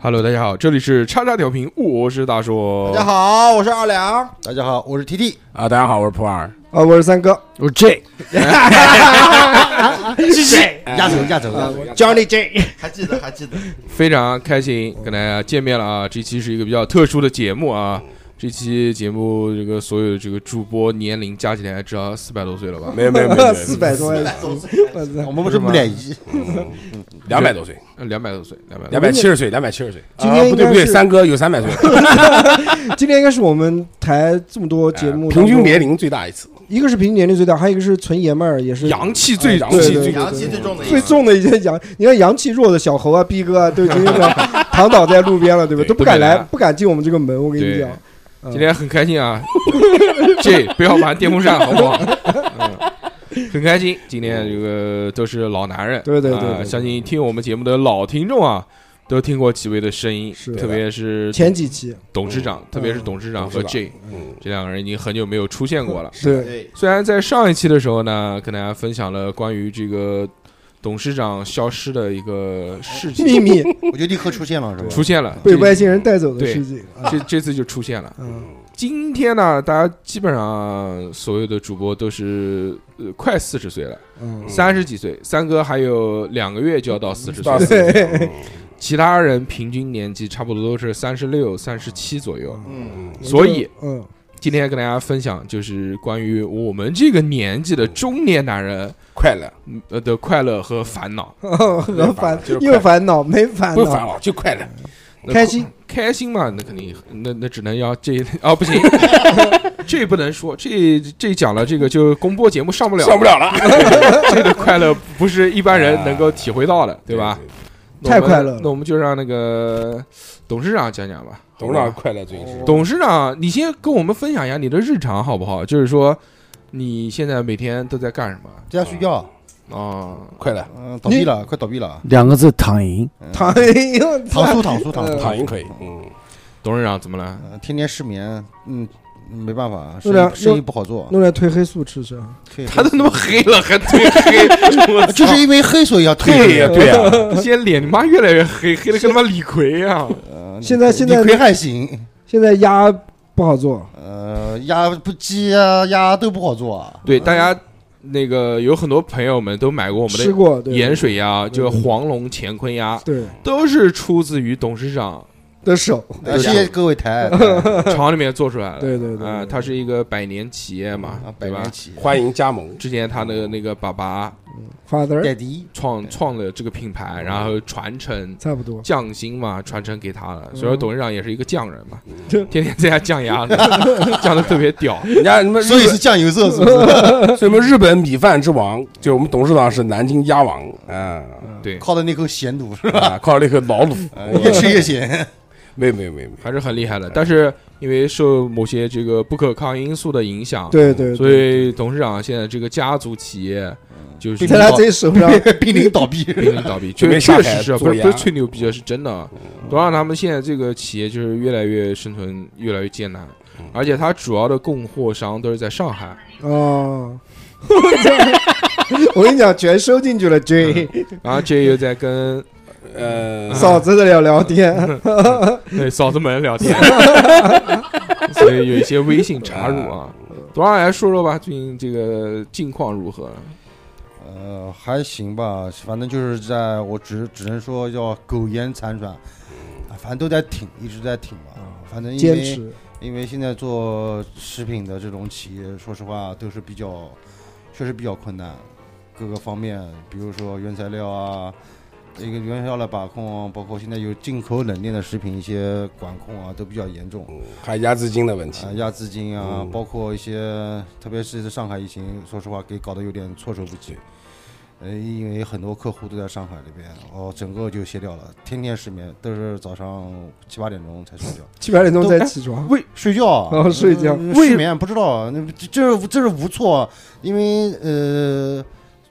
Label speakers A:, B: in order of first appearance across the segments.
A: Hello，大家好，这里是叉叉调频，我是大硕。
B: 大家好，我是二两。
C: 大家好，我是 TT。
D: 啊，大家好，我是普洱。
E: 啊，我是三哥，，
D: 我 J，
B: 谢谢
C: 压轴，压轴，压轴。
B: Johnny J。
C: 还记得，还记得。
A: 非常开心跟大家见面了啊！这期是一个比较特殊的节目啊，这期节目这个所有的这个主播年龄加起来至少四百多岁了吧？
D: 没有没有没有
E: 四百多，我操
C: 我们不是木乃伊，
D: 两百多岁，
A: 两百多岁，两百
D: 两百七十岁，两百七十岁。
E: 今天
D: 啊不对不
E: 应该
D: 对，
E: 是
D: 三哥有三百岁，
E: 今天应该是我们台这么多节目当
D: 哎
E: 中
D: 平均年，龄最大一次。
E: 一个是平均年龄最大，还有一个是纯爷们儿，也是
A: 阳气最阳
D: 阳
A: 气
E: 对
D: 气
E: 对
A: 最
E: 对
C: 阳气最重的一个
E: 最重的一些阳。 你看阳气弱的小猴啊、逼哥啊，都已经那个躺倒在路边了，对吧？
A: 对
E: 都不敢
A: 不
E: 来
A: 敢来，
E: 不敢进我们这个门。我跟你
A: 对
E: 讲，。嗯
A: 今天很开心啊 ，J 不要玩电风扇好不好？嗯，很开心，今天这个都是老男人，
E: 对对对
A: 啊
E: 对
A: 相信听我们节目的老听众啊。都听过几位的声音，
E: 是
A: 特别是
E: 前几期
A: 董事长，特别是董事长和
D: 董事
A: J
D: 嗯，
A: 这两个人已经很久没有出现过了。
E: 对
C: 对，
A: 虽然在上一期的时候呢，跟大家分享了关于这个董事长消失的一个事
E: 秘
A: 情，
E: 密
C: 我就立刻出现了，是吧？
A: 出现了，
E: 被
A: 这
E: 外星人带走的
A: 对
E: 事情啊，
A: 这这次就出现了。
E: 嗯，
A: 今天呢，大家基本上所有的主播都是呃快四十岁了，
E: 嗯
A: 三十几岁，三哥还有两个月就要到四十岁
D: 到
A: 了，
D: 40
E: 对
A: 其他人平均年纪差不多都是三十六、三十七左右。
C: 嗯，
A: 所以
E: 嗯，
A: 今天跟大家分享就是关于我们这个年纪的中年男人
D: 快乐
A: 嗯呃的快乐和烦恼，
E: 很烦
D: 就是，快
E: 又烦恼没烦
D: 不烦
E: 恼，
D: 恼就快乐，
A: 那
E: 开心
A: 开心嘛，那肯定那那只能要这哦 不行，这不能说这这讲了这个就公播节目上不了
D: 上不了了，
A: 这个快乐不是一般人能够体会到的，对吧？？那我们
E: 太快乐了
A: 那我们就让那个董事长讲讲吧。
D: 董事长
A: 好吧，
D: 快乐最是
A: 董事长，你先跟我们分享一下你的日常好不好？就是说，你现在每天都在干什么？
C: 在家睡觉，
A: 哦，
D: 快乐，
C: 嗯，倒闭了，快倒闭了，
F: 两个字躺赢，
E: 躺，哎呦，
C: 躺苏，躺苏，躺苏，
D: 躺赢可以。嗯，
A: 董事长怎么了？
C: 嗯，天天失眠，嗯，没办法，
E: 弄
C: 生
E: 点
C: 意生意不好做，
E: 弄点褪黑素吃吃，啊
C: 退
A: 他都那么黑了，还 对黑，我
C: 就是因为黑所以要
D: 对呀
C: 退。
D: 对
E: 啊
D: 呀，
A: 操！现在脸他妈越来越 黑，黑的跟他妈李啊逵一样。
C: 呃
E: 现在现在
C: 理亏还行，
E: 现在鸭不好做，
C: 呃，鸭不鸡呀鸭都不好做啊，
A: 对，大家那个有很多朋友们都买过我们
E: 吃
A: 的
E: 过对
A: 盐水鸭，就黄龙乾坤鸭，
E: 对
A: 都是出自于董事 长
E: 的手，
C: 呃谢谢各位台，
A: 厂里面做出来的。
E: 对对对
A: 啊，
E: 对
A: 它是一个百年企业嘛
C: 啊，百
A: 对吧
C: 年？企业
D: 欢迎加盟。
A: 之前他的那个爸爸
E: father
C: 戴迪，
A: 创创了这个品牌，然后传承
E: 差不多，
A: 匠心嘛，传承给他了。所以说董事长也是一个匠人嘛，
E: 嗯 对
A: 天天在家匠鸭子， 匠的特别屌。
D: 人家什么
C: 所以
D: 日
C: 是酱油色是不是？
D: 本什么日本米饭之王，就我们董事长是南京鸭王啊
A: 对，
C: 靠的那口咸卤是吧？
D: 啊，靠那个老卤，
C: 越吃越咸。
D: 没有没有没有没有，
A: 还是很厉害的。
E: 哎
A: 但是因为受某些这个不可抗因素的影响，
E: 对对，
A: 所以董事长现在这个家族企业就是
C: 以
E: 在
C: 对
E: 他自己手 上，
C: 濒临倒闭。
A: 濒临倒 闭，
D: 准
A: 确
D: 备
A: 确
D: 下
A: 实
D: 海
A: 是啊不
D: 做
A: 是
D: 鸭
A: 不是吹牛逼啊，是真的啊。
E: 嗯
A: 董事长他们现在这个企业就是越来越生存越来越艰难，
E: 嗯
A: 而且它主要的供货商都是在上海，
E: 哦， 我跟你讲，全收进去了，J
A: 然后这又在 跟
C: 嗯
D: 呃，
E: 嫂子在聊聊天，
A: 对嫂子们聊 天，所以有一些微信插入啊。
E: 嗯
A: 董事长来说说吧，最近这个近况如何？
E: 嗯
C: 呃，还行吧，反正就是在我只只能说要苟延残喘，啊反正都在挺，一直在挺吧。反正因
E: 坚
C: 为
E: 持，
C: 因为现在做食品的这种企业，说实话都是比较，确实比较困难，各个方面，比如说原材料啊。一个原材料的把控，包括现在有进口冷链的食品一些管控啊，都比较严重。
D: 嗯还有压资金的问题
C: 啊，，压资金啊，
D: 嗯
C: 包括一些，特别是上海疫情，说实话给搞得有点措手不及。呃，因为很多客户都在上海那边，哦，整个就歇掉了，天天失眠，都是早上七八点钟才 睡觉，
E: 七八点钟才起床，
A: 为
C: 睡觉啊，
E: 哦睡觉
C: 呃
A: 为
C: 失眠不知道，那这这是这是无措，因为呃，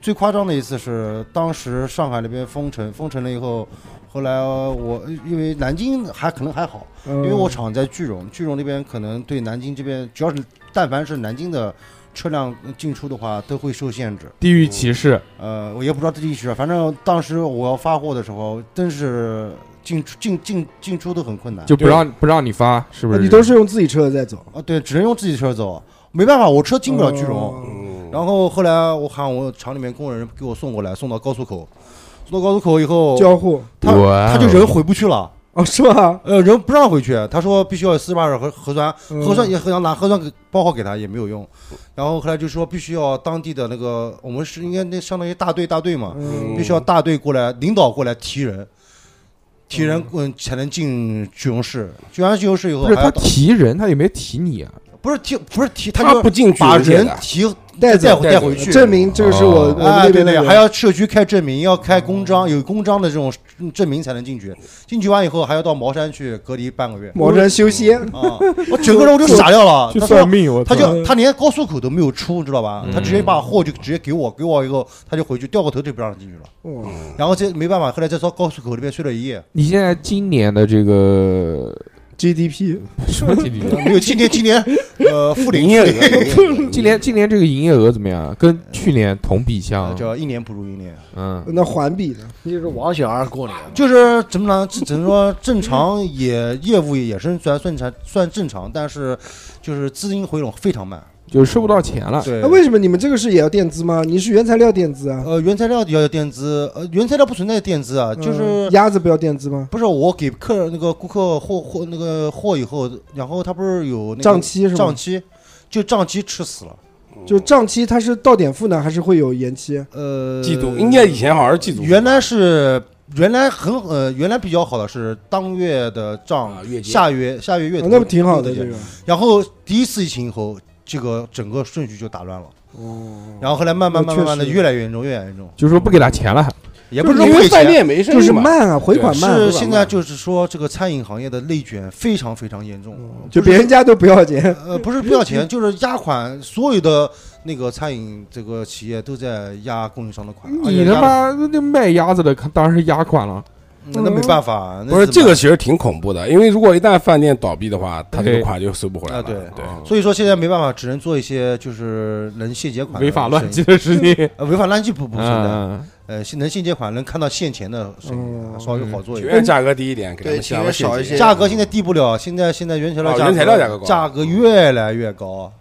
C: 最夸张的一次是当时上海那边封城，封城了以后，后来我因为南京还可能还好。
E: 因
A: 嗯
C: 因为我厂在句容，句容那边可能对南京这边，只要是但凡是南京的车辆进出的话都会受限制。
A: 地域歧视，
C: 呃，我也不知道地区啊，反正当时我要发货的时候，真是进出进进进出都很困难。
A: 就不让不让你发，是不是？
E: 啊你都是用自己车在走，
C: 啊，对，只能用自己车走，没办法，我车进不了句容。
A: 哦
E: 哦
D: 嗯，
C: 然后后来我喊我厂里面工人给我送过来，送到高速口，送到高速口以后，
E: 交互
C: 他
A: 哇哦
C: 他就人回不去了，
E: 哦，是吧？
C: 呃，人不让回去，他说必须要四十八小时核核酸，
E: 嗯
C: 核酸也很想拿核酸给包好给他也没有用，然后后来就说必须要当地的那个我们是应该那相当于大队大队嘛，
E: 嗯
C: 必须要大队过来领导过来提人，提人嗯才能进句容室，进完句容室以后
A: 不
E: 哎
A: 是
C: 还要
A: 他
C: 到
A: 提人，他有没有提你啊？
C: 不是提不是提他
D: 他
C: 就
D: 不进去
C: 把
D: 界
C: 人
D: 的
C: 提
E: 带
C: 带
E: 走
C: 回带回去。
E: 证明这个是我我
A: 哦
E: 们
C: 啊，
E: 那
C: 对
E: 边的
C: 对，
E: 人
C: 还要社区开证明，要开公章，有公章的这种证明才能进去。进去完以后，还要到茅山去隔离半个月。
E: 某人修仙，
C: 啊，我整个人我就傻掉了。他说，
A: 命，我
C: 他
E: 操
C: 就他连高速口都没有出，你知道吧？
A: 嗯
C: 他直接把货就直接给我，给我以后他就回去，掉个头就不让他进去了。
E: 哦
C: 然后这没办法，后来在高速口那边睡了一夜。
A: 你现在今年的这个
E: ，GDP
A: 什么啊 GDP？
C: 没有，今年今年呃负
D: 营
C: 零，
D: 业
C: 负
D: 额
C: 零
D: 营业 额，
A: 今年今年这个营业额怎么样？啊跟去年同比
C: 啊
A: 项，
C: 叫一年不如一年。
A: 哎嗯，
E: 那环比呢？
G: 你就是王小二过年，
C: 就是怎么讲，只只能说正常也业务也是算算常算正常，但是就是资金回笼非常慢。
A: 就是收不到钱了。
C: 对
E: 那，为什么你们这个是也要垫资吗？你是原材料垫资啊？
C: 呃，原材料要有垫资，呃，原材料不存在垫资啊，就
E: 嗯
C: 是
E: 鸭子不要垫资吗？
C: 不是我给客人那个顾客货货那个货以后，然后他不是有那个
E: 账期是
C: 账
E: 吗？
C: 期，就账期吃死了。
E: 就账期它是到点付呢，还是会有延期？
C: 呃，
D: 季度应该以前好像是季度，
C: 原来是原来很呃原来比较好的是当月的
D: 啊
C: 账，
D: 月结
C: 下月下月月
E: 啊
C: 头、
E: 那不挺好的
C: 月
E: 这
C: 结
E: 个？
C: 然后第一次疫情以后，这个整个顺序就打乱了。
E: 哦，
C: 然后后来慢慢
E: 那
C: 慢
E: 确
C: 慢的
E: 实
C: 越来越严重，越来越严重，
A: 就是说不给他钱了，
C: 也不是说
D: 因
C: 赔
D: 为饭
C: 钱，
D: 店没生
E: 就
D: 意
E: 是
D: 嘛，
E: 慢啊，回款慢，
C: 是现在就是说这个餐饮行业的内卷非常非常严重，
E: 哦就别人家都不要钱，
C: 呃不是不要钱，就是压款，所有的那个餐饮这个企业都在压供应商的款，而且
A: 你
C: 压
A: 他妈那卖鸭子的当然是鸭款了。
C: 嗯那没办
A: 嗯
C: 法，那
D: 不是
C: 怎
D: 这
C: 么
D: 个其实挺恐怖的，因为如果一旦饭店倒闭的话，他这
A: 对
D: 个款就收不回来
C: 啊
D: 了。
C: 对
D: 对，
C: 所以说现在没办法，只能做一些就是能现结款的
A: 违法乱
C: 生意
A: 纪，的事情。
C: 呃违法乱纪不不存在，
A: 嗯，哦
C: 呃能现结款能看到现钱的生意
E: 嗯
C: 稍微好做一
D: 情
C: 点。
D: 愿价格低一点，给他们
H: 对
D: 下个
H: 情愿少
D: 陷
H: 一些
D: 阱
C: 价格现在低不了，现在现在原材料
D: 哦
C: 价格、
D: 原材料价格高
C: 越来越高。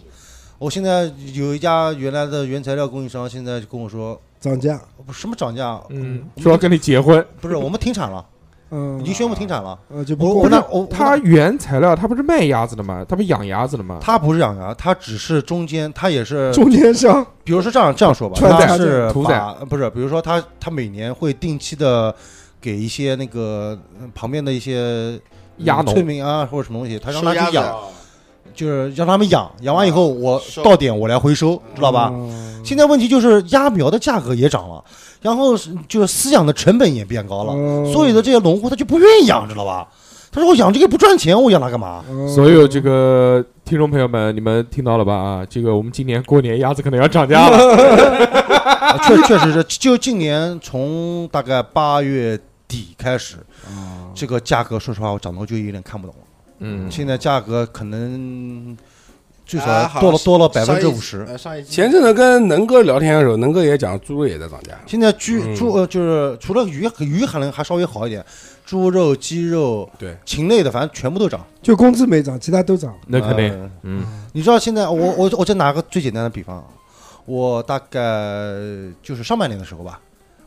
C: 我现在有一家原来的原材料供应商，现在就跟我说，哦
E: 涨价。
C: 不什么涨价，
A: 嗯，说要跟你结婚，
C: 不是我们停产了，
E: 嗯
C: 已，经宣布停产了。
E: 呃，就不
C: 我
A: 哦
E: 过
C: 我
E: 了
C: 那我
A: 他原材料他不是卖鸭子的吗？他不养鸭子的吗？
C: 他不是养鸭，他只是中间，他也是，
E: 中间 商
C: 比如说这样这样说吧，
E: 川菜
C: 他是
A: 屠宰
C: 把不是，比如说他他每年会定期的给一些那个呃旁边的一些嗯
A: 鸭农
C: 村民啊或者什么东西，他让他
H: 收鸭
C: 去
H: 子
C: 养，就是让他们养，养完以后我
H: 收
C: 到点我来回收，知道吧？？
E: 嗯
C: 现在问题就是鸭苗的价格也涨了，然后是就是饲养的成本也变高了，
E: 嗯
C: 所有的这些农户他就不愿意养，知道吧？他说我养这个不赚钱，我养它干嘛？
E: 嗯
A: 所有这个听众朋友们，你们听到了吧？啊，这个我们今年过年鸭子可能要涨价了。
C: 啊 确确实是，就今年从大概八月底开始，这个价格说实话我涨到就有点看不懂了。
A: 哦嗯，
C: 现在价格可能最
H: 啊
C: 少
H: 好
C: 多了多了百
H: 上
C: 分
H: 一
C: 之五十。
H: 呃上一季
D: 前阵子跟能哥聊天的时候，能哥也讲猪肉也在涨价，
C: 现在猪
D: 嗯
C: 猪呃就是除了鱼鱼可能还稍微好一点，猪肉、鸡肉、
D: 对
C: 禽类的反正全部都涨。
E: 就工资没涨，其他都涨。
A: 那肯定。
C: 呃
A: 嗯，
C: 你知道现在我我我就拿个最简单的比方啊，我大概就是上半年的时候吧，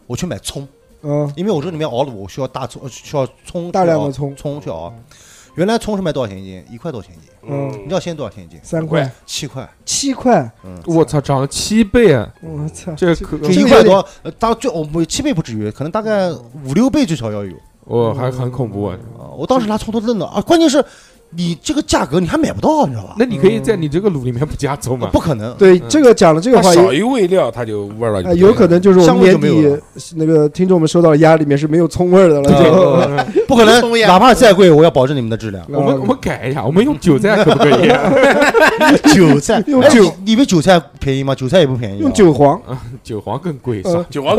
C: 我去买葱，
E: 嗯，
C: 因为我这里面熬卤，我需要大葱，呃需要葱
E: 大量的
C: 去熬
E: 葱，
C: 葱去熬。啊原来葱是卖多少钱一斤？一块多钱一斤。你
E: 嗯
C: 知道现在多少钱一斤？
E: 三块
C: 七块。
E: 七块，
A: 我操，涨了七倍啊！
E: 我操，
A: 这
E: 这
A: 可
E: 这
C: 一
E: 个
C: 块
E: 有点
C: 多，呃，当最我们七倍不至于，可能大概五六倍最少要有
A: 我还很恐怖啊！
C: 啊！我当时拿葱都愣了啊！关键是你这个价格你还买不到，你知道吧？
A: 那你可以在你这个卤里面不加葱吗？
C: 不可能，
E: 对
A: 嗯
E: 这个讲了这个
D: 它
E: 话，
D: 少一味料，它就味儿了就
E: 呃
D: 不对了。
E: 有可能就是我们
C: 哎香
E: 年
C: 味就没有
E: 底
C: 了哦哎
E: 那个听众们收到的鸭里面是没有葱味儿的了， 就
C: 不可
H: 葱
C: 能，
H: 呀
C: 哪怕再贵，我要保证你们的质量。
A: 我们我们改一下，我们用韭菜可不可以？啊
C: 韭菜，
E: 用
C: 哎
E: 韭
C: 你以为韭菜便宜吗？韭菜也不便宜啊，
E: 用韭 黄，
A: 韭黄更贵，
E: 呃
A: 算
D: 韭黄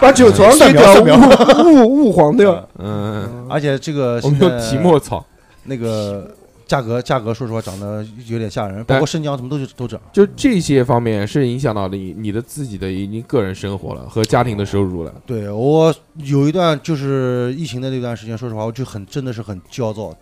E: 把韭黄给
C: 蒜苗
E: 掉，
C: 蒜苗
E: 雾雾雾黄掉。
A: 嗯，
C: 而且这个
A: 我
C: 现
A: 们
C: 在
A: 用提莫草，
C: 那个价格价格说实话涨得有点吓人，包括生姜什么都是都涨。
A: 就这些方面是影响到你你的自己的已经个人生活了和家庭的收入了。
C: 对我有一段就是疫情的那段时间，说实话我就很真的是很焦躁，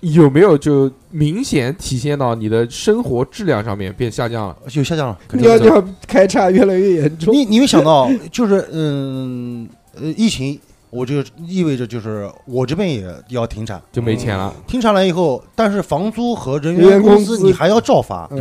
A: 有没有就明显体现到你的生活质量上面变下降了？
C: 就下降了。
A: 肯定
E: 尿
A: 是
E: 尿开叉越来越严重。
C: 你你没想到，就是嗯呃，疫情，我就意味着就是我这边也要停产，
A: 就没钱了。
C: 停产了以后，但是房租和人
E: 人员
C: 员工
E: 工
C: 资
E: 资
C: 你还要照发，
E: 嗯，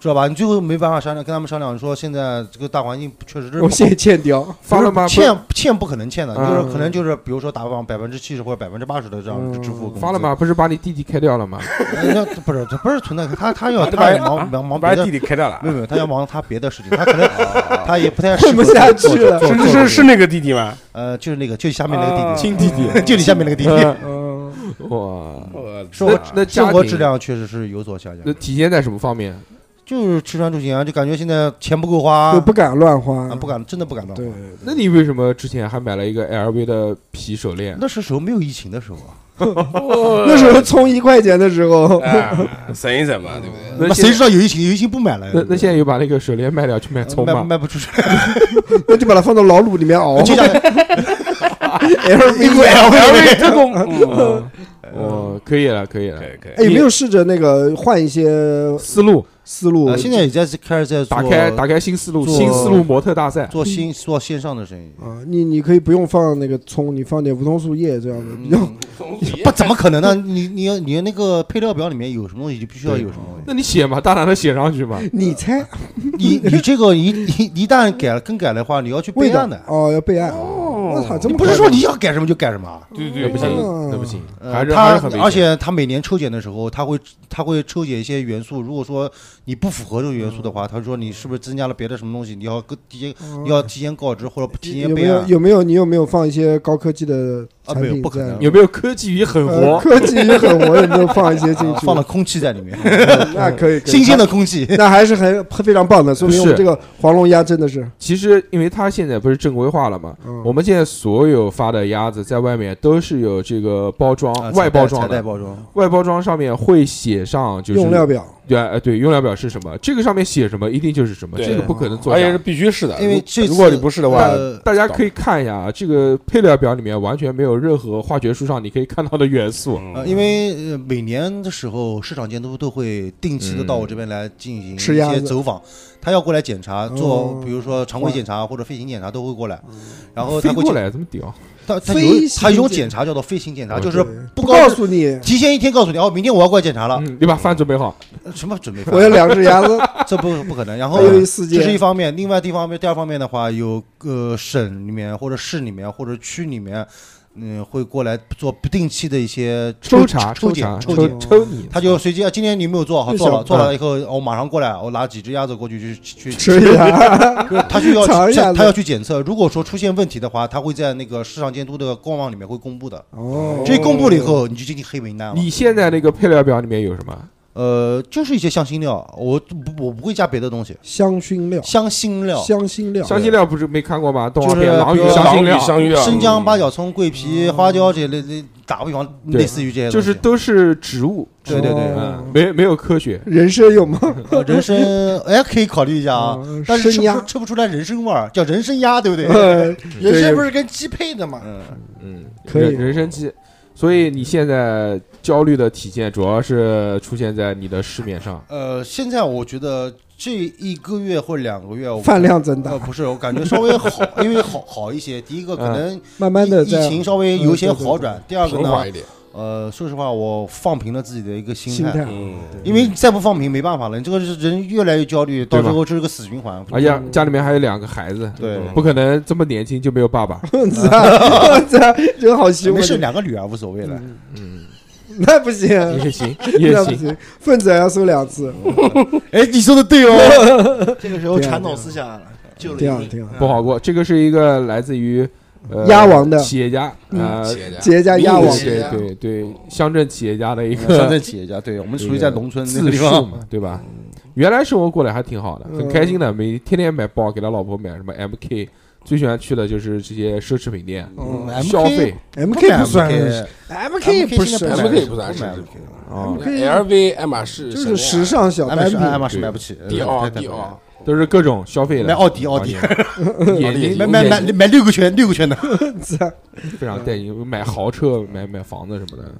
C: 知道吧？你最后没办法商量，跟他们商量说，现在这个大环境确实是
E: 嗯我现在欠掉，
A: 发了吗？
C: 欠欠不可能欠的，
A: 嗯
C: 就是可能就是比如说打个比方，百分之七十或者百分之八十的这样
D: 嗯
C: 支付工资
A: 发了？吗？不是把你弟弟开掉 了吗？
C: 呃那不是不是存在，他他要
D: 啊
C: 他要
D: 把
C: 忙忙忙
D: 把
C: 别的
D: 弟，弟开掉了
C: 没，有没有，他要忙他别的事情，他可能他也不太适
E: 混
C: 合
E: 不下
C: 做
E: 去
C: 这
E: 了
C: 做
D: 是
C: 做这
D: 是
C: 个
D: 是那个弟弟吗？
C: 呃，就是那个，就下面那个弟
D: 啊
C: 弟，
D: 亲弟弟
C: 就你下面那个弟弟，
E: 嗯，
A: 哇，
D: 我
C: 生
A: 那
C: 活
A: 那家
C: 生
A: 庭
C: 活质量确实是有所下
A: 那
C: 降，
A: 体现在什么方面？
C: 就是吃穿住行啊，就感觉现在钱不够
E: 嗯
C: 花
E: 就，不敢乱花
C: 啊，不敢，真的不敢当。
E: 对，
A: 那你为什么之前还买了一个 LV 的皮手链？
C: 那是时候没有疫情的时候啊，
E: 那时候充一块钱的时候，
C: 嗯
D: 哎省一省嘛，对不对？
A: 那
C: 那
A: 现
C: 谁知道有疫情？有疫情不买了呀，
A: 那那现在有把那个手链卖掉去买葱
C: 卖
A: 吗？
C: 卖不出去，
E: 那就把它放到老卤里面熬。 哎
C: 就像
E: LV，
D: LV 特供，
A: 嗯我可以了，可以了
D: 可。以可以
E: 哎，有没有试着那个换一些
A: 思路啊
E: 思路
C: 呃？现在也在开始在做
A: 打开，打开新思路，
C: 做
A: 新思路模特大赛。
C: 做新做线上的生意，
E: 啊，你你可以不用放那个葱，你放点梧桐树叶这样的比较
C: 嗯不怎么可能呢？你你你那个配料表里面有什么东西，就必须要有什么东西。
A: 那你写嘛，大胆的写上去嘛。
E: 你猜
C: 你你这个一一一旦改了更改的话，你要去
E: 味
C: 备
E: 道
C: 案的。
E: 哦，要备案。我
D: 哦
E: 操，这
C: 你
E: 么
C: 不是说你想改什么就改什么啊？
D: 对
A: 那
D: 对
A: 不行
D: 对，
E: 嗯，
A: 那不行，
C: 呃
A: 还是还
C: 他
A: 是很危险
C: 而且他每年抽检的时候，他会他会抽检一些元素。如果说你不符合这个元素的话，他说你是不是增加了别的什么东西？你要跟提前你要提前告知或者提前
E: 有没
C: 备
E: 有
C: 案。
E: 有没有你有没有放一些高科技的
C: 啊
E: 产
C: 没有
E: 品
C: 不可
E: 在
C: 能
E: 里面？
A: 有没有科技与狠
E: 呃
A: 活？
E: 科技与狠活有没有放一些进
C: 啊
E: 去？
C: 放了空气在里面，
E: 那可以，可以
C: 新鲜的空气。
E: 那还是很非常棒的，说明我们
A: 是
E: 这个黄龙鸭真的是，
A: 其实，因为它现在不是正规化了嘛，
E: 嗯
A: 我们现在所有发的鸭子在外面都是有这个包装
C: 啊，
A: 外包装
C: 彩带
A: 的，
C: 包装，
A: 外包装上面会写上就是
E: 用料表，
A: 对呃对用料表是什么，这个上面写什么一定就是什么，
D: 对
A: 这个不可能作
D: 而且是
A: 假。
D: 必须是的，
C: 因为
D: 如
C: 这次
D: 如果你不是的话，
C: 呃
A: 大家可以看一下啊，这个配料表里面完全没有任何化学书上你可以看到的元素。
D: 嗯
C: 呃，因为呃每年的时候，市场监督都会定期的到我这边来进行
E: 嗯吃
C: 一
E: 鸭
C: 些
E: 子
C: 走访，他要过来检查，做
E: 哦嗯
C: 比如说常规检查或者飞行检查都会过来，然后
A: 飞
C: 哦他会
A: 过
C: 检
A: 来这么啊屌，
C: 他他
E: 飞
C: 有
E: 行
C: 他有种
E: 检
C: 检查叫做飞行检查，
A: 哦
C: 就是
E: 对
C: 不
E: 不
C: 告
E: 告
C: 诉
E: 诉你，
C: 提前一天告诉你哦，明天我要过来检
D: 啊
C: 查了，
A: 嗯，你把饭准备好，
C: 呃什么准备？
E: 嗯我有两只鸭子，
C: 这不不可能。然后
E: 还有一四
C: 哦这是一
E: 件，
C: 方面，另外地方面，第二方面的话，有呃省里面或者市里面或者区里面，嗯，会过来做不定期的一些
A: 抽查
C: 抽检
A: 查
C: 抽
A: 抽
C: 检。
A: 抽你，
C: 他就随机啊，今天你有没有做好？
E: 就
C: 做了，
E: 想啊
C: 做了以后，我马上过来，我拿几只鸭子过去去去去
E: 吃 鸭，
C: 就是他就 要
E: 尝一下
C: 去
E: 子
C: 他要去检测。如果说出现问题的话，他会在那个市场监督的官网里面会公布的。
E: 哦，
C: 这一公布了以后，你就进行黑名单了。
A: 你现在那个配料表里面有什么？
C: 呃，就是一些香辛料，我不我不会加别的东西，
E: 香薰料，
C: 香辛料，
E: 香辛料，哦
A: 香辛料不是没看过吗？动画
C: 就
A: 片《
C: 是
A: 狼
C: 比
A: 与
C: 如
A: 香
D: 相
A: 辛
D: 遇
A: 料》嗯
D: 相遇啊，
C: 生姜、
D: 姜
C: 八角、葱、桂
E: 哦
C: 皮、花椒这类类，打个比方，
A: 对
C: 类似于这些
A: 就
C: 东
A: 是
C: 西。
A: 都是植物，
C: 对对对，
E: 哦
A: 嗯，没没有科学。
E: 人参有吗？
C: 呃人参哎可以考虑一下啊，
E: 嗯
C: 但是吃
E: 生
C: 不出
E: 鸭
C: 吃不出来人参味儿，叫人参鸭，对 不对？
E: 呃，
I: 人参不是跟鸡配的吗？
C: 嗯，
A: 嗯，
E: 可以
A: 人人参鸡。所以你现在焦虑的体现主要是出现在你的市面上，
C: 呃，现在我觉得这一个月或两个月，我
E: 饭量增
C: 呃
E: 大，
C: 不是，我感觉稍微好，因为好好一些。第一个可能
E: 慢慢的
C: 疫疫
E: 在
C: 情稍微有一些
E: 嗯对对
C: 好转，第二个
D: 平滑
C: 呢
D: 一，点，
C: 呃，说实话，我放平了自己的一个
E: 心
C: 态。
E: 态，
D: 嗯，
C: 因为你再不放平没办法了，你这个是人越来越焦虑，
A: 对吧
C: 到最后就是个死循环。
A: 而且家里面还有两个孩子，
C: 对，
A: 不可能这么年轻就没有爸爸。
E: 我操，我操，真好希
C: 没
E: 望。
C: 事，两个女儿无所谓了。
A: 嗯，
E: 那不行，
A: 也行， 也
E: 那不
A: 行。
E: 行，份子要收两次，
C: 哎，你说的对 哦。
I: 这个时候传统思想救了
E: 这样
I: 一
E: 这
I: 命
E: 样，
A: 不好过，这个是一个来自于呃
E: 鸭王的
A: 企业家，
D: 嗯
A: 呃，
I: 企业家
E: 企业家鸭
A: 对
E: 王，
I: 企业家
A: 对对对，乡镇企业家的一
C: 乡
A: 个
C: 镇企业家，对我们属于在农村那
A: 自
C: 个地
A: 述
C: 方。
A: 嘛，对吧？原来生活过得还挺好的，很开心的，每天天买包，给他老婆买什么 MK，最喜欢去的就是这些奢侈品店
E: 嗯
A: 消费。
E: ，MK 不算
C: MK
E: MK 不是
C: 现在
D: 不 MK
C: 买
D: 不算
C: 买
D: 是
C: MK
E: 我
D: 嗯
A: 啊
E: 们，可以
D: LV、爱马仕，
E: 就是
D: 香奈
E: 时
D: 儿、
E: 尚小
J: 爱马
E: 单
J: 仕爱马
E: 品，
J: 仕买不起，
D: 迪
J: 太
D: 奥、
J: 太
D: 迪奥，
A: 都是各种消费的，
J: 买奥迪奥迪
A: 啊眼睛
J: 买买买
A: 眼睛
J: 买六个圈六个圈的，
A: 非常带劲，买豪车、买买房子什么的，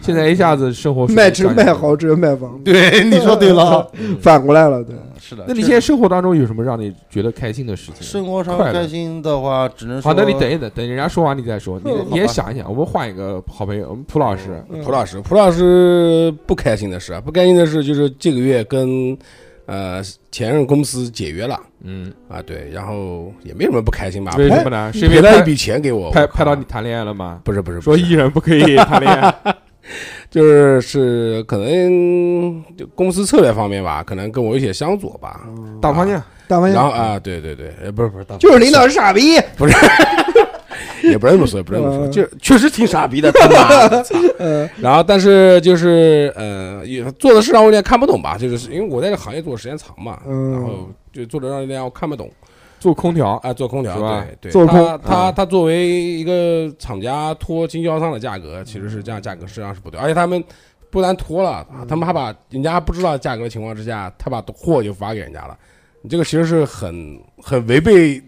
A: 现在一下子生活水平
E: 卖车
A: 下降
E: 卖豪车卖房，
J: 对，你说对了啊，
E: 反过来了，对，
J: 是的
A: 那你现在生活当中有什么让你觉得开心的事情？
J: 生活上
A: 快乐
J: 开心的话，只能说
A: 好，那你等一等，等人家说完你再说。你
E: 嗯
A: 你也
J: 好吧
A: 想一想，我们换一个好朋友，我们蒲老师，
E: 嗯
D: 蒲老师，蒲老师不开心的事啊，不开心的事就是这个月跟呃前任公司解约了
A: 嗯，
D: 啊，对，然后也没什么不开心吧，
A: 为什么呢？是因
D: 赔
A: 为
D: 了一
A: 拍
D: 笔钱嗯给我，
A: 拍
D: 我靠
A: 拍到你谈恋爱了吗？
D: 不是不是
A: 说
D: 不是
A: 艺人不可以谈恋 爱，
D: 就是是可能就公司策略方面吧，可能跟我有些相左吧，
A: 大方向
E: 大方
D: 然后
E: 向
D: 啊，对对对，呃不是不是大方向，
E: 哎就是领导是傻逼，
D: 也不能这么说，也不能这么说，
E: 嗯
D: 就确实挺傻逼的，他 妈的。操
E: 呃，
D: 然后，但是就是呃，也做的事让我有点看不懂吧，就是因为我在这行业做的时间长嘛，
E: 嗯
D: 然后就做的让人家我看不懂
A: 做空调，
D: 啊，做空调
A: 是吧
D: 对对，
E: 做空
D: 他他他作为一个厂家拖经销商的价格，其实是这样价格实际上是不对，而且他们。不但拖了，他们还把人家不知道价格的情况之下，他把货就发给人家了，你这个其实是很很违背，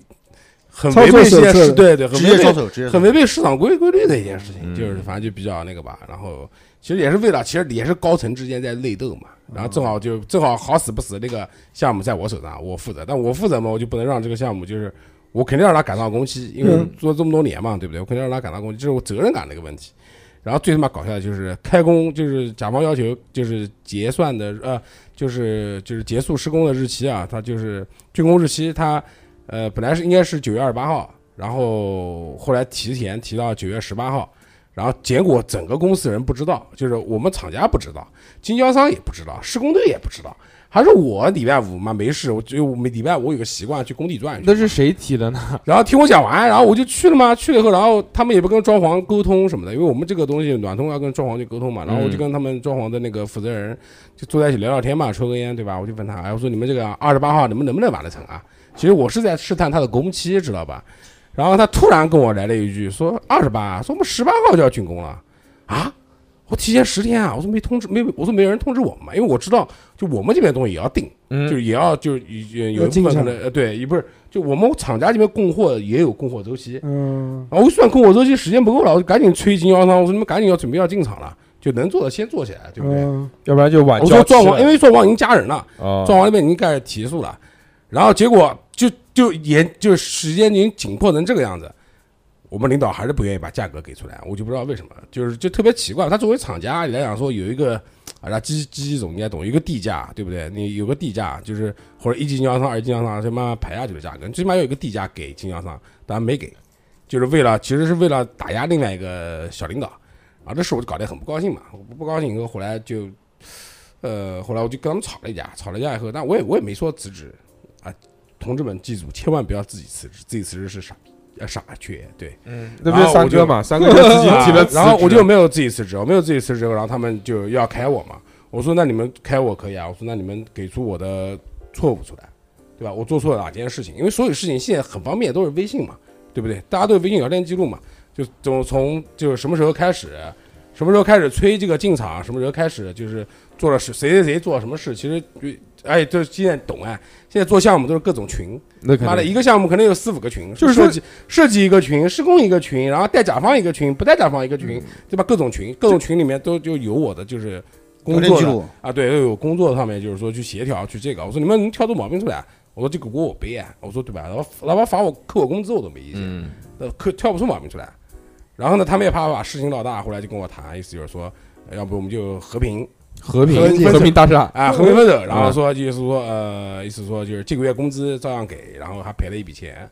D: 很
E: 操
D: 违
E: 作
D: 背
E: 手
D: 现
E: 册
D: 实，对对，很
J: 职
D: 违
J: 业
D: 背
J: 操守，职业操
D: 很
J: 守
D: 违背市场规规律的一件事情，
A: 嗯
D: 就是反正就比较那个吧。然后其实也是为了，其实也是高层之间在内斗嘛。然后正好就正好好死不死，那个项目在我手上，我负责。但我负责嘛，我就不能让这个项目就是我肯定让他赶上工期，因为
E: 嗯
D: 做这么多年嘛，对不对？我肯定让他赶上工期，这是我责任感的一个问题。然后最他妈搞笑的就是开工，就是甲方要求就是结算的呃，就是就是结束施工的日期啊，它就是竣工日期它呃本来是应该是九月二十八号，然后后来提前提到九月十八号，然后结果整个公司人不知道，就是我们厂家不知道，经销商也不知道，施工队也不知道，还是我礼拜五嘛没事，我就我每礼拜五有个习惯去工地转一圈
A: 那是谁提的呢？
D: 然后听我讲完，然后我就去了嘛，去了以后，然后他们也不跟装潢沟通什么的，因为我们这个东西暖通要跟装潢去沟通嘛，然后我就跟他们装潢的那个负责人就坐在一起聊聊天嘛，抽根烟对吧？我就问他，哎，我说你们这个二十八号你们能不能完得成啊？其实我是在试探他的工期，知道吧？然后他突然跟我来了一句，说二十八，说我们十八号就要竣工了啊！我提前十天啊，我说没通知，没我说没有人通知我们嘛，因为我知道就我们这边东西也要定，就
A: 嗯，
D: 是也要就是有
E: 要
D: 有一部
E: 进
D: 分可
E: 场
D: 能呃对，也不是就我们厂家这边供货也有供货周期，
E: 嗯，
D: 然后我一算供货周期时间不够了，我就赶紧催经销商，我说你们赶紧要准备要进厂了，就能做的先做起来，对不对？
E: 嗯
A: 要不然就晚
D: 我
A: 交
D: 说
A: 期
D: 装潢，
A: 了
D: 因为装潢已经加人了，
A: 啊
D: 装潢那边已经开始提速了，然后结果就就也就时间已经紧迫成这个样子，我们领导还是不愿意把价格给出来，我就不知道为什么，就是就特别奇怪。他作为厂家来讲说有一个啊，那机机总应该懂一个地价，对不对？你有个地价，就是或者一级经销商、二级经销商，就慢慢排下去的价格，你最起码有一个地价给经销商，但没给，就是为了其实是为了打压另外一个小领导。啊，这事我就搞得很不高兴嘛，我不不高兴以后，后来就呃，后来我就跟他们吵了一架，吵了一架以后，但我也我也没说辞职啊，同志们记住，千万不要自己辞职，自己辞职是傻逼，呃傻缺，对，
A: 嗯那不是
D: 然后
A: 三
D: 我
A: 哥
D: 就
A: 嘛？三哥就自 己提了辞职，
D: 啊然后我就没有自己辞职，我没有自己辞职，然后他们就要开我嘛，我说那你们开我可以啊，我说那你们给出我的错误出来，对吧？我做错了哪件事情？因为所有事情现在很方便，都是微信嘛，对不对？大家都有微信聊天记录嘛，就从从就是什么时候开始，什么时候开始催这个进场，什么时候开始就是做了谁谁谁谁做了什么事，其实就哎，就是现在懂啊，现在做项目都是各种群，
A: 那肯
D: 妈的，
A: 定
D: 一个项目可能有四五个群，
A: 就是说
D: 设计设计一个群，施工一个群，然后带甲方一个群，不带甲方一个群，对吧？各种群，各种群里面都就有我的就是工
J: 聊天
D: 作
J: 记
D: 的
J: 录，
D: 啊，对，又有工作上面就是说去协调去这个，我说你们能挑出毛病出来，我说这个锅我背啊，我说对吧？然后老板罚我扣我工资我都没意见，
A: 嗯，
D: 呃，可挑不出毛病出来。然后呢，他们也怕把事情闹大，后来就跟我谈，意思就是说，呃要不我们就和平，
A: 和平
D: 和平
A: 和平大厦，
D: 啊，和平分手，然后说就是说呃，意思说就是这个月工资照样给，然后还赔了一笔钱，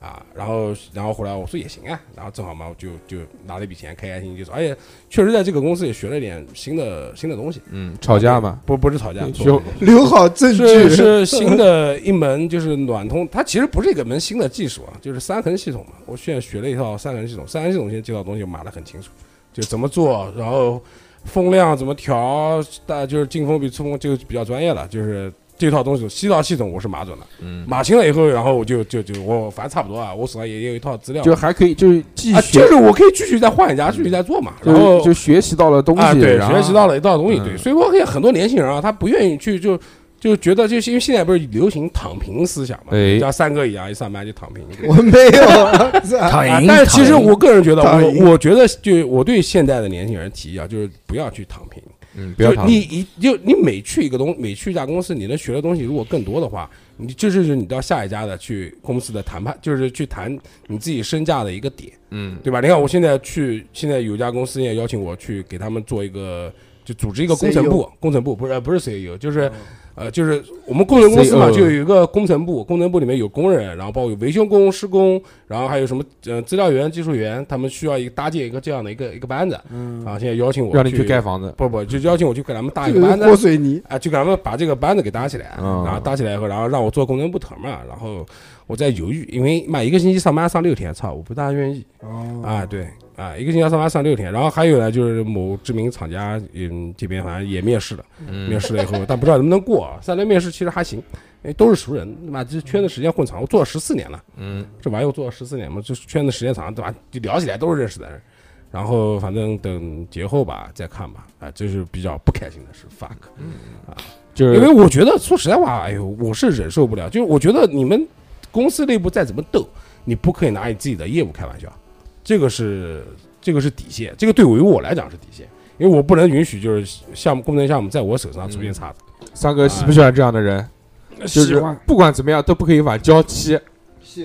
D: 啊，然后然后后来我说也行啊，然后正好嘛，我就就拿了一笔钱，开开心心就走，而且确实在这个公司也学了点新的新的东西，
A: 嗯，吵架嘛，
D: 不不是吵架，
A: 学
D: 错了
E: 留好证
D: 是
E: 据，
D: 是新的一门就是暖通，它其实不是一个门新的技术啊，就是三横系统嘛，我现在学了一套三横系统，三横系统现在这套东西我码得很清楚，就怎么做，然后风量怎么调，大就是进风比出风就比较专业了，就是这套东西西套系统我是码准了，
A: 嗯
D: 码清了以后，然后我就就就我反正差不多啊，我手上也有一套资料，
A: 就还可以就是继
D: 嗯啊，
A: 续
D: 就是我可以继续再换一家，继续再做嘛，然后
A: 就就学习到了东
D: 啊，
A: 西，
D: 对，
A: 然后
D: 学习到了一道东西，对，
A: 嗯
D: 所以我看很多年轻人啊，他不愿意去就。就觉得就是因为现在不是流行躺平思想嘛，
A: 哎
D: 像三哥一样，一上班就躺平。
E: 我没有，是啊
K: 躺
D: 啊
K: 赢，
D: 但是其实
K: 躺赢
D: 我个人觉得，
E: 躺赢
D: 我我觉得就我对现在的年轻人提议啊，就是不要去躺平，
A: 嗯，不
D: 就
A: 要
D: 是
A: 躺
D: 你一就你每去一个东，每去一家公司，你能学的东西如果更多的话，你这就是你到下一家的去公司的谈判，就是去谈你自己身价的一个点，
A: 嗯，
D: 对吧？你看我现在去，现在有一家公司也邀请我去给他们做一个，就组织一个工程部，工程部不是呃不是 CEO，就是。呃，就是我们工程公司嘛，
A: CEO
D: 就有一个工程部，工程部里面有工人，然后包括有维修工、施工，然后还有什么呃资料员、技术员，他们需要一个搭建一个这样的一个一个班子。嗯，啊，现在邀请我
A: 让你去盖房子，
D: 不不，就邀请我去给他们搭一
E: 这个
D: 个班
E: 是和
D: 子，
E: 水泥，
D: 啊，就给他们把这个班子给搭起来，啊
A: 嗯
D: 然后搭起来以后，然后让我做工程部头嘛，然后我在犹豫，因为妈一个星期上班上六天，操，我不大愿意
A: 哦
D: 啊，对啊，一个星期上班上六天，然后还有呢，就是某知名厂家，嗯，这边反正也面试了，面
A: 嗯，
D: 试了以后，但不知道能不能过啊，三轮面试其实还行，因为都是熟人，妈这圈子时间混长，我做了十四年了。
A: 嗯，
D: 这玩意儿我做了十四年嘛，就是圈子时间长，对吧？就聊起来都是认识的人。然后反正等节后吧，再看吧。啊，这是比较不开心的事，fuck。
A: 就
D: 因
A: 是
D: 为我觉得说实在话，哎呦，我是忍受不了。就是我觉得你们公司内部再怎么斗，你不可以拿你自己的业务开玩笑，这个是这个是底线，这个对于我来讲是底线，因为我不能允许就是项目工程项目在我手上
A: 嗯
D: 出现差错。
A: 三哥喜不喜欢这样的人？就
D: 啊喜
A: 是
D: 欢
A: 不管怎么样都不可以晚交期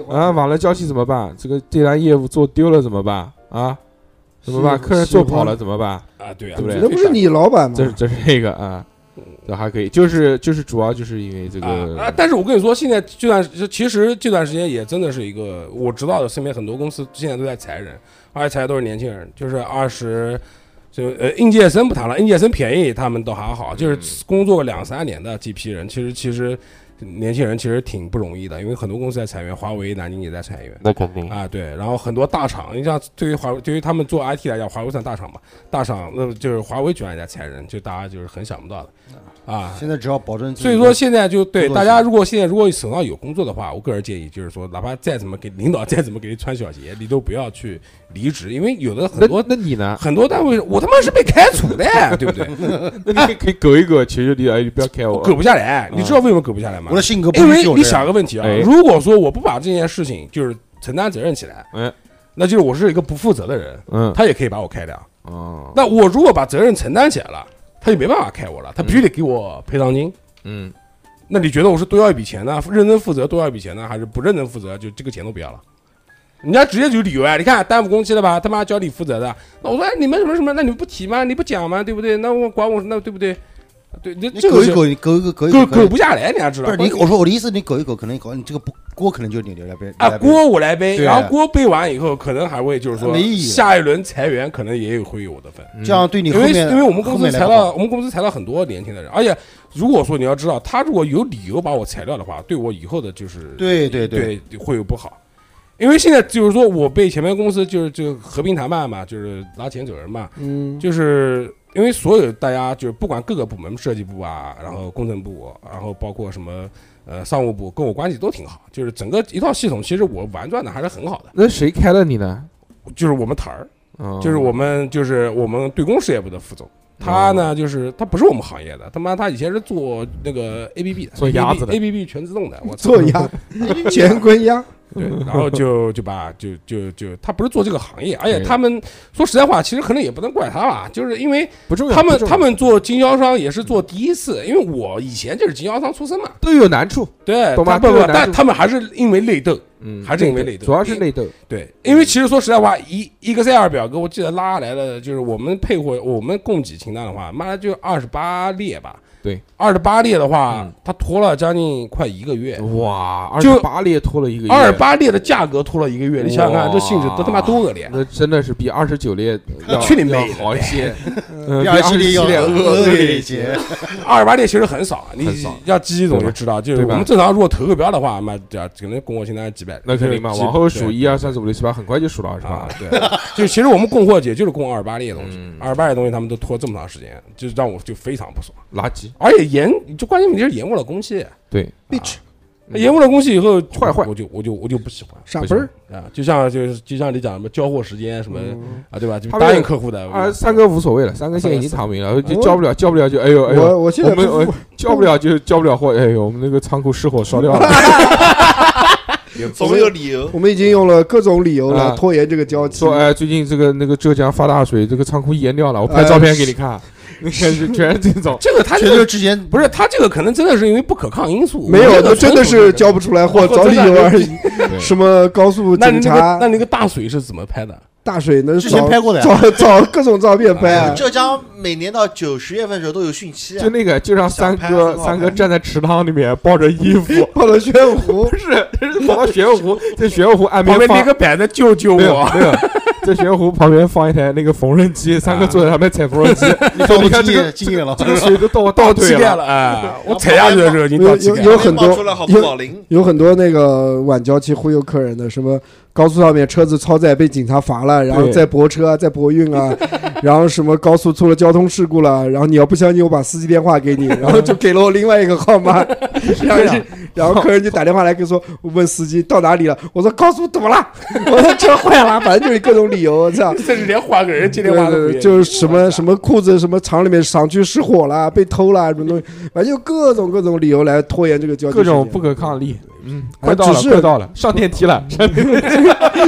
A: 啊，晚了交期怎么办？这个这单业务做丢了怎么办啊？怎么办？
E: 喜
A: 客人做跑
E: 喜
A: 了
E: 欢
A: 怎么办？
D: 啊，对啊，
A: 对不对
E: 那不是你老板吗
D: 嗯
A: 这？是这是一个啊，这还可以，就是就是主要就是因为这
D: 啊啊
A: 个！
D: 但是我跟你说，现在这段其实这段时间也真的是一个，我知道的身边很多公司现在都在裁人，而且裁的都是年轻人，就是二十。就呃，应届生不谈了，应届生便宜，他们倒还好，
A: 嗯
D: 就是工作个两三年的这批人，其实其实年轻人其实挺不容易的，因为很多公司在裁员，华为南京也在裁员，
L: 那肯
A: 嗯
L: 定。
D: 啊，对，然后很多大厂，你像对于华为，对于他们做 IT 来讲，华为算大厂嘛，大厂那么就是华为居然也在裁人，就大家就是很想不到
A: 嗯
D: 的啊，
J: 现在只要保证自己
D: 所
J: 的，
C: 嗯
D: 以说现在就对
J: 工作
D: 大
J: 起
D: 家，
J: 来
D: 如果现在如果手上有工作的话，我个人建议就是说，哪怕再怎么给领导再 怎么给你穿小鞋，你都不要去离职，因为有的
A: 那
D: 很多
A: 那你 呢？
D: 很多单位，我他妈是被开除的，对不对？
A: 那你可以可以苟一苟，其实你哎，你不要开
D: 我
A: 我
D: 苟，不下来，你知道为什么苟不下来吗
J: 我？的性格不
D: 因
J: 允
D: 为
J: 许我
D: 你
J: 这样
D: 想个问题啊
A: 哎，
D: 如果说我不把这件事情就是承担责任起来，
A: 哎
D: 那就是我是一个不负责的人，
A: 嗯，
D: 他也可以把我开掉。
A: 哦，
D: 那我如果把责任承担起来了，他就没办法开我了，他必须得给我赔偿金。
A: 嗯，
D: 那你觉得我是多要一笔钱呢？认真负责多要一笔钱呢，还是不认真负责就这个钱都不要了？人家直接就理由啊！你看耽误工期了吧？他妈叫你负责的。那我说、哎、你们什么什么？那你们不提吗？你不讲吗？对不对？那我管我那对不对？对，那
J: 你
D: 这
J: 苟
D: 个
J: 一
D: 是
J: 苟，你苟一苟，苟一
D: 苟
J: 苟，
D: 苟
J: 苟一苟
D: 不下来，你还知道
J: 不是你，我说我的意思，你苟一苟，可能搞你这个不锅，可能就你来背
D: 啊，锅我来背，
J: 对
D: 然后锅背完以后，可能还会就是说
J: 没意义了
D: 下一轮裁员可能也有会有我的份。
J: 这样对你后
D: 因为
J: 面，
D: 因为我们公
J: 后
D: 司
J: 面来
D: 裁
J: 不
D: 了，
J: 好
D: 我们公司裁了很多年轻的人，而且如果说你要知道，他如果有理由把我裁掉的话，对我以后的就是
J: 对对对
D: 对会有不好。因为现在就是说我被前面公司就是就和平谈判嘛，就是拿钱走人嘛，
E: 嗯，
D: 就是因为所有大家就是不管各个部门，设计部啊，然后工程部，然后包括什么呃商务部，跟我关系都挺好，就是整个一套系统，其实我玩转的还是很好的。
A: 那谁开了你呢？
D: 就是我们台儿，
A: 哦
D: 就是我们就是我们对公事业部的副总，他呢就是他不是我们行业的，他妈他以前是做那个 A P P 的，
A: 做鸭子的
D: A P P 全自动的，我操
E: 做鸭，乾坤鸭，
D: 对，然后就就把就就就他不是做这个行业，而且
A: 对
D: 他们说实在话，其实可能也不能怪他吧，就是啊因为
A: 不重要，
D: 他们
A: 不重要
D: 他们做经销商也是做第一次，因为我以前就是经销商出身嘛，
A: 都有难处，
D: 对，
A: 懂吗
D: 他不
A: 这
D: 不
A: 个，难
D: 但
A: 处
D: 他们还是因为内斗，
A: 嗯，
D: 还是因为内斗
A: 主要是内斗，
D: 对，因为其实说实在话，一一个 Excel 表格，我记得拉下来的就是我们配货，我们供给清单的话，妈的就二十八列吧。
A: 对，
D: 二十八列的话
A: 嗯，
D: 它拖了将近快一个月，
A: 哇，二
D: 哎就
A: 十八列拖了一个月，
D: 二十八列的价格拖了一个月，你想想看，这性质都他妈多恶劣！
A: 那真的是比二十九列要
D: 去你妹
A: 要好一些， 嗯比
J: 第二
A: 27
J: 系列要
A: 列
J: 恶劣一些，
D: 二十八列其实很少，你
A: 很少
D: 要记一总就知道，就是
A: 对吧
D: 啊我们正常如果投个标的话，妈的可能供货清单几百来的。
A: 那肯定嘛，
D: 就是
A: 往后数
D: 对
A: 一二三四五六七八，很快就数了二十八
D: 啊。，对，就其实我们供货节就是供二十八列东西
A: 嗯，
D: 二十八列东西他们都拖这么长时间，就让我就非常不爽。
A: 垃圾，
D: 而且延，就关键问题是延误了工期，
A: 对，
E: bitch
A: 嗯
D: 延误了工期以后
A: 坏坏
D: 我就我就我就不喜欢
E: 傻分儿，
D: 啊！就像就是就像你讲什么交货时间什么
E: 嗯
D: 啊，对吧？就
A: 他们
D: 答应客户的
A: 二十三个无所谓了，三个现在已经躺平了，就交不了，交不了就哎呦哎呦，
E: 我我现
A: 我
E: 在
A: 们
E: 不
A: 我交不了就交不了货，哎呦，我们那个仓库失火烧掉了，
C: 总有理由。
E: 我们已经用了各种理由
A: 啊
E: 来拖延这个交期
A: 说。哎，最近这个那个浙江发大水，这个仓库淹掉了，我拍
E: 哎
A: 照片给你看， 你看是全是这种，
D: 这个他
J: 全
D: 这
J: 球
D: 个
J: 之前
D: 不是他这个可能真的是因为不可抗因素，
E: 没
D: 我
E: 有，
D: 觉得
E: 那真的
D: 纯属
E: 是交不出来货，
D: 纯
E: 找
D: 属
E: 理
D: 是
E: 由而已。 什么高速
D: 那你
E: 警
D: 那个
E: 察
D: 那、你那个大水是怎么拍的？
E: 大水能
J: 之前
E: 找
J: 拍过的呀
E: 找找各种照片拍啊。
C: 浙江每年到九十月份的时候都有汛期啊
A: 就，那个就让三
C: 想拍很
A: 哥
C: 好
A: 三哥站在池塘里面抱着衣服，
E: 泡了玄湖
A: 不，是是跑到玄武湖，在玄武湖岸
D: 旁
A: 边
D: 边
A: 放
D: 那个摆的救救
A: 没有
D: 我！
A: 没有，在玄武湖旁边放一台那个缝纫机，三哥坐在上面踩缝纫机，
J: 你到
A: 你
J: 我
A: 看这
J: 经
A: 个
J: 验经验了
A: 这，个水都到我到腿
D: 膝盖
A: 了。
D: 了啊！ 我踩下去的时候已经到膝盖
E: 有
D: 了，
E: 很多
C: 冒出来好多老林，
E: 有很多那个晚交期忽悠客人的，什么高速上面车子超载被警察罚了，然后
A: 对
E: 再泊车啊，再泊运 啊，然后什么高速出了交通事故了，然后你要不相信，我把司机电话 给你，然后就给了我另外一个号码，然后就然后客人就打电话来跟说，我问司机到哪里了，我说高速堵了， 我说车坏了，反正就是各种理由，我操。
D: 甚至连换个人接
E: 对
D: 电话都不
E: 对
D: 愿
E: 对，
D: 意
E: 就是什么什么裤子什么厂里面厂区失火啦，被偷啦，什么东西，反正就各种各种理由来拖延这个交接
A: 各
E: 时间。
A: 种不可抗力，嗯，
E: 哎
A: 快到了，
E: 只是嗯
A: 快 到了，上电梯了，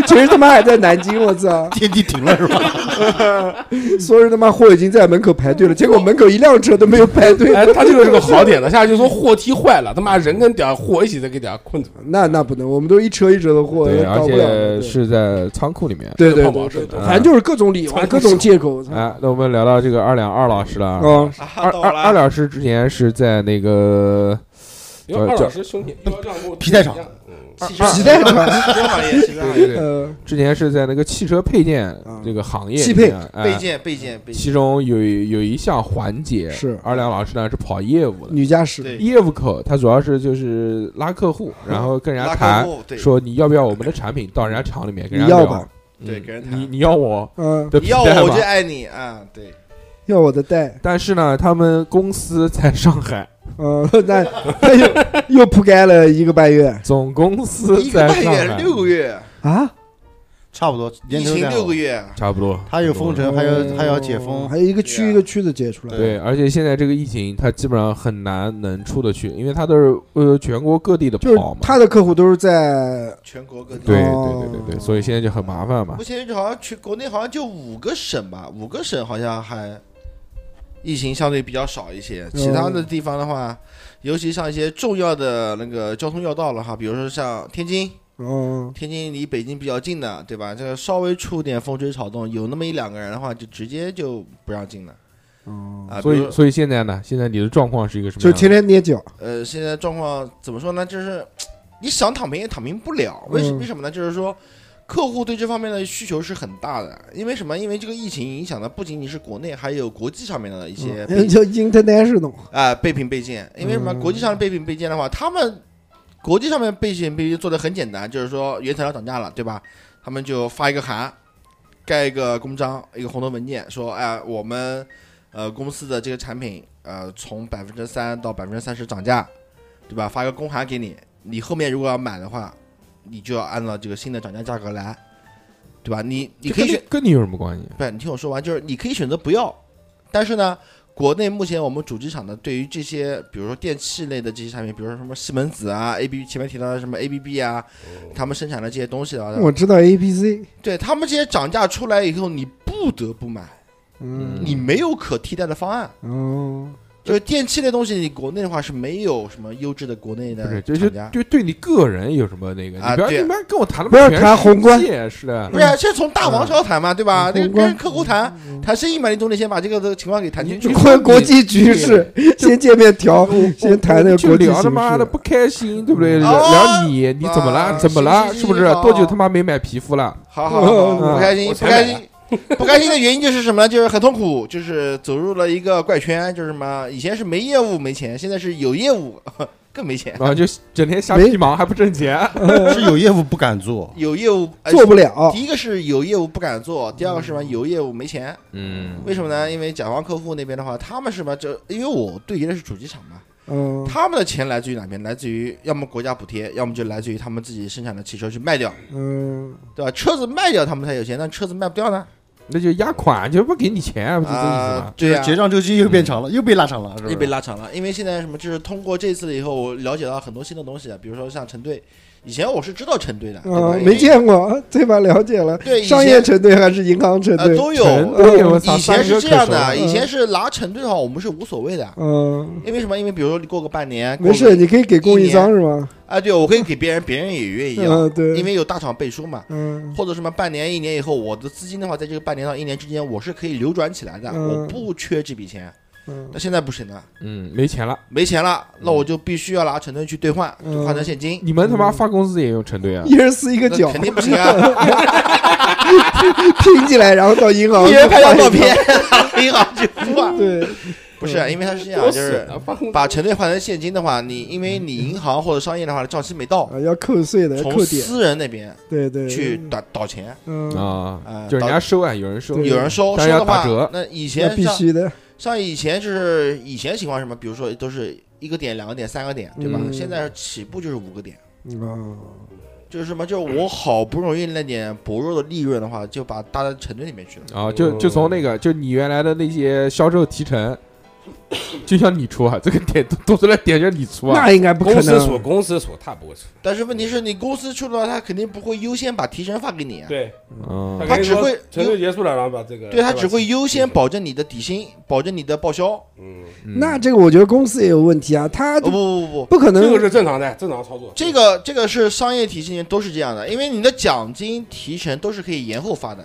E: 其实他妈还在南京，我 操！
J: 天地停了是吧？
E: 所有人他妈货已经在门口排队了，结果门口一辆车都没有排队。
D: 哎，他这个是个好点的，下去就说货梯坏了，他妈人跟点儿货一起在给点儿困住，
E: 那那不能，我们都一车一车的货，
A: 对，而
E: 到不
A: 且
E: 了的。
A: 是在仓库里面。
E: 对对
D: 泡
E: 对对
D: 泡
E: 对，
D: 是的
E: 对反正就是各种理由
D: 嗯、
E: 各种借口。操
A: 哎，那我们聊到这个二两二老师了。
E: 嗯，
A: 二
C: 啊到
A: 二
C: 了
A: 二老师之前是在那个
D: 因为二哎老师兄弟腰这样跟我
J: 皮带厂
D: 嗯
C: 汽车
E: 皮 带厂，
C: 汽车行业，啊汽车行业，
E: 呃，
A: 之前是在那个汽车配件
E: 嗯
A: 这个行业
E: 汽
A: 里面
C: 备
A: 哎，
C: 件备件备件，
A: 其中有有一项环节
E: 是
A: 二两老师呢是跑业务的，
E: 女驾驶，
C: 对，
A: 业务口他主要是就是拉客户，
E: 嗯
A: 然后跟人家
C: 拉
A: 谈
C: 客户，对
A: 说你要不要我们的产品到人家厂里面跟
E: 你
A: 人家
E: 要
A: 聊
E: 吧？
A: 嗯
C: 对给人谈
A: 你你要我
E: 嗯，
A: 的
C: 你要
A: 皮带
C: 我我
A: 吗
C: 就爱你啊，对，
E: 要我的带，
A: 但是呢，他们公司在上海，
E: 嗯， 那那又又 铺盖了一个半月
A: 总公司
C: 一个
A: 在
C: 半
A: 上
C: 月
A: 海，
C: 六个月，
E: 啊，
J: 差不多
C: 疫
J: 年头
C: 情
J: 干
C: 六
J: 好
C: 个。月，
A: 差不多。
J: 它有封城，还
E: 哦
J: 要还要解封，
E: 还有一个区
C: 对啊
E: 一个区的解出来。
A: 对，而且现在这个疫情，它基本上很难能出得去，因为它都是呃全国各地的
E: 就是
A: 跑嘛。
E: 他的客户都是在
C: 全国各地。
A: 对对
E: 哦
A: 对对对，所以现在就很麻烦嘛
C: 目。前为止好像全国内好像就五个省吧，五个省好像还疫情相对比较少一些，其他的地方的话，尤其像一些重要的那个交通要道了哈，比如说像天津，
E: 嗯，
C: 天津离北京比较近的，对吧？这个稍微出点风吹草动，有那么一两个人的话，就直接就不让进了。啊，
A: 哦所
C: 比
A: 以
C: 如
A: 所以现在呢，现在你的状况是一个什么
E: 就
A: 样
E: 是
A: 的？
E: 天天捏脚，
C: 呃，现在状况怎么说呢？就是你想躺平也躺平不了，为什
E: 嗯
C: 为什么呢？就是说。客户对这方面的需求是很大的，因为什么？因为这个疫情影响的不仅仅是国内，还有国际上面的一些备
E: 嗯叫 international，
C: 啊、备品备件。因为什么？
E: 嗯
C: 国际上的备品备件的话，他们国际上面备品备件做的很简单，就是说原材料涨价了，对吧？他们就发一个函，盖一个公章，一个红头文件，说哎、我们呃公司的这个产品呃从百分之三到百分之三十涨价，对吧？发一个公函给你，你后面如果要买的话，你就要按照这个新的涨价价格来，对吧？你你
A: 这
C: 可以
A: 跟
C: 选
A: 你跟你有什么关系？
C: 不，你听我说完，就是你可以选择不要，但是呢，国内目前我们主机厂呢，对于这些比如说电器类的这些产品，比如说什么西门子啊、A B 前面提到的什么 A B B 啊，他们生产的这些东西啊，
A: 嗯
E: 我知道 A B C，
C: 对他们这些涨价出来以后，你不得不买，
E: 嗯，
C: 你没有可替代的方案。
A: 嗯
E: 哦，
C: 就是电器类东西，你国内的话是没有什么优质的国内的
A: 不是，这就
C: 呃厂家。
A: 就对你个人有什么那个？你
C: 啊
A: 不要
C: 对
A: 你不要跟我谈的
E: 不要
A: 全
E: 谈宏观
A: 世界是的，
C: 不是，先从大王朝谈嘛，
A: 嗯
C: 对吧？那个
E: 宏观
C: 跟客户谈谈生意嘛，你总得先把这个的情况给谈清楚
A: 你。
E: 国国际局势，先见面调，先谈那个
A: 就
E: 国际
A: 聊
E: 形
A: 他妈的
E: 势。
A: 不开心，对不对？
C: 哦
A: 聊你你怎么了？
C: 啊
A: 怎么了？
C: 行行
A: 是不是
C: 行
A: 多久他妈没买皮肤了？
C: 好好 好，
A: 嗯
C: 好不开心，
D: 我
C: 不
D: 才
C: 开
D: 买
C: 心， 不开心的原因就是什么呢？就是很痛苦，就是走入了一个怪圈，就是什么？以前是没业务没钱，现在是有业务 更没钱，
A: 然后就整天瞎逼忙还不挣钱，
J: 是有业务不敢做，
C: 有业务、呃
E: 做不了
C: 第。一个是有业务不敢做，第二个是吧有业务没钱，
A: 嗯，
C: 为什么呢？因为甲方客户那边的话，他们是吧，就因为我对接的是主机厂嘛，
E: 嗯
C: 他们的钱来自于哪边？来自于要么国家补贴，要么就来自于他们自己生产的汽车去卖掉，
E: 嗯，
C: 对吧？车子卖掉他们才有钱，但车子卖不掉呢，
A: 那就压款，就不给你钱，不就这意思
C: 啊
A: 吗？，
C: 对呀、
J: 结账周期又变长了，又被拉长了，是不
C: 又
J: 是？
C: 被拉长了，因为现在什么就是通过这次以后，我了解到很多新的东西，啊比如说像成对，以前我是知道成对的，对吧
E: 啊，
C: 因为
E: 没见过， 对吧？了解了，
C: 对以前
E: 商业成对还是银行成
C: 呃
E: 对？
C: 都有，
A: 成对我操
C: 以前是这样的，
E: 三哥可熟了
C: 以前是拿成对的话，我们是无所谓的，
E: 嗯，
C: 因为什么？因为比如说你过个半年，
E: 没
C: 哎过
E: 事，
C: 个
E: 你可以给供应商是吗？
C: 啊，对我可以给别人，别人也愿意要
E: 嗯，，对，
C: 因为有大厂背书嘛。
E: 嗯
C: 或者什么半年、一年以后，我的资金的话，在这个半年到一年之间，我是可以流转起来的，
E: 嗯
C: 我不缺这笔钱。
E: 嗯
C: 那现在不行了，
A: 嗯，没钱了，
C: 没钱了，那我就必须要拿成对去兑换，就
E: 嗯
C: 换成现金。
A: 你们他妈发工资也用成对啊？
E: 一人撕一个
C: 那
E: 角
C: 肯，定不行啊！
E: 拼起来，然后到银行
C: 一人拍张照片，银行去付啊。
E: 对，
C: 不是，因为它是这样，
D: 多
C: 就是
D: 损啊！发工
C: 把成对换成现金的话，你因为你银行或者商业的话，账期没到，
E: 啊，要扣税的，要
C: 从
E: 扣点，
C: 私人那边
E: 对对，
C: 去倒倒钱，
E: 嗯，
A: 啊
C: 嗯，
A: 就是人家收啊，有人收，
E: 对
C: 有人收
A: 但
C: 收
A: 是要
C: 的
A: 打
C: 话
A: 折，
C: 那以
E: 那
C: 前
E: 必
C: 像
E: 须的，
C: 像以前就是以前情况是什么，比如说都是一个点、两个点、三个点，对吧？
E: 嗯
C: 现在起步就是五个点，
E: 嗯
C: 就是什么，就是我好不容易那点薄弱的利润的话，就把搭到成对里面去了。
A: 啊，就就从那个，就你原来的那些销售提成，就像你出啊，这个点多出来点就是你出啊，
E: 那应该不可
D: 公司所
E: 能，
D: 公司所他不会出，
C: 但是问题是你公司出的话，他肯定不会优先把提成发给你啊，
D: 对
A: 嗯，
C: 他只会
D: 程序结束了，然后把这个
C: 对他只会优先
D: 保
C: 保证你的底薪，保证你的报销。
D: 嗯，
A: 嗯
E: 那这个我觉得公司也有问题啊，他
C: 哦不不不不，
E: 不可
D: 这
E: 能
D: 个是正常的，正常操作。
C: 这个这个是商业体系里面都是这样的，因为你的奖金提成都是可以延后发的。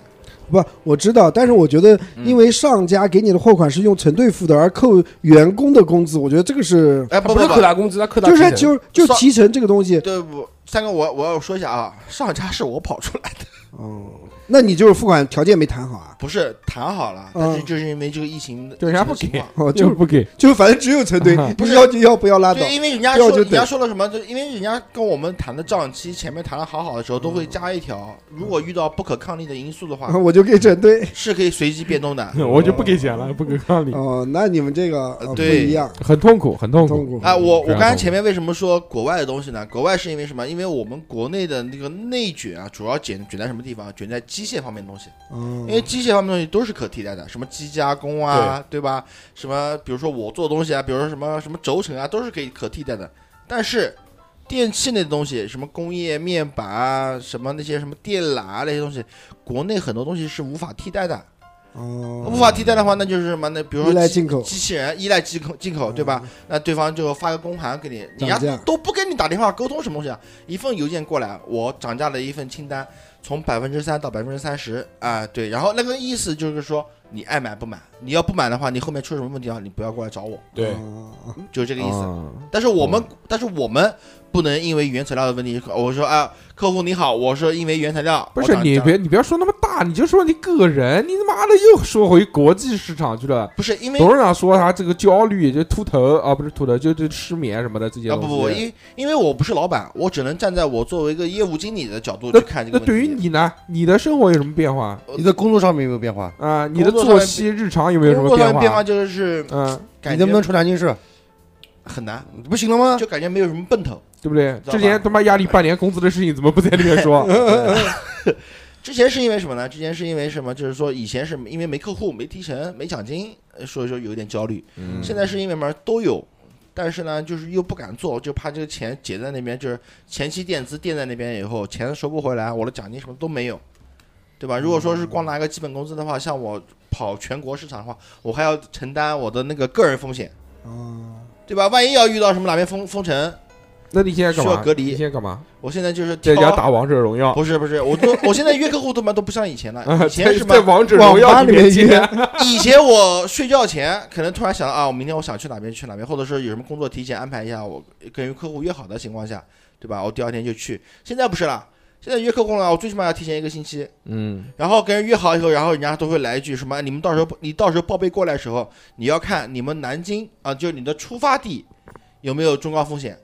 E: 不，我知道，但是我觉得，
C: 嗯
E: 因为上家给你的货款是用成对付的，而扣员工的工资，我觉得这个是，
C: 哎，
D: 他
C: 不
D: 啊不
C: 不
D: 是
C: 不
D: 扣，他工资，他扣他
E: 就
D: 提
E: 是
D: 成
E: 就就提成这个东西，
C: 对不，三哥，我我要说一下啊，上家是我跑出来的，
E: 哦，那你就是付款条件没谈好啊？
C: 不是谈好了，但是就是因为这个疫情的，
A: 就人家不
C: 疫情的情
A: 给
C: 况，
E: 哦，
A: 就
E: 就是
A: 不给，
E: 就反正只有成对，
A: 不
E: 不
C: 是
E: 要就要，不要拉倒。
C: 对，因为人家
E: 要
C: 说
E: 就
C: 人家
E: 等
C: 说了什么，就因为人家跟我们谈的账期前面谈的好好的时候，都会加一条，如果遇到不可抗力的因素的话，
E: 我就给成对。
C: 是可以随机变动 的。
A: 我就不给钱了，不给抗力，
E: 哦，那你们这个、呃、不
C: 对
E: 一样，
A: 很痛苦，很痛
E: 痛
A: 苦，
E: 苦
C: 啊，我我
A: 非常
C: 刚才
A: 痛
C: 前面为什么说国外的东西呢？国外是因为什么？因为我们国内的那个内卷啊，主要卷卷在什么地方？卷在机械方面的东西，
E: 哦
C: 因为机械方面的东西都是可替代的，什么机加工啊，对吧？什么比如说我做的东西啊，比如说什么什么轴承啊，都是可以可替代的。但是电器类的东西，什么工业面板啊，什么那些什么电缆啊那些东西，国内很多东西是无法替代的。
E: 哦，
C: 无法替代的话，那就是什么？那比如说
E: 依赖
C: 机
E: 进口哦
C: 机器人依赖进口进口，对
A: 嗯
C: 吧？那对方就发个公函给你，人
E: 涨
C: 家
E: 价
C: 都不跟你打电话沟通什么东西啊？一份邮件过来，我涨价了一份清单，从百分之三到百分之三十啊，对，然后那个意思就是说你爱买不买，你要不买的话，你后面出什么问题啊，你不要过来找我，
D: 对
E: 哦
C: 就是这个意思。
A: 嗯
C: 但是我们，但是我们不能因为原材料的问题，我说啊，客户你好，我说因为原材料，
A: 不
C: 我
A: 是
C: 涨
A: 你
C: 涨
A: 别你不要说那么大，你就说你个人，你他妈的又说回国际市场去了。
C: 不是因为
A: 董事长说他这个焦虑，就秃头啊，不是秃头，就就失眠什么的这些
C: 啊
A: 东西。
C: 不不，不，因因为我不是老板，我只能站在我作为一个业务经理的角度去看这个
A: 那
C: 问题。
A: 对于你呢？你的生活有什么变化
J: 你的工作上面有没有变化？
A: 啊？你的
C: 工作上
A: 作息日常有没有什
C: 工
A: 么
C: 作上
A: 变化？啊
C: 的变化就是
A: 嗯，
C: 感
J: 你
C: 觉
J: 能不能出南京市？
C: 很难，
J: 你不行了吗？
C: 就感觉没有什么奔头。
A: 对不对？
C: 知道吧
A: 之前他妈压力半年工资的事情怎么不在里面 说？
C: 之前是因为什么呢？之前是因为什么？就是说以前是因为没客户、没提成、没奖金，呃所以说有一点焦虑。
A: 嗯
C: 现在是因为什么都有，但是呢，就是又不敢做，就怕这个钱结在那边，就是前期垫资垫在那边以后，钱收不回来，我的奖金什么都没有，对
J: 嗯
C: 吧？如果说是光拿一个基本工资的话，像我跑全国市场的话，我还要承担我的那个个人风险，
E: 哦，
C: 对吧？万一要遇到什么哪边封封城，
A: 那你现在干
C: 需
A: 嘛？
C: 要隔离
A: 你现在干嘛？
C: 我现在就是挑
A: 在家打王者荣耀。
C: 不是不是，我都我现在约客户他妈都不像以前了，
A: 啊，
C: 以前
A: 在
C: 是吧
A: 在？王者荣耀里面
E: 网吧里面
A: 接
E: 约
C: 以前我睡觉前可能突然想到啊，我明天我想去哪边去哪边，或者是有什么工作提前安排一下，我跟客户约好的情况下，对吧？我第二天就去。现在不是了，现在约客户呢，我最起码要提前一个星期，
A: 嗯，
C: 然后跟人约好以后，然后人家都会来一句什么，你们到时候你到时候报备过来的时候，你要看你们南京啊，就是你的出发地有没有中高风险。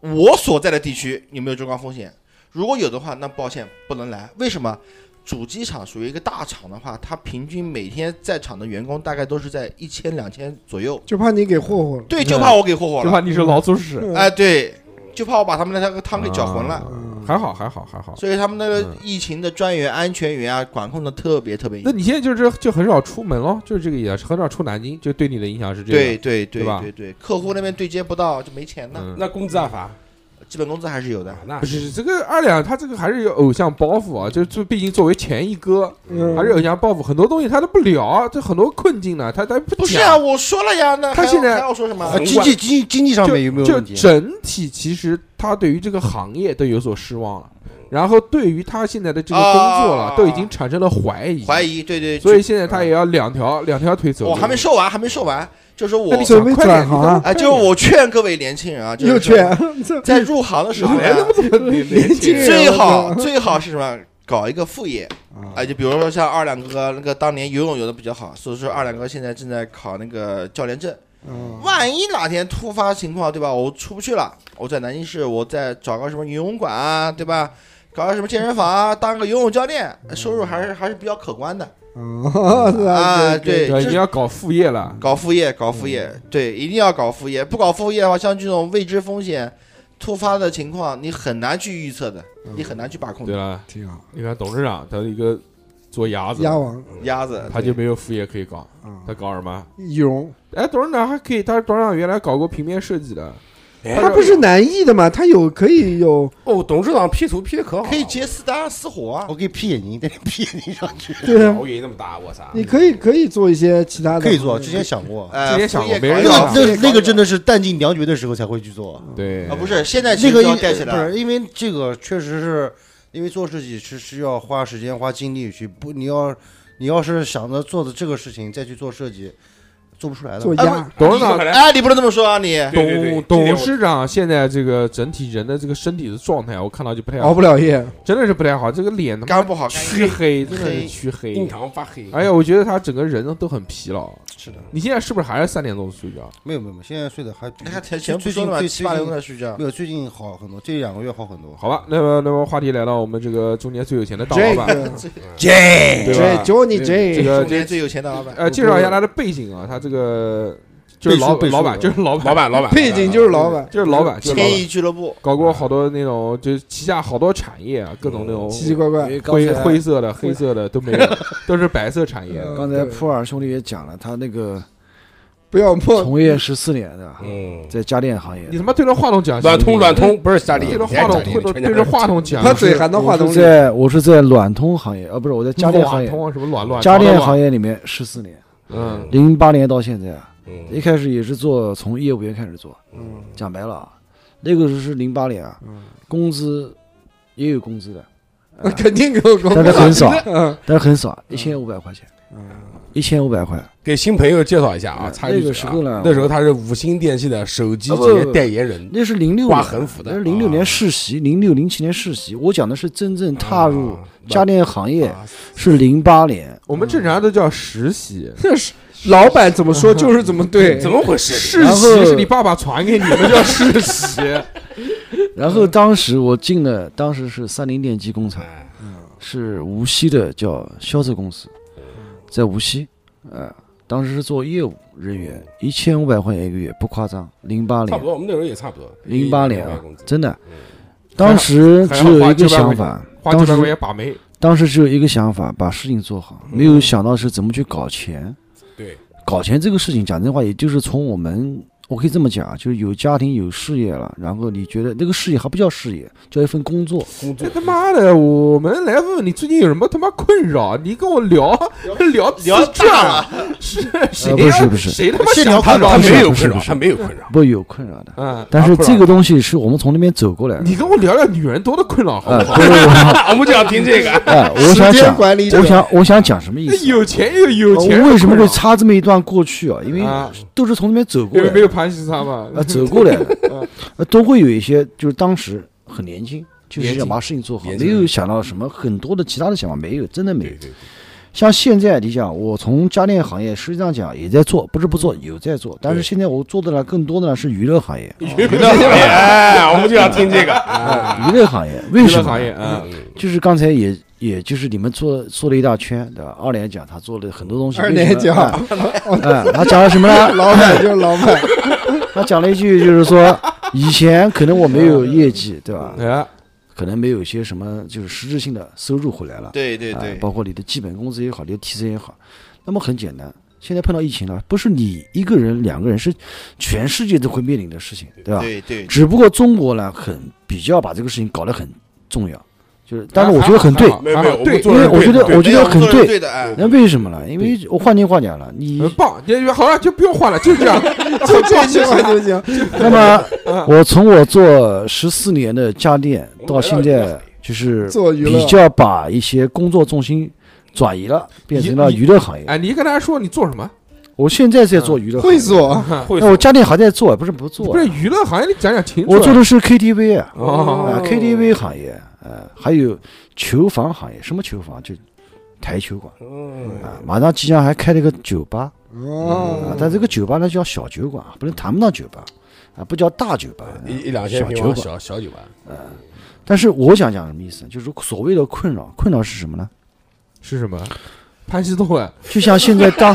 C: 我所在的地区有没有中钢风险？如果有的话，那抱歉不能来。为什么？主机厂属于一个大厂的话，它平均每天在场的员工大概都是在一千两千左右。
E: 就怕你给霍霍了。
C: 对，就怕我给霍霍
A: 就
C: 了。
A: 怕 你是老鼠屎，
E: 嗯
C: 哎，对，就怕我把他们那个汤给搅浑了。
A: 啊还好，还好，还好。
C: 所以他们那个疫情的专员、安全员啊，管控的特别特别
A: 那
C: 严。
A: 你现在就是就很少出门咯，就是这个意思，很少出南京，就对你的影响是这个。
C: 对对对
A: 对吧
C: 对对，客户那边对接不到就没钱了，
A: 嗯，
D: 那工资啊发，
C: 基本工资还是有的
D: 啊。那
A: 不是这个二两，他这个还是有偶像包袱啊，就是最毕竟作为前一哥，
E: 嗯
A: 还是有偶像包袱，很多东西他都不聊，这很多困境呢，他他不
C: 不是啊，
A: 讲。
C: 我说了呀，那
A: 他
C: 还要
A: 现在
C: 还要说什么
J: 啊？经济经经济上面有没有
A: 就
J: 问题？啊
A: 整体其实他对于这个行业都有所失望了，然后对于他现在的这个工作了，
C: 啊
A: 都已经产生了怀疑。
C: 怀疑，对对。
A: 所以现在他也要嗯两条两条腿走路。
C: 我还没说完，还没说完，就是我
A: 那你
E: 准备
A: 快点
E: 转行啊
C: 哎，就是我劝各位年轻人啊，就是
E: 又
C: 说
E: 劝， 这
C: 在入行的时候呀，
E: 年轻
A: 啊
E: 人
C: 最
E: 我
C: 好
E: 操
C: 最好是什么？搞一个副业，哎，就比如说像二两哥那个当年游泳游的比较好，所以说二两哥现在正在考那个教练证。
E: 嗯
C: 万一哪天突发情况，对吧？我出不去了，我在南京市，我再找个什么游泳馆啊，对吧？搞个什么健身房啊，当个游泳教练，收入还是还是比较可观的。
E: 嗯是
C: 啊对
A: 对，
C: 这
A: 你要搞副业了。
C: 搞副业，搞副业，对，一定要搞副业。不搞副业的话，像这种未知风险、突发的情况，你很难去预测的，你很难去把控
A: 对
C: 的。
A: 了，
E: 挺好，
A: 你看董事长他一个做鸭子，
E: 鸭王
C: 鸭子，
A: 他就没有副业可以搞，
E: 啊
A: 他，搞什么？
E: 易容，
A: 哎，董事长还可以，他董事长原来搞过平面设计的，
E: 他不是南艺的嘛，他有可以有，
D: 哦，董事长 P 图 P 的可好了，
C: 可以接私单私活啊
J: 我。给屁眼睛，但是屁眼睛上去
E: 对啊，
D: 毛哎爷那么大，我操！
E: 你可以可以做一些其他的，
J: 可以做，之前想 过，
C: 哎，
A: 之前想过
C: 副业
A: 没人
C: 搞一搞
A: 要
J: 那个那那个真
C: 啊
J: 的是弹尽粮绝的时候才会去做，
A: 嗯对，
C: 不是现在
J: 那个
C: 要
J: 因
C: 带起
J: 不
C: 来，
J: 是因为这个确实是因为做设计是需要花时间花精力去不，你要你要是想着做的这个事情再去做设计，做不出来的
E: 做。
C: 哎
E: 鸭，
A: 董事长。
C: 哎，你不能这么说啊，你
D: 对对对
A: 董
D: 这点
A: 董
D: 我
A: 事长现在这个整体人的这个身体的状态，我看到就不太
E: 熬
A: 好，
E: 不了夜，
A: 真的是不太好。这个脸他妈
C: 肝不好，肝
A: 黢黑，真的
C: 黑
A: 是黢
D: 印
A: 黑。
D: 堂发黑。
A: 哎呀，我觉得他整个人都很疲劳。
J: 是的，
A: 你现在是不是还是三点钟睡觉？
J: 没有没有，没有现在睡得还比
C: 你看前
J: 最
C: 前不
J: 最
C: 说
J: 近
C: 了吗？
J: 最
C: 七八点
J: 最近
C: 钟在睡觉
J: 没。有最近好很多，这两个月好很多。
A: 好吧，那么那么话题来到我们这个中年最有钱的大
E: 这
A: 老板，
E: 个
A: 对吧
E: 这？Johnny
A: 这
E: 这
A: 个
C: 中年最有钱的老板，
A: 呃，介绍一下他的背景啊，他这个就是
J: 背书
A: 老
J: 背书
A: 老板，
J: 的
A: 就是老板，
D: 老板，老板，
E: 背景就是老板，
A: 就是老板，就是老
C: 千
A: 板，
C: 亿俱乐部，
A: 搞过好多那种，就是旗下好多产业啊，各种那种
E: 奇奇怪怪
K: 因，为刚
A: 灰
K: 才
A: 灰色的、黑色的都没有，都是白色产业。
E: 嗯
K: 刚才普洱兄弟也讲了，他那个
E: 不要
J: 哦
E: 碰，
K: 从业十四年的，
D: 嗯，
K: 在家电行业
A: 你，他妈对着话筒讲，
D: 暖通暖，通不是家里，
A: 对着话筒对着对着话筒讲，
E: 他嘴含到话筒
K: 我
E: 里
K: 是，在哎我是在软通行业，呃，不是我在家电行
A: 暖
K: 业，
A: 通啊什么暖暖
K: 家电行
A: 业，
K: 业里面十四年，
A: 嗯，
K: 零八年到现在啊，一
D: 嗯，
K: 开始也是做从业务员开始做，
E: 嗯
K: 讲白了啊，那个时候是零八年啊，
E: 嗯，
K: 工资也有工资的，嗯
E: 那肯定给我工
K: 但是很少，
E: 嗯
K: 但是很少，一千五百块钱，一千五百块，
D: 给新朋友介绍一下啊，
K: 嗯
D: 参与者
K: 那个时候
D: 啊
K: 呢
D: 那时候他是五星电器的手机
K: 啊不
D: 节
K: 不不
D: 代言人，
K: 那是零六
D: 挂
K: 年
D: 横幅的
K: 那是零六
D: 啊
K: 年世袭，零六零七年世袭，我讲的是真正踏入
D: 啊
K: 家电行业
D: 啊
K: 是零八年，
A: 我们正常都叫实习，
E: 这是老板怎么说就是怎么 对，
D: 怎么回事？
A: 实
K: 然后
A: 习是你爸爸传给你的叫实习，
D: 嗯
K: 然后当时我进了，当时是三菱电机工厂，
D: 哎
K: 是无锡的叫销售公司，
D: 嗯
K: 在无锡，呃，当时是做业务人员，一千五百块钱一个月，不夸张，零八
D: 差不
K: 年，
D: 多，我们嗯那时候也差不多，
K: 零八年啊
D: 工资，
K: 真的，当时只有一个想法，
A: 花
K: 当
A: 几百块
K: 时
A: 钱把妹，
K: 当时只有一个想法，把事情做好，
D: 嗯
K: 没有想到是怎么去搞钱。
D: 对，
K: 搞钱这个事情，讲真话，也就是从我们，我可以这么讲啊，就是有家庭有事业了，然后你觉得那个事业还不叫事业，叫一份工作，
D: 工作
A: 这他妈的，我们来问问你最近有什么他妈困扰？你跟我聊聊
C: 聊
A: 这
C: 大了，
A: 是谁
K: 呃
A: 呀
K: 不是不是
A: 谁他妈
J: 这
A: 想
J: 聊
A: 他
J: 困扰
A: 扰
D: 他
K: 不是
D: 没有
K: 不是
D: 困扰，
K: 不是
D: 他没有困扰，
K: 不有困扰的。
A: 嗯，
K: 但是
D: 不然
K: 这个东西是我们从那边走过来的
A: 你，跟我聊聊女人多的困扰好
K: 呃
A: 不，好？
K: 不是我，
D: 我们就要听这个。
K: 哎，我
E: 时
K: 想
E: 间
K: 讲，
E: 管理者
K: 我想我想讲什么意
A: 那
K: 思？
A: 有钱也哎有有
K: 呃
A: 钱人的困扰，
K: 我为什么会插这么一段过去啊？因为
A: 啊？
K: 都是从那边走过
A: 因为
K: 来
A: 没
K: 的，
A: 有盘西餐嘛
K: 啊，？走过 来的，呃都会有一些，就是当时很年轻，就是
A: 年轻
K: 想把事情做好，
D: 年
K: 没
D: 轻
K: 有想到什么很多的其他的想法，没有，真的没有
D: 对。对，
K: 像现在你想，我从家电行业实际上讲也在做，不是不做，有在做，但是
D: 对
K: 现在我做的呢更多的呢是娱乐行业，
D: 哎，我们就要听这个。
K: 娱乐行业为
A: 啊娱
K: 什
A: 乐行
K: 么嗯呢？
A: 业啊，
K: 就是刚才也也就是你们做做了一大圈，对吧？二连讲他做了很多东西，
E: 二
K: 为什
E: 连
K: 么
E: 讲
K: 哎哎，他讲了什么呢？
E: 老板 就是老板，
K: 他讲了一句，就是说以前可能我没有业绩，对吧？
A: 哎，
K: 可能没有一些什么就是实质性的收入回来了，
C: 对对
K: 啊
C: 对，
K: 包括你的基本工资也好，你的提成也好。那么很简单，现在碰到疫情了，不是你一个人、两个人，是全世界都会面临的事情，对吧？
C: 对对，
K: 只不过中国呢，很比较把这个事情搞得很重要，就是，但是我觉得很对，
D: 没有没有，我们
K: 因
D: 做
K: 为
D: 人
K: 我觉得我觉得很
C: 对
K: 对。
C: 对的哎，
K: 那为什么呢？因为我换句话讲了，你
A: 很呃棒，就好了，就不用换了，就这样，
E: 就这句话就行。
K: 那么我从我做十四年的家电
D: 我们
K: 到现
D: 来到娱乐
K: 在
D: 行，
K: 就是
E: 做娱乐
K: 比较把一些工作重心转移了，变成了
A: 你
K: 娱乐行业。
A: 哎，你跟大家说你做什么？
K: 我现在在做娱乐行业，
E: 哎会 所
D: 会
K: 那我家电还在做，不是不做
A: 不，是娱乐行业，你讲讲清楚。
K: 我做的是 KTV 啊
A: 哦，
K: 啊，KTV 行业，呃，还有球房行业，什么球房就台球馆啊，马上即将还开了一个酒吧。啊
E: 哦，，
K: 但这个酒吧呢叫小酒馆，不能谈不上酒吧，啊，不叫大酒吧。
D: 一一两千
K: 小
D: 平
K: 酒
D: 方
K: 馆
D: 小小酒吧，
K: 但是我想讲什么意思呢？就是所谓的困扰，困扰是什么呢？
A: 是什么？潘西东啊，
K: 就像现在当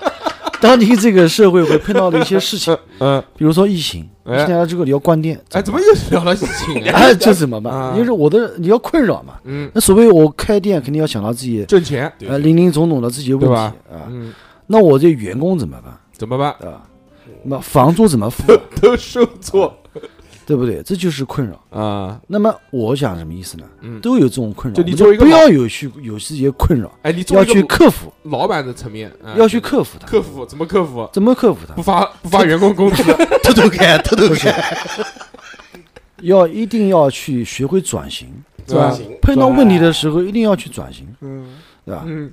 K: 当今这个社会会碰到的一些事情，
A: 嗯，
K: 比如说疫情，
A: 哎
K: 现在这个你要 关店，
A: 哎，怎么又聊到疫情 啊？
K: 哎这怎么办？
A: 啊
K: 就是我的你要困扰嘛。
A: 嗯，
K: 那所谓我开店，肯定要想到自己
A: 挣钱，
D: 对
K: 呃林林总总的自己的问
A: 对
K: 题
A: 吧
K: 啊。
A: 嗯，
K: 那我这员工怎么办？
A: 怎么办？
K: 对吧？那房租怎 么付？
A: 都受挫
K: 对不对？这就是困扰。
A: 啊！
K: 那么我想什么意思呢？
A: 嗯
K: 都有这种困扰，
A: 就
K: 我
A: 你
K: 们
A: 作为一个
K: 不
A: 老
K: 要有去有自己的困扰，
A: 哎，你
K: 要
A: 做一
K: 去
A: 个
K: 克服，
A: 老板的层面，啊
K: 要去克服它。
A: 克服，怎么克服？
K: 怎么克服它
A: 不？发不发员工工 资，
C: 偷偷开，偷偷开，
K: 要一定要去学会转型，
A: 对吧？
K: 碰到问题的时候一定要去转型，
E: 嗯，
K: 对吧？
A: 嗯，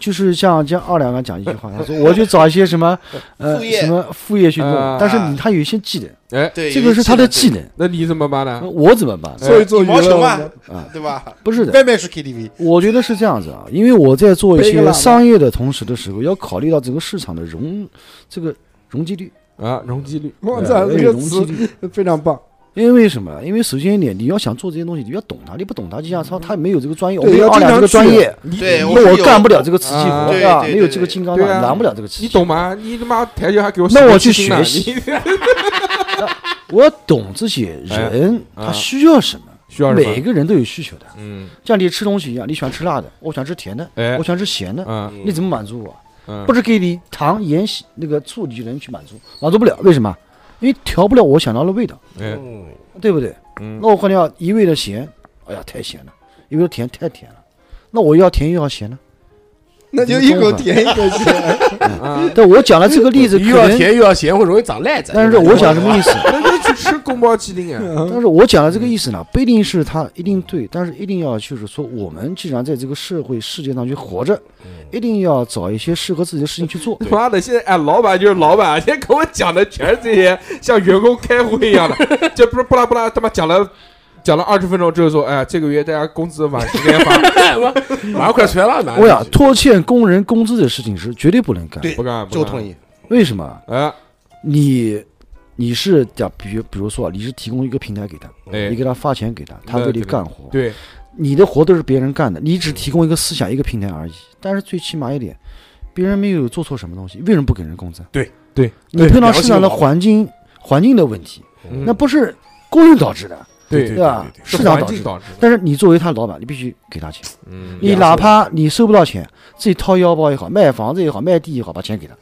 K: 就是像像二两刚讲一句话，他说我去找一些什么呃
C: 副业
K: 什么副业去弄
A: 啊，
K: 但是你他有一些技能，
A: 哎，
C: 对，
K: 这个是他的技
C: 能，
K: 能，
A: 那你怎么办呢
K: 那？我怎么办？
E: 所以做
C: 羽
E: 娱
C: 毛球
E: 乐
C: 嘛
E: 的，
K: 啊，
C: 对吧？
K: 不是的，
C: 外面是 KTV，
K: 我觉得是这样子啊，因为我在做一
E: 背个喇
K: 些
E: 叭
K: 商业的同时的时候，要考虑到整个市场的容这个容积率，
A: 啊，容积率，
E: 我
K: 对
E: 操，
K: 要
E: 这
K: 有
E: 啊个
K: 容积
E: 词
K: 率。
E: 非常棒。
K: 因为什么？因为首先一点，你要想做这些东西，你要懂它，你不懂它，就像
A: 嗯
K: 他他没有这个专业，我
E: 对
K: 没有
E: 要
K: 二两这个
E: 经常
K: 专
E: 去
K: 业，
C: 对，
K: 那
C: 是
K: 我
C: 有
K: 干不了这个瓷器
A: 啊
K: 活，
C: 对
K: 吧？
C: 对
K: 没有
C: 对
K: 这个金刚
A: 对
K: 钻，
A: 啊
K: 拿不了这个瓷器。
A: 你懂？吗？你他妈台球还给我
K: 那我
A: 洗个清
K: 去
A: 呢
K: 学习，
A: 你
K: 我要懂这些人
A: 哎
K: 他需要什么，
A: 需要什
K: 每
A: 么？
K: 个人都有需求的。
A: 嗯
K: 像你吃东西一样，你喜欢吃辣的，我喜欢吃甜的，
A: 哎
K: 我喜欢吃咸的，
A: 嗯
K: 你怎么满足我？
A: 嗯，
K: 不是给你糖、盐、喜那个醋，你就能去满足，满足不了，为什么？因为调不了我想要的味道，
A: 哎，
D: 嗯，
K: 对不对？
A: 嗯
K: 那我可能要一味的咸，哎呀太咸了；一味的甜太甜了。那我要甜又要咸呢？
E: 那就一口甜一口咸，
A: 啊，
K: 但我讲的这个例子可
D: 又要
K: 能，
D: 甜又要咸，会容易长癞子。
K: 但是我讲什么意思？
A: 那就去吃宫保鸡丁啊！
K: 但是我讲的这个意思呢，不一定是他一定对，但是一定要就是说，我们既然在这个社会世界上去活着，一定要找一些适合自己的事情去做。
A: 妈的，现在哎，老板就是老板，现在跟我讲的全是这些像员工开会一样的，就不是不拉不拉，他妈讲了讲了二十分钟之后说，哎，这个月大家工资晚十天发，
D: 马上快出来了，马上
K: 我想哎拖欠工人工资的事情是绝对不能干。
C: 对
A: 不干，
D: 就同意。
K: 为什么？
A: 哎
K: 你你是讲，比如比如说啊，你是提供一嗯个平台给他，你
A: 哎，
K: 给他发钱给他，他
A: 那
K: 为你
A: 肯定
K: 干活，
A: 对，
K: 你的活都是别人干的，你只提供一个思想、一个平台而已。但是最起码一点，别人没有做错什么东西，为什么不给人工资？
D: 对
A: 对，
K: 你碰到市
D: 良
K: 场
D: 心
K: 的
D: 的话
K: 环境环境的问题，
A: 嗯
K: 那不是工人导致的，
A: 对
D: 对
K: 吧？
A: 是
K: 市场
A: 环
K: 导致
A: 境
K: 的。
A: 导致的，
K: 但是你作为他老板，你必须给他钱，
A: 嗯，
K: 你哪怕你收不到钱，自己掏腰包也好，卖房子也好，卖地也好，把钱给他。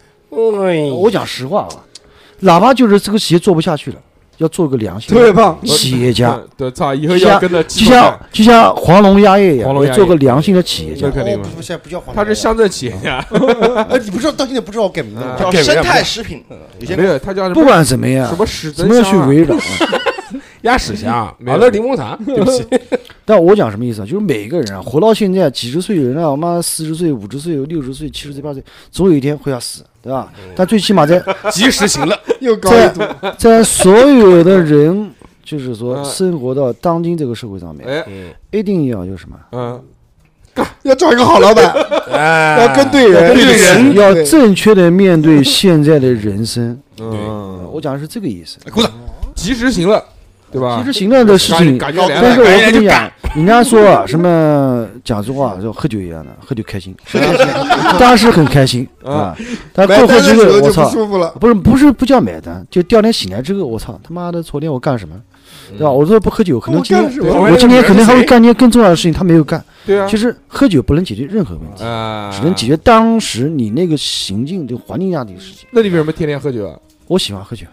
D: 哎，
K: 我讲实话啊，哪怕就是这个企业做不下去了，要做个良心
E: 特别棒。
K: 企业家，
A: 嗯对，操，以后要跟着
K: 就
A: 鸡
K: 像
A: 蛋，
K: 就像黄龙鸭业一样，
A: 黄龙
K: 要
A: 鸭业
K: 做个良心的企业家
A: 这。肯定嘛
J: 哦不现在不叫黄，
A: 他是乡镇企业家，
K: 嗯
J: 哎，你不知道到现在不知道我改名字吗
A: 嗯？
C: 叫
D: 改名
C: 生
D: 了
C: 态食品，嗯有些
A: 啊没有，他叫什
K: 不
A: 么
K: 管怎么样
A: 什，么史
K: 什
A: 珍
K: 么要去
A: 香啊
K: 围绕。
D: 鸭屎香，
A: 没有
D: 马乐柠檬茶，对不起，
K: 但我讲什么意思啊？就是每个人啊，活到现在几十岁的人啊，我妈四十岁、五十岁、六十岁、七十岁、八十岁，总有一天会要死，对吧？但最起码在
D: 及时行乐，
E: 又高一度，
K: 在在所有的人，就是说
A: 嗯
K: 生活到当今这个社会上面，
A: 哎，
D: 嗯，
K: 一定要有什么
A: 嗯，
E: 要找一个好老板，
D: 哎，
E: 要跟对人，
D: 对
A: 哎
D: 人
E: 要
K: 要正确的面对现在的人生。
A: 嗯，
K: 我讲的是这个意思。
A: 鼓掌，及时行乐，对吧
K: 其？实行政的事情，
A: 感感觉 来
K: 但
A: 了
K: 是，我
E: 哎
K: 跟你讲，人家说啊什么讲句话，就喝酒一样的，喝酒 开心，当时很开心啊，但
E: 买
K: 过后
E: 单的
K: 之
E: 时
K: 后，
E: 候
K: 我
E: 就不
K: 操，
E: 舒服了。
K: 不是不是不叫买单，就第二天醒来之后，我操他妈的，昨天我干什么？对吧？我说不喝酒，可能今
E: 嗯我干
K: 天
E: 什么
K: 我今天可能还会干一件更重要的事情，他没有干。
A: 对啊
K: 其，实喝酒不能解决任何问题，
A: 啊，
K: 只能解决当时你那个行径的环境下的事情。
A: 那你为什么天天喝酒啊？
K: 我喜欢喝 酒，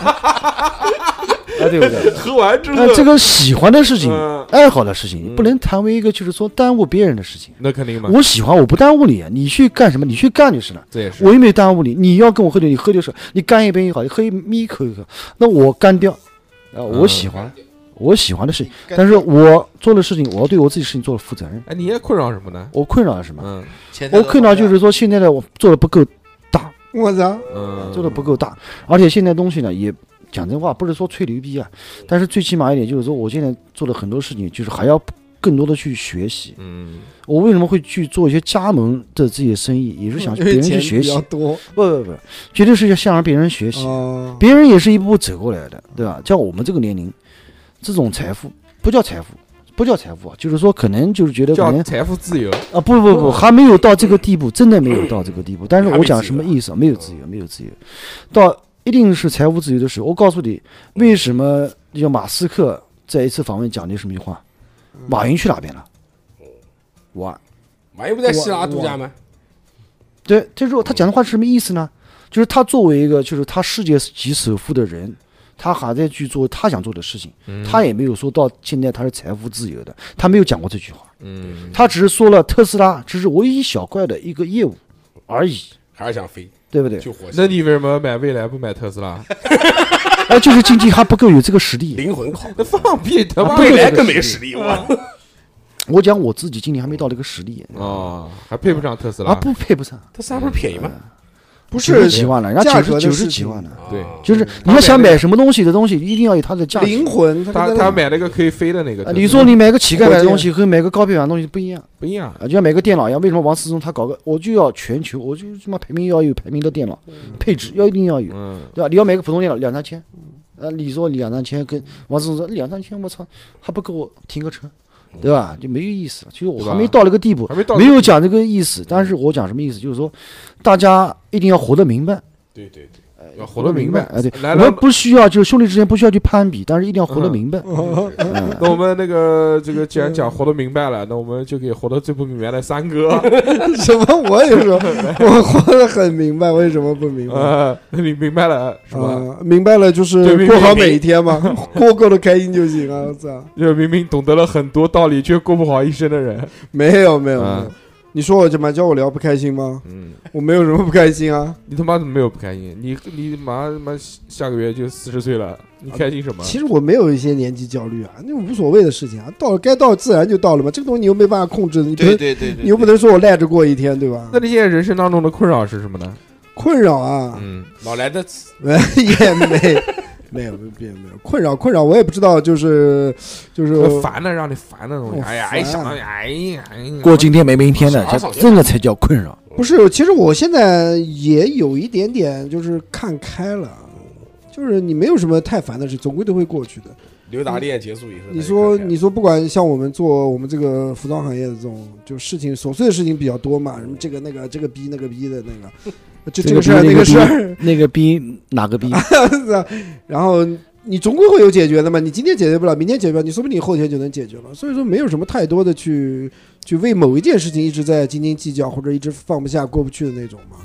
K: 哎，对不对？
A: 喝完之
K: 那这个喜欢的事情、
A: 嗯
K: 爱好的事情，你不能谈为一个就是说耽误别人的事情。
A: 那肯定嘛，
K: 我喜欢，我不耽误你，你去干什么，你去干就是了。
A: 这也是
K: 我又没有耽误你，你要跟我喝酒，你喝就是，你干一杯也好，你喝一咪一口一口，那我干掉。啊，
A: 嗯
K: 我喜欢，我喜欢的事情，但是我做的事情，我要对我自己事情做的负责任。
A: 哎，你也困扰什么呢？
K: 我困扰了什
E: 啊
K: 么？
A: 嗯
C: 前台
K: 我
C: 的
K: 困扰
C: 老板
K: 就是说，现在的我做的不够
E: 我操，
A: 嗯，
K: 做的不够大，而且现在东西呢也讲真话，不是说吹牛逼啊，但是最起码一点就是说，我现在做了很多事情，就是还要更多的去学习。
A: 嗯，
K: 我为什么会去做一些加盟的自己的生意，也是想
E: 因
K: 别
E: 为
K: 人去
E: 钱
K: 学
E: 比
K: 习
E: 较。多，
K: 不不不，绝对是想让别人学习，
E: 哦，
K: 别人也是一步步走过来的，对吧？像我们这个年龄，这种财富不叫财富。不叫财富啊，就是说可能就是觉得可
A: 叫
K: 能
A: 财富自由，
K: 啊不不不还没有到这个地步，真的没有到这个地步。但是
D: 还
K: 我
D: 没
K: 讲
D: 自
K: 什
D: 由
K: 么意思啊？没有自由，没有自由，到一定是财务自由的时候。我告诉你，为什么叫马斯克在一次访问讲的什么句话？马云去哪边了？我
D: 马云不在希腊度假吗？
K: 对，这时候他讲的话是什么意思呢？就是他作为一个就是他世界级首富的人，他还在去做他想做的事情，
E: 嗯
K: 他也没有说到现在他是财富自由的，他没有讲过这句话，
A: 嗯，
K: 他只是说了特斯拉只是我一小块的一个业务
E: 哦
K: 而已，
D: 还是想飞
K: 对不对？
D: 去火星？
A: 那你为什么买蔚来不买特斯 拉？
K: 哎，就是经济还不够有这个实力。
D: 灵魂拷
A: 那放屁，他妈
K: 啊对
D: 未
A: 的
D: 来更没实力，我
K: 我讲我自己今年还没到这个实力
A: 哦，还配不上特斯
K: 啊，
A: 拉，
K: 不配不上，
D: 特斯拉不是便宜吗？
E: 不
K: 九十
E: 是
K: 几万了，人家
E: 价
K: 九十
E: 格的
K: 九
E: 事
K: 十
E: 情哦
K: 几万了，
A: 对
D: 啊
K: 就是你要想买什么东西的东西，一定要有它的价值。
E: 灵魂，
A: 他
E: 跟
A: 他买了个可以飞的那个特斯
K: 啊，
A: 拉，
K: 你说你买个乞丐
E: 火
K: 买的
E: 箭
K: 东西和买个高配版的东西不一样。
A: 不一样，
K: 啊，就像买个电脑一样，为什么王思聪他搞个，我就要全球，我就他妈排名要有排名的电脑，配置要一定要有，
A: 嗯，
K: 对吧？你要买个普通电脑两三千，啊，你说两三千跟王思聪说两三千，我操，还不够我停个车，对吧？就没有意思了。其实我
A: 嗯对
K: 还
A: 吧
K: 没到那个地步
A: 还，没到
K: 没有讲这个意思，但是
A: 嗯
K: 我讲什么意思，就是说大家一定要活得明白，
D: 对对对，
A: 要活得明
K: 明
A: 白
K: 啊，对，
A: 来来
K: 我们，不需要就是兄弟之间不需要去攀比，但是一定要活得
A: 哎嗯
K: 明白。
A: 那我们那个这个既然讲活得明白了，那我们就给活得最不明白的三 哥，
E: 什么？我也说，我活得很明白，为什么不明白？
A: 呃，那你明白了是吧？
E: 啊，明白了，就
A: 对
E: 是
A: 明
E: 过好
A: 明
E: 每一天嘛，过够的开心就行啊！我操，
A: 就是明明懂得了很多道理，却过不好一生的人，
E: 没有没有
A: 啊
E: 没有，你说我怎么叫我聊不开心吗？
A: 嗯，
E: 我没有什么不开心啊。
A: 你他妈怎么没有不开心？你你马上他妈下个月就四十岁了，你开心什么？
E: 啊其实我没有一些年纪焦虑啊，那无所谓的事情啊，到了该到自然就到了嘛。这个东西你又没办法控制，你不
C: 对
E: 能
C: 对对对，
E: 你又不能说我赖着过一天，对吧
A: 那？你现在人生当中的困扰是什么呢？
E: 困扰啊，
A: 嗯，
D: 老来的
E: 也没没有没有没有困扰困扰，我也不知道，就是就是
A: 很烦的，让你烦的东西。
E: 我
A: 哎呀，一
E: 烦
A: 想到你，哎呀，哎呀
K: 过今天没明天的，
D: 啥
A: 啊
K: 这这个才叫困扰。
E: 不是，其实我现在也有一点点就是看开了。就是你没有什么太烦的事，总归都会过去的。
D: 刘达恋结束以后，
E: 你说，你说，不管像我们做我们这个服装行业的这种，就事情琐碎的事情比较多嘛，什么这个那个这个逼那个逼的那个，就这
K: 这
E: 个 事儿
K: 个逼
E: 那
K: 那
E: 个
K: 个
E: 事儿，
K: 逼，那个逼哪个逼？
E: 啊然后你总归会有解决的嘛。你今天解决不了，明天解决不了，你说不定后天就能解决了。所以说没有什么太多的去去为某一件事情一直在斤斤计较，或者一直放不下、过不去的那种嘛。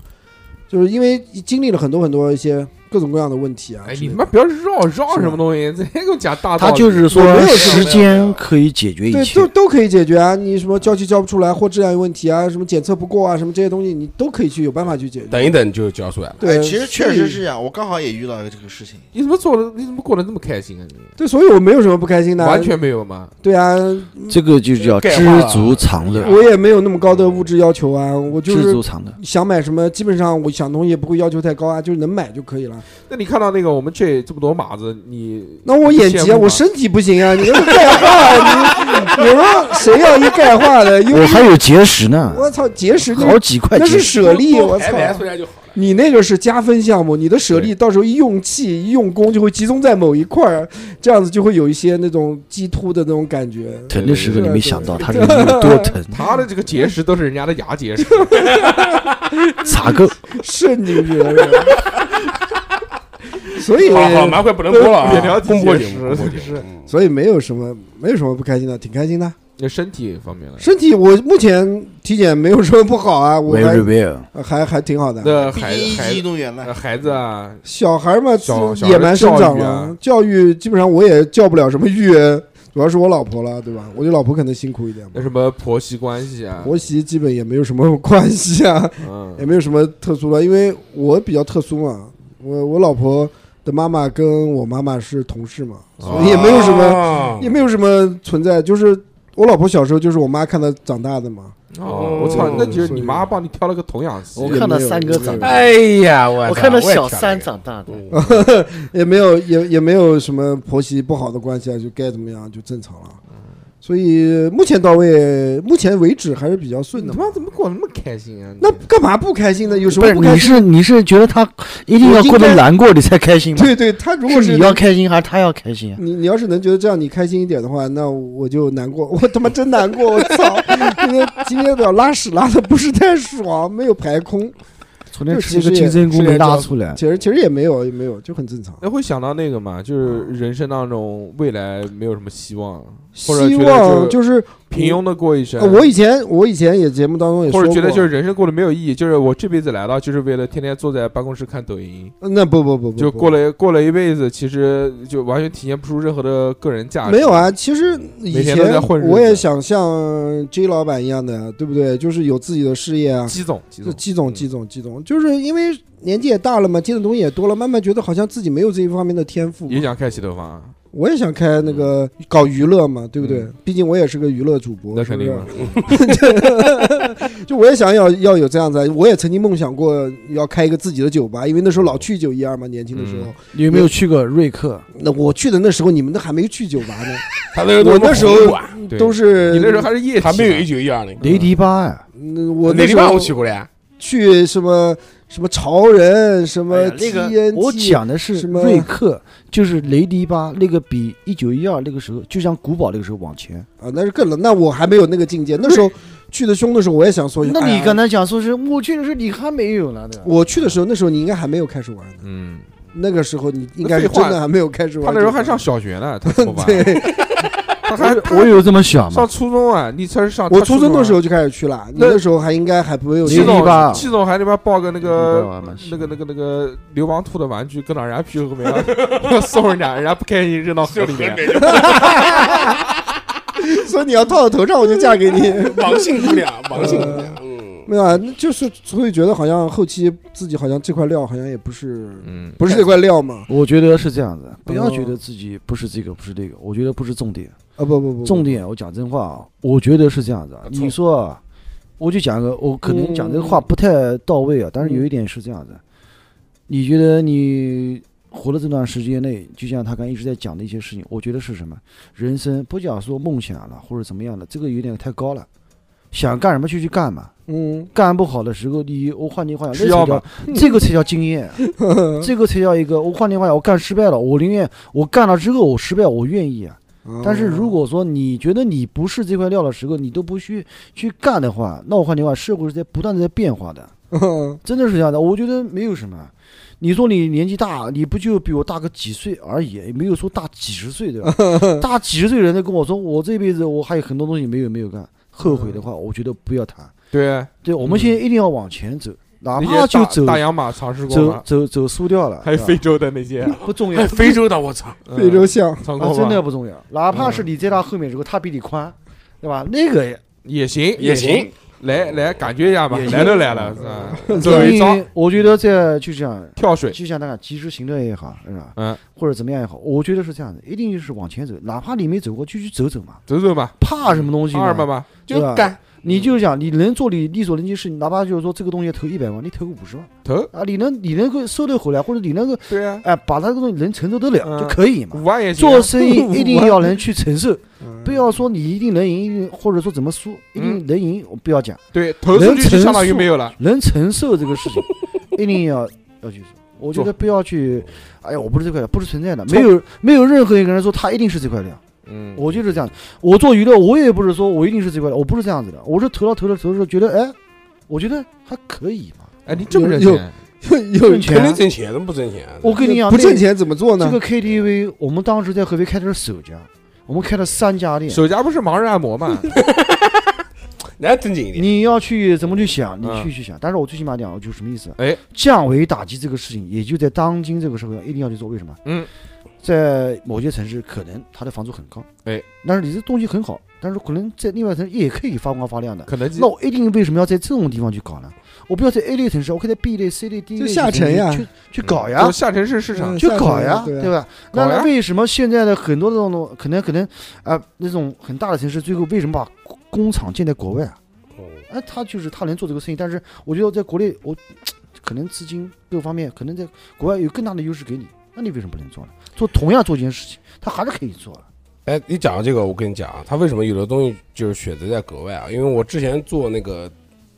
E: 就是因为经历了很多很多一些各种各样的问题啊
A: 哎，
E: 之
A: 你
E: 类的，
A: 他妈不要绕绕什么东西，直接给我讲大道
K: 他
A: 理。
K: 就是
E: 啊我没
K: 说
E: 有这
K: 时间可以解决一
E: 对
K: 切
E: 都。都可以解决啊。你什么交期交不出来，或质量有问题啊，什么检测不过啊，什么这些东西你都可以去有办法去解决。
D: 等一等就交出来了。
E: 对，
C: 哎，其实确
E: 所
C: 实
E: 以
C: 是这样，我刚好也遇到了这个事情。
A: 你怎么做的？你怎么过得那么开心啊？你
E: 对，所以我没有什么不开心的啊，
A: 完全没有嘛？
E: 对啊，
K: 这个就叫知足常乐，
E: 我也没有那么高的物质要求啊，我就
K: 知
E: 是
K: 足常乐。
E: 想买什么，基本上我想东西也不会要求太高啊，就是能买就可以了。
A: 那你看到那个我们这这么多马子，你
E: 那我眼疾
A: 羡
E: 啊，
A: 慕吗
E: 我身体不行啊！你这是钙化，你你说谁要一钙化的？又
K: 我还有结石呢，
E: 我操，结石那
K: 好几块
E: 那
K: 结
E: 是
K: 石。
E: 舍 利，
D: 多
E: 我
D: 排
E: 操！
D: 排出来就好了。
E: 你那个是加分项目，你的舍利到时候一用气一用功就会集中在某一块儿，这样子就会有一些那种激突的那种感觉。
K: 疼的时候
E: 对
K: 你没
E: 对
K: 想到
E: 对
K: 它是有多 疼，
A: 他的这个结石都是人家的牙结石，
K: 咋个？
E: 渗进去了。是吧所以，
D: 好好，马快不能播了
A: 别聊
D: 啊！
A: 这
D: 公播
A: 些
D: 节目，公播节
E: 是
D: 目。嗯
E: 所以没有什么，没有什么不开心的，挺开心的。
A: 那身体方面的。
E: 身体我目前体检没有什么不好啊，我
K: Very
E: 还
K: well，
E: 还还挺好的。
A: 那
C: 毕
A: 孩
C: 竟一级运
A: 孩
C: E 动员了
A: 呃，孩子啊，
E: 小孩嘛，自
A: 小小孩
E: 野蛮生长
A: 教育
E: 了
A: 啊，
E: 教育基本上我也教不了什么育，主要是我老婆了，对吧？我觉得老婆可能辛苦一点吧
A: 那。什么婆媳关系啊，
E: 婆媳基本也没有什么关系啊， 也
A: 嗯，
E: 没有什么特殊的，因为我比较特殊嘛，我我老婆的妈妈跟我妈妈是同事嘛，所以也没有什么，
D: 么
E: 也没有什么存在，就是我老婆小时候就是我妈看她长大的嘛，
A: 哦，我操，那就是
E: 所以
A: 你妈帮你挑了个童养媳啊
E: 我
L: 我，
E: 看
L: 看
E: 到
L: 到
E: 三
L: 三
E: 哥
L: 哥
E: 长
L: 长
E: 大
L: 大，
D: 哎呀，我
L: 我看到小三长大的，
E: 也没有也也没有什么婆媳不好的关系啊，就该怎么样就正常了。所以目前到位，目前为止还是比较顺
A: 你
E: 的
A: 他
E: 嘛。
A: 妈怎么过得那么开心啊？你
E: 那干嘛不开心呢？有什
K: 不
E: 么
K: 是
E: 不开
K: 你
E: 心？
K: 是你是觉得他一定
E: 我
K: 要
E: 应
K: 过
E: 该
K: 得难过你才开心吗？
E: 对对，他如果
K: 是
E: 是
K: 你要开心还是他要开心啊？
E: 你你要是能觉得这样你开心一点的话，那我就难过， 我他妈真难过，我操！今天今天的拉屎拉的不是太爽，没有排空，
K: 昨天
E: 这
K: 吃一
E: 其
K: 个
E: 实也
K: 金针菇
E: 是
K: 没
E: 这
K: 拉
E: 样
K: 出来，
E: 其实其实也没有也没有，就很正常。
A: 那会想到那个嘛，就是人生当中未来没有什么希望，或者
E: 希
A: 觉得
E: 望
A: 就是
E: 是
A: 平庸的过一生。
E: 呃我以前我以前也节目当中也说
A: 或者觉得
E: 过
A: 就是人生过得没有意义，就是我这辈子来到就是为了天天坐在办公室看抖音，
E: 那不不不不
A: 就
E: 不
A: 过了过了一辈子，其实就完全体现不出任何的个人价值。
E: 没有啊，，其实以
A: 每天都
E: 前
A: 在混日子
E: 我也想像 J 老板一样的，对不对？就是有自己的事业啊。
A: 激嗯总，激
E: 这
A: 总，
E: 季总，季总，季总，就是因为年纪也大了嘛，接的东西也多了，慢慢觉得好像自己没有这一方面的天赋嘛。
A: 也想开洗头房啊，
E: 我也想开那个搞娱乐嘛，对不对？
A: 嗯
E: 毕竟我也是个娱乐主播，
A: 那
E: 是不
A: 肯定啊
E: 是
A: 嘛。
E: 就我也想要要有这样子，啊我也曾经梦想过要开一个自己的酒吧，因为那时候老去九一二嘛，年轻的时候。
A: 嗯
K: 你有没有去过瑞克？
E: 那我去的那时候，你们都还没去酒吧呢，
D: 他那时候
E: 我那时候
A: 对
E: 都是
A: 你那时候还是液体，
D: 还没有一啊九一二零，
K: 雷迪吧呀，
E: 嗯我
D: 那
E: 那
D: 地
E: 时
D: 方
E: 候
D: 我去过了啊呀，
E: 去什么什么潮人，什么
L: 哎呀那个
E: TNT，
K: 我讲的是
E: 什么
K: 瑞克，就是雷迪吧，那个比一九一二那个时候，就像古堡那个时候往前。
E: 啊，那是更冷，那我还没有那个境界。那时候去的凶的时候，我也想说，
K: 那
E: 哎
K: 你
E: 呀
K: 刚才讲说是我去的时候你还没有呢，对吧？
E: 我去的时候，那时候你应该还没有开始玩呢。
A: 嗯，
E: 那个时候你应该
A: 那
E: 是
A: 废
E: 真
A: 话
E: 的还没有开始玩。
A: 他那时候还上，小学呢，他怎么玩？
E: 对，
A: 他还
K: 哎我有这么想吗
A: 上？初中啊，你才是上
E: 我
A: 他
E: 初
A: 初
E: 中的
A: 啊
E: 时候就开始去了，你
A: 那
E: 那时候还应该还没有
A: 季
K: 你
E: 那
K: 一八
A: 总，季总还他妈抱个那
L: 一八
A: 个
L: 玩嘛是
A: 那个那个那个流氓兔的玩具，跟到人家屁股后面要送人家，人家不开心扔到河 里面。
E: 个，所以你要套到头上，我就嫁 给你。
D: 王姓姑娘，王姓姑娘，嗯，
E: 没有啊，那就是所以觉得好像后期自己好像这块料好像也不是
A: 嗯，
E: 不是这块料嘛？
K: 我觉得是这样子，不要
E: 哦
K: 觉得自己不是这个不是那个，我觉得不是重点。
E: 啊不不不，
K: 重点，我讲真话啊，我觉得是这样子啊。你说啊，我就讲个，我可能讲这个话不太到位
E: 嗯
K: 啊，但是有一点是这样子，你觉得你活了这段时间内，就像他刚一直在讲的一些事情，我觉得是什么？人生不讲说梦想了或者怎么样的，这个有点太高了。想干什么就去干嘛，
E: 嗯，
K: 干不好的时候，你我换句话讲，
A: 吃
K: 那
A: 药
K: 才叫这个才叫经验，啊 这个才叫一个。我换句话讲，我干失败了，我宁愿我干了之后我失败，我愿意啊。
A: 嗯哦
K: 但是如果说你觉得你不是这块料的时候，你都不去去干的话，那我换句话，社会是在不断的在变化的，
A: 哦
E: 果
K: 真的是这样的。我觉得没有什么，你说你年纪大，你不就比我大个几岁而已，也没有说大几十岁 对吧？大几十岁的人在跟我说，我这辈子我还有很多东西没有没有干，后悔的话，我觉得不要谈。
A: 对，
K: 对，我们现在一定要往前走，哪
A: 嗯那
K: 怕
A: 些
K: 就
A: 大
K: 走
A: 大洋马尝试过
K: 走啊
A: 吗？
K: 走走输掉了，
A: 还有
K: 对吧
A: 非洲的那些，
K: 不重要
D: 哎，，非洲的我操，
A: 嗯
E: 非洲象
A: 尝
K: 啊
A: 过
K: 真
A: 吗
K: 的不重要，哪怕是你在他后面之后，他比你宽，对吧？那个也
A: 也行，
D: 也行，
A: 来来感觉一下吧，
K: 也行
A: 来都来了，是吧？走
K: 所
A: 一
K: 以
A: 遭
K: 我觉得这就这样，
A: 跳水，
K: 就像那个及时行乐也好，是吧？
A: 嗯，
K: 或者怎么样也好，我觉得是这样的，一定就是往前走，哪怕你没走过，就去走走嘛，
A: 走走吧，
K: 怕什么东西
A: 嗯二嘛
K: 呢？
A: 吧，
D: 就
K: 对吧
D: 干，
K: 你就是讲，你能做你力所能及的事情，哪怕就是说这个东西投一百万，你投个五十万
A: 投
K: 啊，你能你能够收得回来，或者你能够
A: 对啊，
K: 哎把它这个东西能承受得了
A: 嗯
K: 就可以嘛
A: 五。万也行啊。
K: 做生意一定要能去承受，
E: 嗯
K: 不要说你一定能赢，一定或者说怎么输，一
A: 嗯
K: 定能赢，我不要讲，
A: 对投出
K: 能
A: 去就
K: 承
A: 相当于
K: 受
A: 没有了。
K: 能承受这个事情， 一定要要去做。我觉
A: 做
K: 得不要去，哎呀，我不是这块料，不是存在的，没有没有任何一个人说他一定是这块料。
A: 嗯
K: 我就是这样，我做娱乐，我也不是说我一定是这块的，我不是这样子的，我是投了投了投了，觉得哎，我觉得还可以嘛。
A: 哎，你挣不挣
E: 有
A: 钱？
E: 又又
K: 挣钱
D: 肯
K: 啊
D: 定挣钱，怎么不挣钱啊？
K: 我跟你讲，
E: 不
K: 那
E: 挣钱怎么做
K: 这
E: 呢？
K: 个 KTV，我们当时在合肥开的是首家，我们开了三家店。
A: 手家不是盲人按摩嘛？
D: 来正经一点，
K: 你要去怎么去想，你
A: 嗯
K: 去去想。但是我最起码讲，我就什么意思？
A: 哎，
K: 降维打击这个事情，也就在当今这个社会上一定要去做。为什么？
A: 嗯，
K: 在某些城市可能它的房租很高，
A: 哎，
K: 但是你这东西很好，但是可能在另外城市也可以发光发亮的。
A: 肯德基
K: 那我一定为什么要在这种地方去搞呢？我不要在 A 类城市，我可以在 B 类、C 类、D 类
E: 就
K: 去
E: 下沉呀
K: 去去搞
A: 走
K: 呀，
A: 嗯下沉式市场
E: 嗯
K: 去搞呀，
E: 下沉
K: 对
E: 对
K: 吧？
A: 搞
K: 那
A: 呀
K: 那为什么现在的很多的这种东，可能可能啊、那种很大的城市，最后为什么把工厂建在国外啊？
D: 嗯
K: 哎，他就是他能做这个生意，但是我觉得在国内，我可能资金各方面，可能在国外有更大的优势给你，那你为什么不能做呢？做同样做一件事情，他还是可以做的。
D: 哎，你讲到这个，我跟你讲啊，他为什么有的东西就是选择在国外啊？因为我之前做那个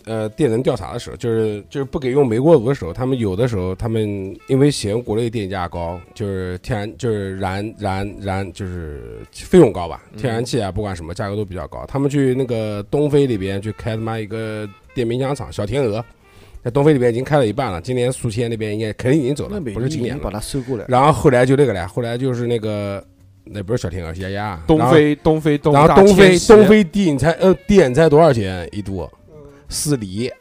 D: 呃电能调查的时候，就是就是不给用煤锅炉的时候，他们有的时候他们因为嫌国内电价高，就是天然就是燃燃燃就是费用高吧，天然气啊不管什么价格都比较高，他们去那个东非里边去开他妈一个电冰箱厂小天鹅。在东非里边已经开了一半了，今年宿迁那边应该肯定已经走了，不是今年了
K: 把。它收 过来，
D: 然后后来就那个了，后来就是那个，那不是小天鹅，是丫丫。
A: 东非东非东
D: 然后，然
A: 大
D: 后东非
A: 迁徙
D: 东非地你猜，呃，地你猜多少钱一度？四厘。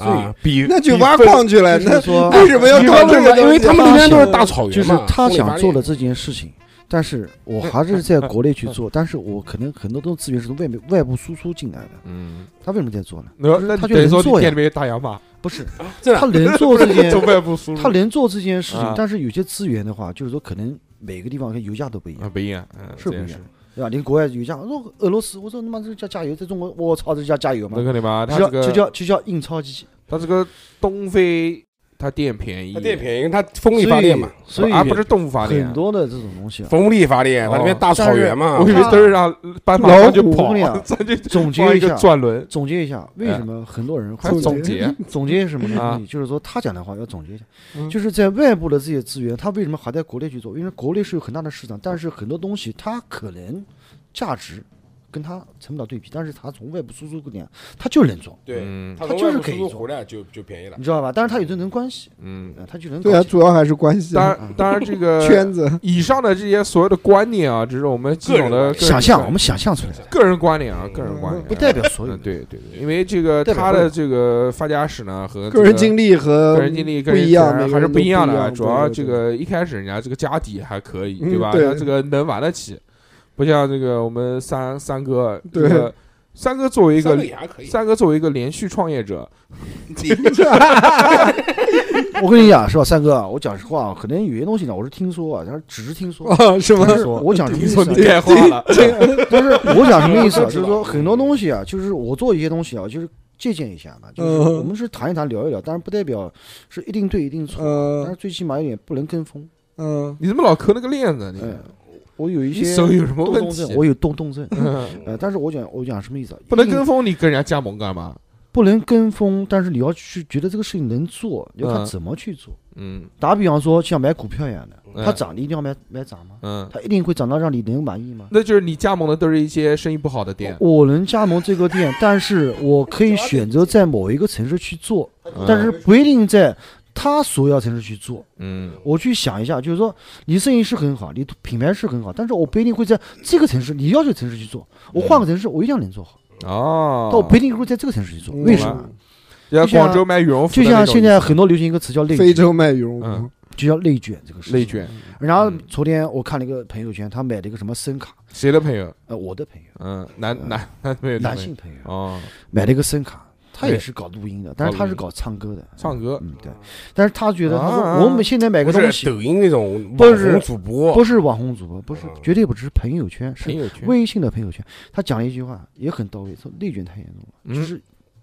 A: 嗯
D: 啊，比
E: 那就
D: 比
E: 挖
D: 分
E: 矿去了，
K: 就是
E: 那
K: 说，
E: 为什么要
D: 你
E: 搞
D: 看
E: 这个东
D: 为什么
E: 西啊？
D: 因为他们那边都是大草
K: 就
D: 原
K: 是
D: 嘛，
K: 他
D: 风力发
K: 想
D: 电
K: 做的这件事情，但是我还是在国内去做，但是我可能很多东西资源是从外面外部输出进来的，
A: 嗯，
K: 他为什么在做呢？
A: 那
K: 就是
A: 那你
K: 他就
A: 等于
K: 能
A: 说你
K: 做
A: 店
K: 呀
A: 里面有大洋马，
K: 不是，
D: 真
K: 他
D: 的
K: 能做这件，
A: 从外部输入
K: 他能做这件事情
A: 啊，
K: 但是有些资源的话，就是说可能每个地方跟油价都不一
A: 啊
K: 样，
A: 不一样，嗯，
K: 是不
A: 这也
K: 一样，对吧？你国外油价，我说俄罗斯，我说他妈这叫加油，在中国，我操，这叫加油吗
A: 那？个你妈，他
K: 这
A: 这个
K: 叫这啊叫这叫印钞机，
A: 他这个东非，他电便宜，
D: 它电便宜，因为它风力
K: 所
D: 发
K: 以
D: 电嘛，
K: 所以
A: 啊不是动物发电
K: 很，多的这种东西啊。
D: 风力发电，它那边大草原嘛
A: 我以，为都是让斑马
E: 老
A: 上就
E: 虎
A: 跑啊
K: 姑，娘
A: 咱就
K: 总结
A: 放一
K: 一
A: 个
K: 下，
A: 转轮，
K: 总结一下，为什么很多人
A: 嗯还
K: 会
A: 总结，
K: 总结什么
A: 啊
K: 呢？就是说他讲的话要总结一下
E: 嗯，
K: 就是在外部的这些资源，他为什么还在国内去做？因为国内是有很大的市场，但是很多东西它可能价值跟它成不了对比，但是它从外部输出过点，它就能做，
D: 对，
A: 嗯
D: 它
K: 它
D: 从
K: 就
D: 外
K: 是
D: 部
K: 可以
D: 输入
K: 做
D: 回来就就便宜了
K: 你。知道吧？但是它有这层关系，
A: 嗯，
K: 呃它就能
E: 对啊，
K: 搞起来。
E: 主要还是关系
A: 当然呃当然这个
E: 圈子。
A: 以上的这些所有的观念啊，只是我们基
D: 个
A: 本
D: 人
A: 的
D: 观
A: 个人
K: 想象，
A: 观
K: 我们想象出来的，
A: 个人观点啊，个人观点
K: 不代表所
A: 嗯，
K: 有人。
A: 对对对，因为这个
K: 代表
A: 他
K: 不
A: 的
K: 了
A: 这个发家史呢和
E: 个人经历
A: 历、
E: 和
A: 呃个人经历、个
E: 不
A: 人
E: 一样
A: 自然，
E: 每个
A: 还是
E: 人
A: 不
E: 都
A: 一样的啊。
E: 对
A: 主要
E: 对
A: 这个一开始人家这个家底还可以，
E: 嗯
A: 对吧？
E: 对
A: 他这个能玩得起，不像这个我们三三哥，这
E: 对
A: 个三哥作为一
D: 三
A: 个
D: 个也还可以，
A: 三哥作为一个连续创业 者，
K: 我跟你讲是吧，三哥，我讲实话，啊可能有些东西呢，我是听说啊，但是只是听 说。
E: 啊，是吗？
K: 但是我讲什么意
A: 听
K: 思
A: 哦说
K: 啊？
A: 你开花了，
K: 但是我讲什 么意思啊？
D: 我知
K: 就
D: 道
K: 是说很多东西啊，就是我做一些东西啊，就是借鉴一下嘛，就是
E: 嗯
K: 我们是谈一谈、聊一聊，当然不代表是一定对、一定错，但是
E: 嗯
K: 最起码一点不能跟风。
E: 嗯，
A: 你怎么老抠那个链子？
E: 哎
A: 你
K: 嗯，我有一
A: 你
K: 些
A: 手有什么
K: 多
A: 问
K: 动
A: 题
K: 症，？我有多动症。
A: 嗯
K: 呃，但是我讲我讲什么意思啊？
A: 不能
K: 一定
A: 跟风，你跟人家加盟干嘛？
K: 不能跟风，但是你要去觉得这个事情能做，你要
A: 嗯
K: 看怎么去做。
A: 嗯
K: 打比方说，像买股票一样的，
A: 嗯
K: 它涨你一定要买买涨吗？
A: 嗯，
K: 它一定会涨到让你能满意吗？
A: 那就是你加盟的都是一些生意不好的店，
K: 我能加盟这个店，但是我可以选择在某一个城市去做，但是不一定在他所要城市去做。
A: 嗯
K: 我去想一下，就是说你生意是很好，你品牌是很好，但是我不一定会在这个城市，你要求城市去做。我换个城市，我一样能做好，
A: 哦，
K: 但我不一定会在这个城市去做。
E: 嗯
K: 为什么？
A: 就像
K: 就像
A: 广州卖羽绒服
K: 就
A: 的那
K: 像
A: 种
K: 现在很多流行一个词叫内
E: 非
K: 卷，
E: 洲卖羽绒
A: 嗯
E: 服，
K: 就叫内卷这个事情。
A: 内。卷，
K: 然后昨天我看了一个朋友圈，他买了一个什么声卡，
A: 谁的朋友？
K: 呃，我的朋友，
A: 嗯，男男男朋友，
K: 男性朋友
A: 哦，
K: 买了一个声卡，他也是搞录音的，但是他是搞唱歌的，
A: 唱歌
K: 嗯对，但是他觉得他
A: 啊
K: 说我们现在买
D: 不
K: 个东
D: 是
K: 西
D: 抖音那种
K: 不是
D: 网红主播，
K: 不是网红主播，不是绝对不是朋友圈，是
A: 很有趣。
K: 微信的朋友圈。他讲了一句话也很到位，说内卷太严重了，就是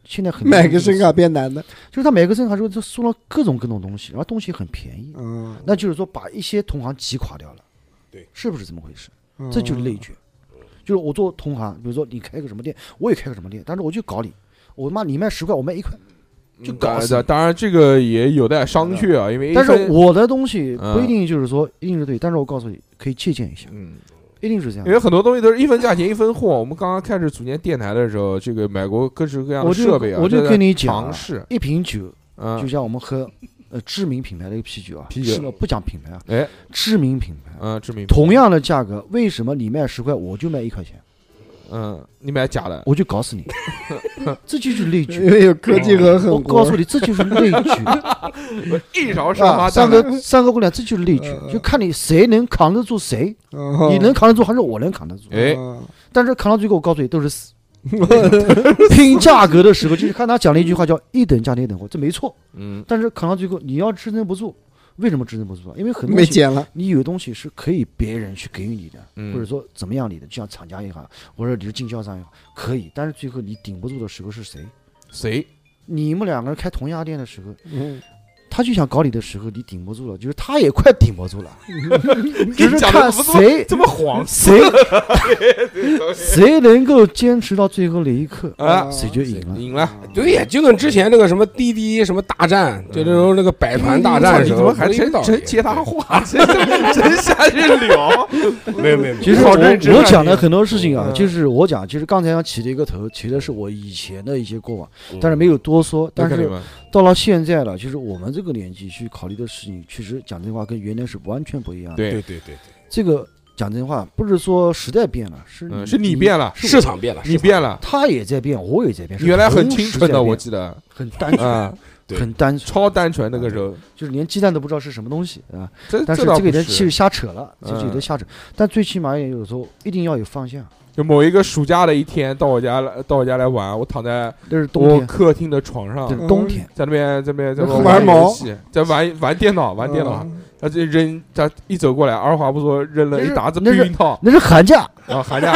K: 现在很
E: 买个声卡，变难的，
K: 就是他买个声卡之后就送了各种各种东西，然后东西很便宜，
E: 嗯，
K: 那就是说把一些同行挤垮掉了，
D: 对，
K: 是不是这么回事？
E: 嗯
K: 这就是内卷，就是我做同行，比如说你开个什么店，我也开个什么店，但是我就搞你，我妈你卖十块，我卖一块，就搞死
A: 当然当然这个也有待商榷啊，因为
K: 但是
A: 因为
K: 我的东西
A: 嗯
K: 不一定就是说一定是对，但是我告诉你可以借鉴一下，
A: 嗯，
K: 一定是这样
A: 因。为很多东西都是一分价钱一分货。我们刚刚开始组建电台的时候，这个买过各式各样的
K: 我就
A: 设备啊，
K: 我就
A: 在
K: 跟你讲啊
A: 尝试，
K: 一瓶酒就
A: 嗯
K: 像我们喝呃知名品牌的一个啤酒啊，
A: 啤酒
K: 是了不讲品牌啊，
A: 哎
K: 知名品牌，啊
A: 嗯，知名
K: 同样的价格，为什么你卖十块我就卖一块钱？
A: 嗯，你买假的，
K: 我就 搞死你，这就是内
E: 因
K: 卷。
E: 为有科技和
A: 哎
E: 狠
K: 我
E: 活
K: 告诉你，这就是内卷。
A: 一勺沙
K: 啊，
A: 发
K: 三
A: 蛋
K: 个三个姑娘，这就是内卷
E: 嗯，嗯
K: 就看你谁能扛得住谁，
E: 嗯
K: 你能扛得住还是我能扛得住？
A: 哎，
E: 嗯
K: 但是扛到最后，我告诉你都是死。拼价格的时候，就是看他讲了一句话叫“一等价钱一等货”，这没错。
A: 嗯，
K: 但是扛到最后，你要支撑不住，为什么支撑不住啊？因为很多
E: 没
K: 东西，
E: 钱了，
K: 你有东西是可以别人去给予你的，
A: 嗯
K: 或者说怎么样你的，就像厂家也好，或者你是经销商也好，可以。但是最后你顶不住的时候是谁？
A: 谁？
K: 你们两个人开同样店的时候，
E: 嗯
K: 他就想搞你的时候，你顶不住了，就是他也快顶不住了，就是
A: 讲的
K: 看
A: 怎么这么
K: 谁
A: 这么黄？
K: 谁谁能够坚持到最后那一
E: 嗯
K: 刻，
A: 啊
K: 哎谁就赢了。
A: 赢了，
D: 对呀，就跟之前那个什么滴滴什么大战，就那时候那个百团大战
A: 嗯你
D: 时
A: 怎
D: 候，
A: 么还
D: 不是一个
A: 真
D: 道理
A: 真接他话？真 真下去 聊，
D: 没有没有没有，
K: 其实
A: 好
K: 我
A: 认真啊
K: 我
A: 你
K: 讲的很多事情啊
A: 嗯，
K: 就是我讲，其实刚才要起了一个头，起的是我以前的一些过往，
A: 嗯
K: 但是没有多说。
A: 那
K: 但
A: 肯定
K: 是
A: 嘛
K: 到了现在了，就是我们这个年纪去考虑的事情，确实讲真话跟原来是完全不一样的。
A: 对
D: 对对对对，
K: 这个讲真话，不是说时代变了，是
A: 嗯，是你变，了，
D: 市场变了，
A: 你变了，
K: 他也在变，我也在变。是
A: 原来很
K: 同
A: 清
K: 时
A: 纯
K: 在
A: 的，我
K: 变
A: 记 得，
K: 很单纯，
A: 啊，
D: 对
K: 很单纯，
A: 超单纯那个时候，
K: 就是连鸡蛋都不知道是什么东西啊。
A: 这
K: 但是
A: 倒
K: 这个
A: 不
K: 人
A: 是
K: 其实瞎扯了，
A: 嗯
K: 就是有的瞎扯。但最起码也有时候一定要有方向，
A: 就某一个暑假的一天，到我家来，到我家来玩，我躺在
K: 那是冬
A: 我
K: 天，
A: 客厅的床上
K: 这，是冬
E: 嗯
K: 天。
A: 在那边在那边在那边
E: 玩
A: 游
E: 毛
A: 戏，在玩玩电脑，玩电脑，
E: 嗯
A: 他就扔，他一走过来，二话不说扔了
K: 那
A: 一
K: 是
A: 沓子避
K: 那是
A: 孕套，
K: 那是寒假，
A: 然后寒假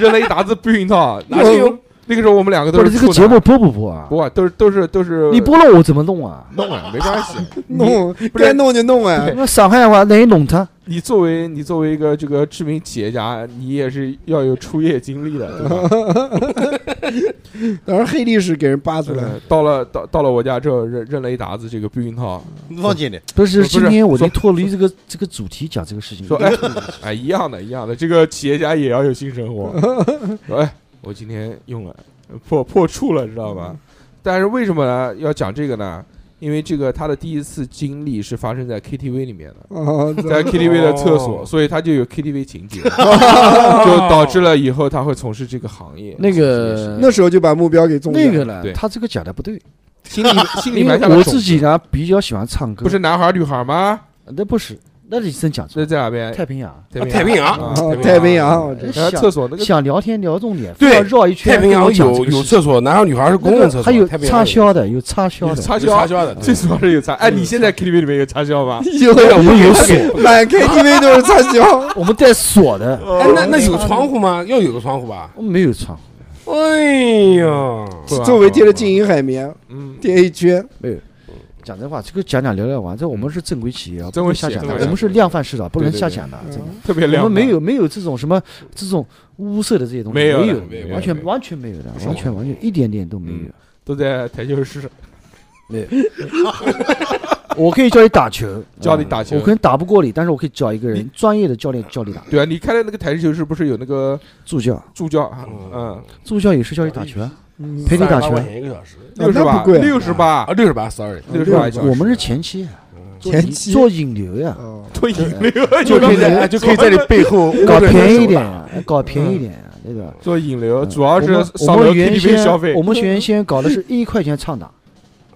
A: 扔了一沓子避孕 套，
D: 哪里
A: 有？啊那个时候我们两个
K: 不
A: 都
K: 是
A: 是
K: 这个
A: 处
K: 节
A: 男
K: 目播不播啊？
A: 不啊，都是都是都是
K: 你播了我怎么弄啊？
A: 弄 啊，没关系。
E: 弄该弄就弄哎，
K: 那上海话哪弄他？
A: 你作为你作为一个这个知名企业家，你也是要有出业经历的，对吧？
E: 当然黑历史给人扒出来
A: 呃，到了到到了我家之后，扔扔了一沓子这个避孕套，
J: 忘记你，
K: 不
A: 不
K: 是，
A: 是
K: 今天我就脱离这个这个主题讲这个事情。
A: 说哎 哎一样的，一样的，这个企业家也要有性生 活。说哎，我今天用了破破处了，知道
K: 嗯
A: 吧？但是为什么呢要讲这个呢？因为这个他的第一次经历是发生在 KTV 里面的。
E: 啊，
A: 在 KTV 的厕所，
D: 哦
A: 所以他就有 KTV 情节，就导致了以后他会从事这个行业。
K: 那
A: 嗯
K: 个
E: 那时候就把目标给中
K: 那
E: 了。
K: 个呢
A: 对，
K: 他这个讲的不对，
A: 心里心里
K: 因
A: 埋
K: 为
A: 下了
K: 我
A: 种
K: 自己
A: 子
K: 呢比较喜欢唱歌，
A: 不是男孩儿女孩儿吗？
K: 那不是，那你真讲错
A: 这
K: 了，
A: 在哪边？
K: 太平洋。
A: 太
D: 太平洋
A: 啊
E: 哦
D: 太
E: 太
D: 平
E: 平
D: 洋
E: 洋，我知道
A: 然后
K: 想
A: 厕所那个
K: 想聊天聊重点，
D: 对
K: 非要绕一圈
D: 太平
K: 跟
D: 洋
K: 我讲这
D: 有
K: 个事
D: 有
K: 情
D: 厕所，男孩女孩是公
K: 那
D: 共
K: 个
D: 厕所，
K: 还有
D: 太平洋
K: 插销的，有插销
A: 有
K: 的。
A: 插
D: 有
A: 销，
D: 插销的，对
A: 最主要是有插。哎，你现在 KTV 里面有插销吗？
E: 有
K: 我们有锁，
E: 满 KTV 都是畅 销，
K: 我们带锁的，
A: 呃
D: 哎，那那有窗户吗？要有个窗户吧？
K: 我们没有窗，
D: 哎呦，
A: 不吧
E: 周围贴着金银海绵，
A: 嗯，
E: 贴一圈，
K: 没有。讲真话，这个讲讲聊聊完，这我们是正规企业啊，
A: 正
K: 不
A: 规
K: 能
A: 企业
K: 瞎讲的
A: 正规，企业
K: 我们是量贩市场，不能
A: 对对
K: 瞎讲的。
E: 嗯
K: 真的
A: 特别亮。
K: 我们没有没有这种什么这种污色的这些东西，
A: 没有的
K: 有
A: 没有的
K: 完
A: 没
K: 全
A: 有
K: 完全没有的，完全完全一点点都没有
A: 嗯。都在台球室
K: 我可以教你打 球，啊
A: 教你打球
K: 我可能打不过你，但是我可以找一个人专业的教练教你打。
A: 对啊，你开的那个台球室不是有那个
K: 助教，
A: 助教啊？嗯，
K: 助教也是教你打球啊，
E: 嗯
K: 陪你打
D: 38
K: 球
D: 块
K: 啊。
D: 钱一个小时
E: 哦
A: 六十
E: 那
A: 八，
E: 不贵啊
A: 六十八
D: 啊，，六十八，sorry，
A: 六十八一小时。
K: 我们是前期啊，
A: 嗯
K: 做
E: 前
K: 引
E: 期
K: 做引流呀，
E: 哦
A: 退隐流，
D: 就可以在就可以在你背后
K: 搞便宜一点啊，搞便宜一点啊，对吧？嗯
A: 做引
E: 嗯
A: 流，呃主要
K: 我
A: 是
K: 们
A: 上
K: 我
A: 楼
K: 们原
A: KTV
K: 先
A: 消费
K: 我，们原先搞的是一块钱唱打，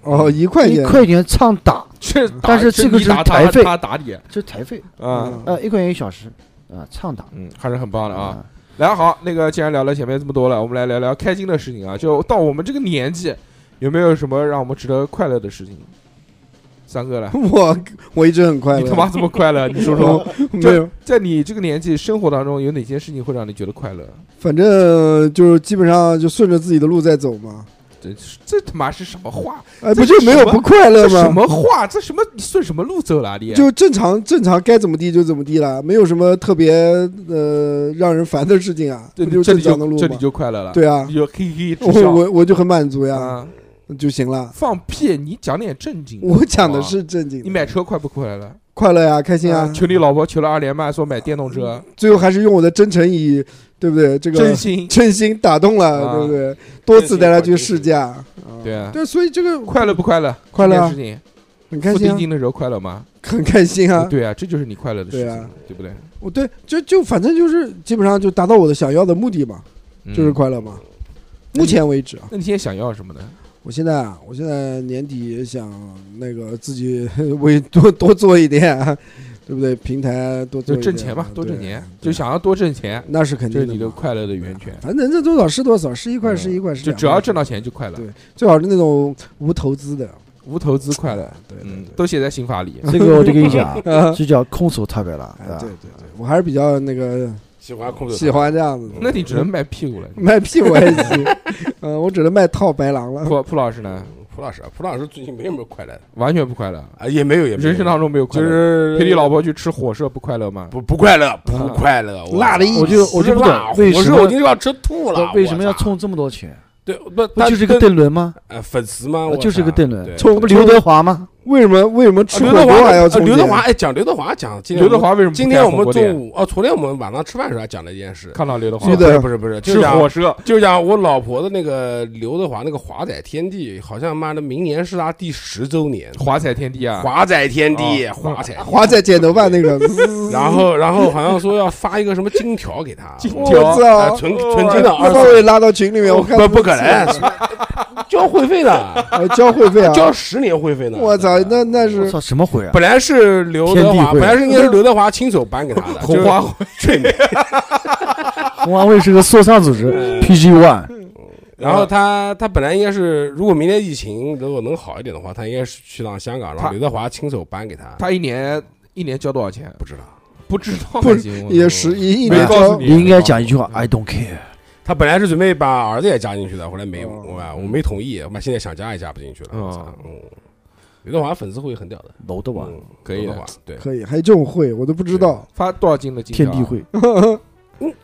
E: 哦，一块
K: 一
E: 钱，
K: 块钱唱打，
A: 是
E: 嗯
A: 打，
K: 但是这个
A: 你
K: 是
A: 打
K: 台
A: 他
K: 费
A: 他打你
K: 这台费，
A: 啊，
K: 呃，一块钱一小时，啊，唱打
A: 嗯，还是很棒的啊。，来，好，那个既然聊了前面这么多了，我们来聊聊开心的事情啊。就到我们这个年纪，有没有什么让我们值得快乐的事情？三哥来，
E: 我我一直很快乐。
A: 你他妈这么快乐？你说说，
E: 我没有，
A: 在你这个年纪，生活当中有哪些事情会让你觉得快乐？
E: 反正就是基本上就顺着自己的路在走嘛。
A: 这这他妈是什么话？
E: 哎，
A: 这
E: 不就没有
A: 什么
E: 不快
A: 这
E: 乐
A: 什
E: 吗？
A: 么话？这什么？你顺什么路走了？你
E: 就正常正常该怎么地就怎么地了，没有什么特别呃让人烦的事情啊，
A: 这
E: 不就
A: 这
E: 正
A: 里
E: 常的
A: 就
E: 路
A: 这
E: 吗
A: 里？就快乐了。
E: 对啊
A: 你，就嘿嘿直
E: 我
A: 笑
E: 我我就很满足呀
A: 啊！
E: 就行了。
A: 放屁！你讲点正经的。
E: 我讲的
A: 好吧
E: 是正经
A: 嗯
E: 的，
A: 你嗯买车快不快乐？
E: 快乐呀，开心啊，
A: 求你老婆求了二年半，说买电动车，
E: 最后还是用我的真诚以，对不对？这个
A: 真 心。
E: 真心打动了，
A: 啊
E: 对不对？多次带他去试驾，
A: 对啊，
E: 嗯对，所以这个
A: 快乐不快乐？
E: 快乐啊
A: 这件事情，
E: 很开
A: 付
E: 心
A: 定
E: 啊，
A: 金的时候快乐吗？
E: 很开心啊。
A: 对啊，这就是你快乐的事
E: 对
A: 情
E: 啊，
A: 对不对？
E: 我对，就就反正就是基本上就达到我的想要的目的嘛，
A: 嗯
E: 就是。快乐嘛。目前为止啊，
A: 那你现在想要什么呢？
E: 我现在啊，我现在年底想那个自己 为多多做一点啊，对不对？平台多做
A: 就
E: 一点
A: 挣
E: 啊
A: 钱嘛，多挣钱，
E: 对
A: 就想要多挣钱，
E: 那是肯
A: 这是
E: 定的
A: 你的
E: 嘛啊
A: 快乐的源泉。
E: 反正能挣多少是多少，是一块
A: 嗯
E: 是一块，是
A: 就
E: 两
A: 只要
E: 块
A: 挣到钱就快乐
E: 对，最好是那种无投资的，
A: 无投资快乐，
E: 对对嗯
A: 嗯，
E: 对。
A: 都写在刑法里。
K: 这个我就跟你讲，
E: 啊
K: 这叫空手套白狼，
E: 哎
K: 对，吧
E: 对对对，我还是比较那个
D: 喜欢控制，
E: 喜欢这样子的。
A: 那你只能卖屁股了。
E: 卖屁股也行， 嗯，我只能卖套白狼了。
A: 蒲蒲老师呢，
D: 蒲老师啊，蒲老师最近没有没有快乐的
A: 完全不快乐，
D: 啊，也没有也没有
A: 人生当中没有快
D: 就
A: 乐。
D: 是
A: 陪你老婆去吃火社不快乐吗？
D: 不不快乐，不快乐，
E: 辣
D: 嗯辣
E: 得一
K: 我就我就不懂为
D: 我
K: 什
D: 是
K: 么
D: 我今天要吃吐了，
K: 为什么要
D: 我操？
K: 充这么多钱？
D: 对，不
K: 不就是个
D: 邓
K: 邓伦吗？
D: 呃粉丝吗？
K: 呃
D: 我
K: 就是个
D: 操
K: 邓伦，
D: 对
K: 充
D: 对
K: 刘德华吗？
E: 为什么为什么吃
D: 啊
E: 火
D: 刘德
E: 锅
D: 华
E: 还要
D: 啊
E: 充
D: 刘德
E: 钱？
D: 华哎，讲刘德华讲，今天
A: 刘德
D: 我们
A: 华为什么不
D: 今天我
A: 开火
D: 们
A: 锅
D: 中
A: 店
D: 午哦，昨天我们晚上吃饭时候还讲了一件事，
A: 看到刘德华
E: 是
D: 不
E: 的
D: 是不是不是，就
A: 吃
D: 讲
A: 火社，
D: 就讲我老婆的那个刘德华那个华仔天地，好像妈的明年是他第十周年，
A: 华彩天地啊，
D: 华仔天地，
A: 哦
D: 华仔。
E: 华仔剪头发那个，
D: 然后，然后好像说要发一个什么金条给他，
A: 金
E: 我
A: 条
D: 啊，
E: 操，
D: 纯纯金的
E: 那
D: 二
E: 把我也
D: 十，
E: 拉到群里面，我看
D: 不不可能，什么交会费的，
E: 能交会费啊！
D: 交十年会费呢。
E: 我操，那那
K: 我
E: 是
K: 操，什么鬼啊？
D: 本来是刘德
K: 天地
D: 华，
K: 会
D: 本来是应该是刘德华亲手颁给他 的，
A: 红花
D: 会最美。
K: 红安卫是个说唱组织 PG One，
D: 然后他他本来应该是，如果明年疫情如果能好一点的话，他应该是去趟香港，然
A: 他
D: 后刘德华亲手颁给他。
A: 他一年一年交多少钱？
D: 不知道，
A: 不知道
E: 不
A: 还行，我
E: 也是一一
A: 没
E: 年
A: 告诉
E: 交
A: 你
K: 你应该讲一句话，I 哎 don't care。
D: 他本来是准备把儿子也加进去的，后来没有，
E: 哦
D: 我吧我没同意，我妈现在想加也加不进去了。
A: 哦
D: 我操嗯，刘德华粉丝会很屌的，
K: 楼的吧，
D: 嗯
A: 可以
D: 刘
A: 的
D: 德华对，
E: 可以，还有这种会我都不知道。
A: 发多少斤的金条
K: 天
A: 啊？
K: 地会，
D: 嗯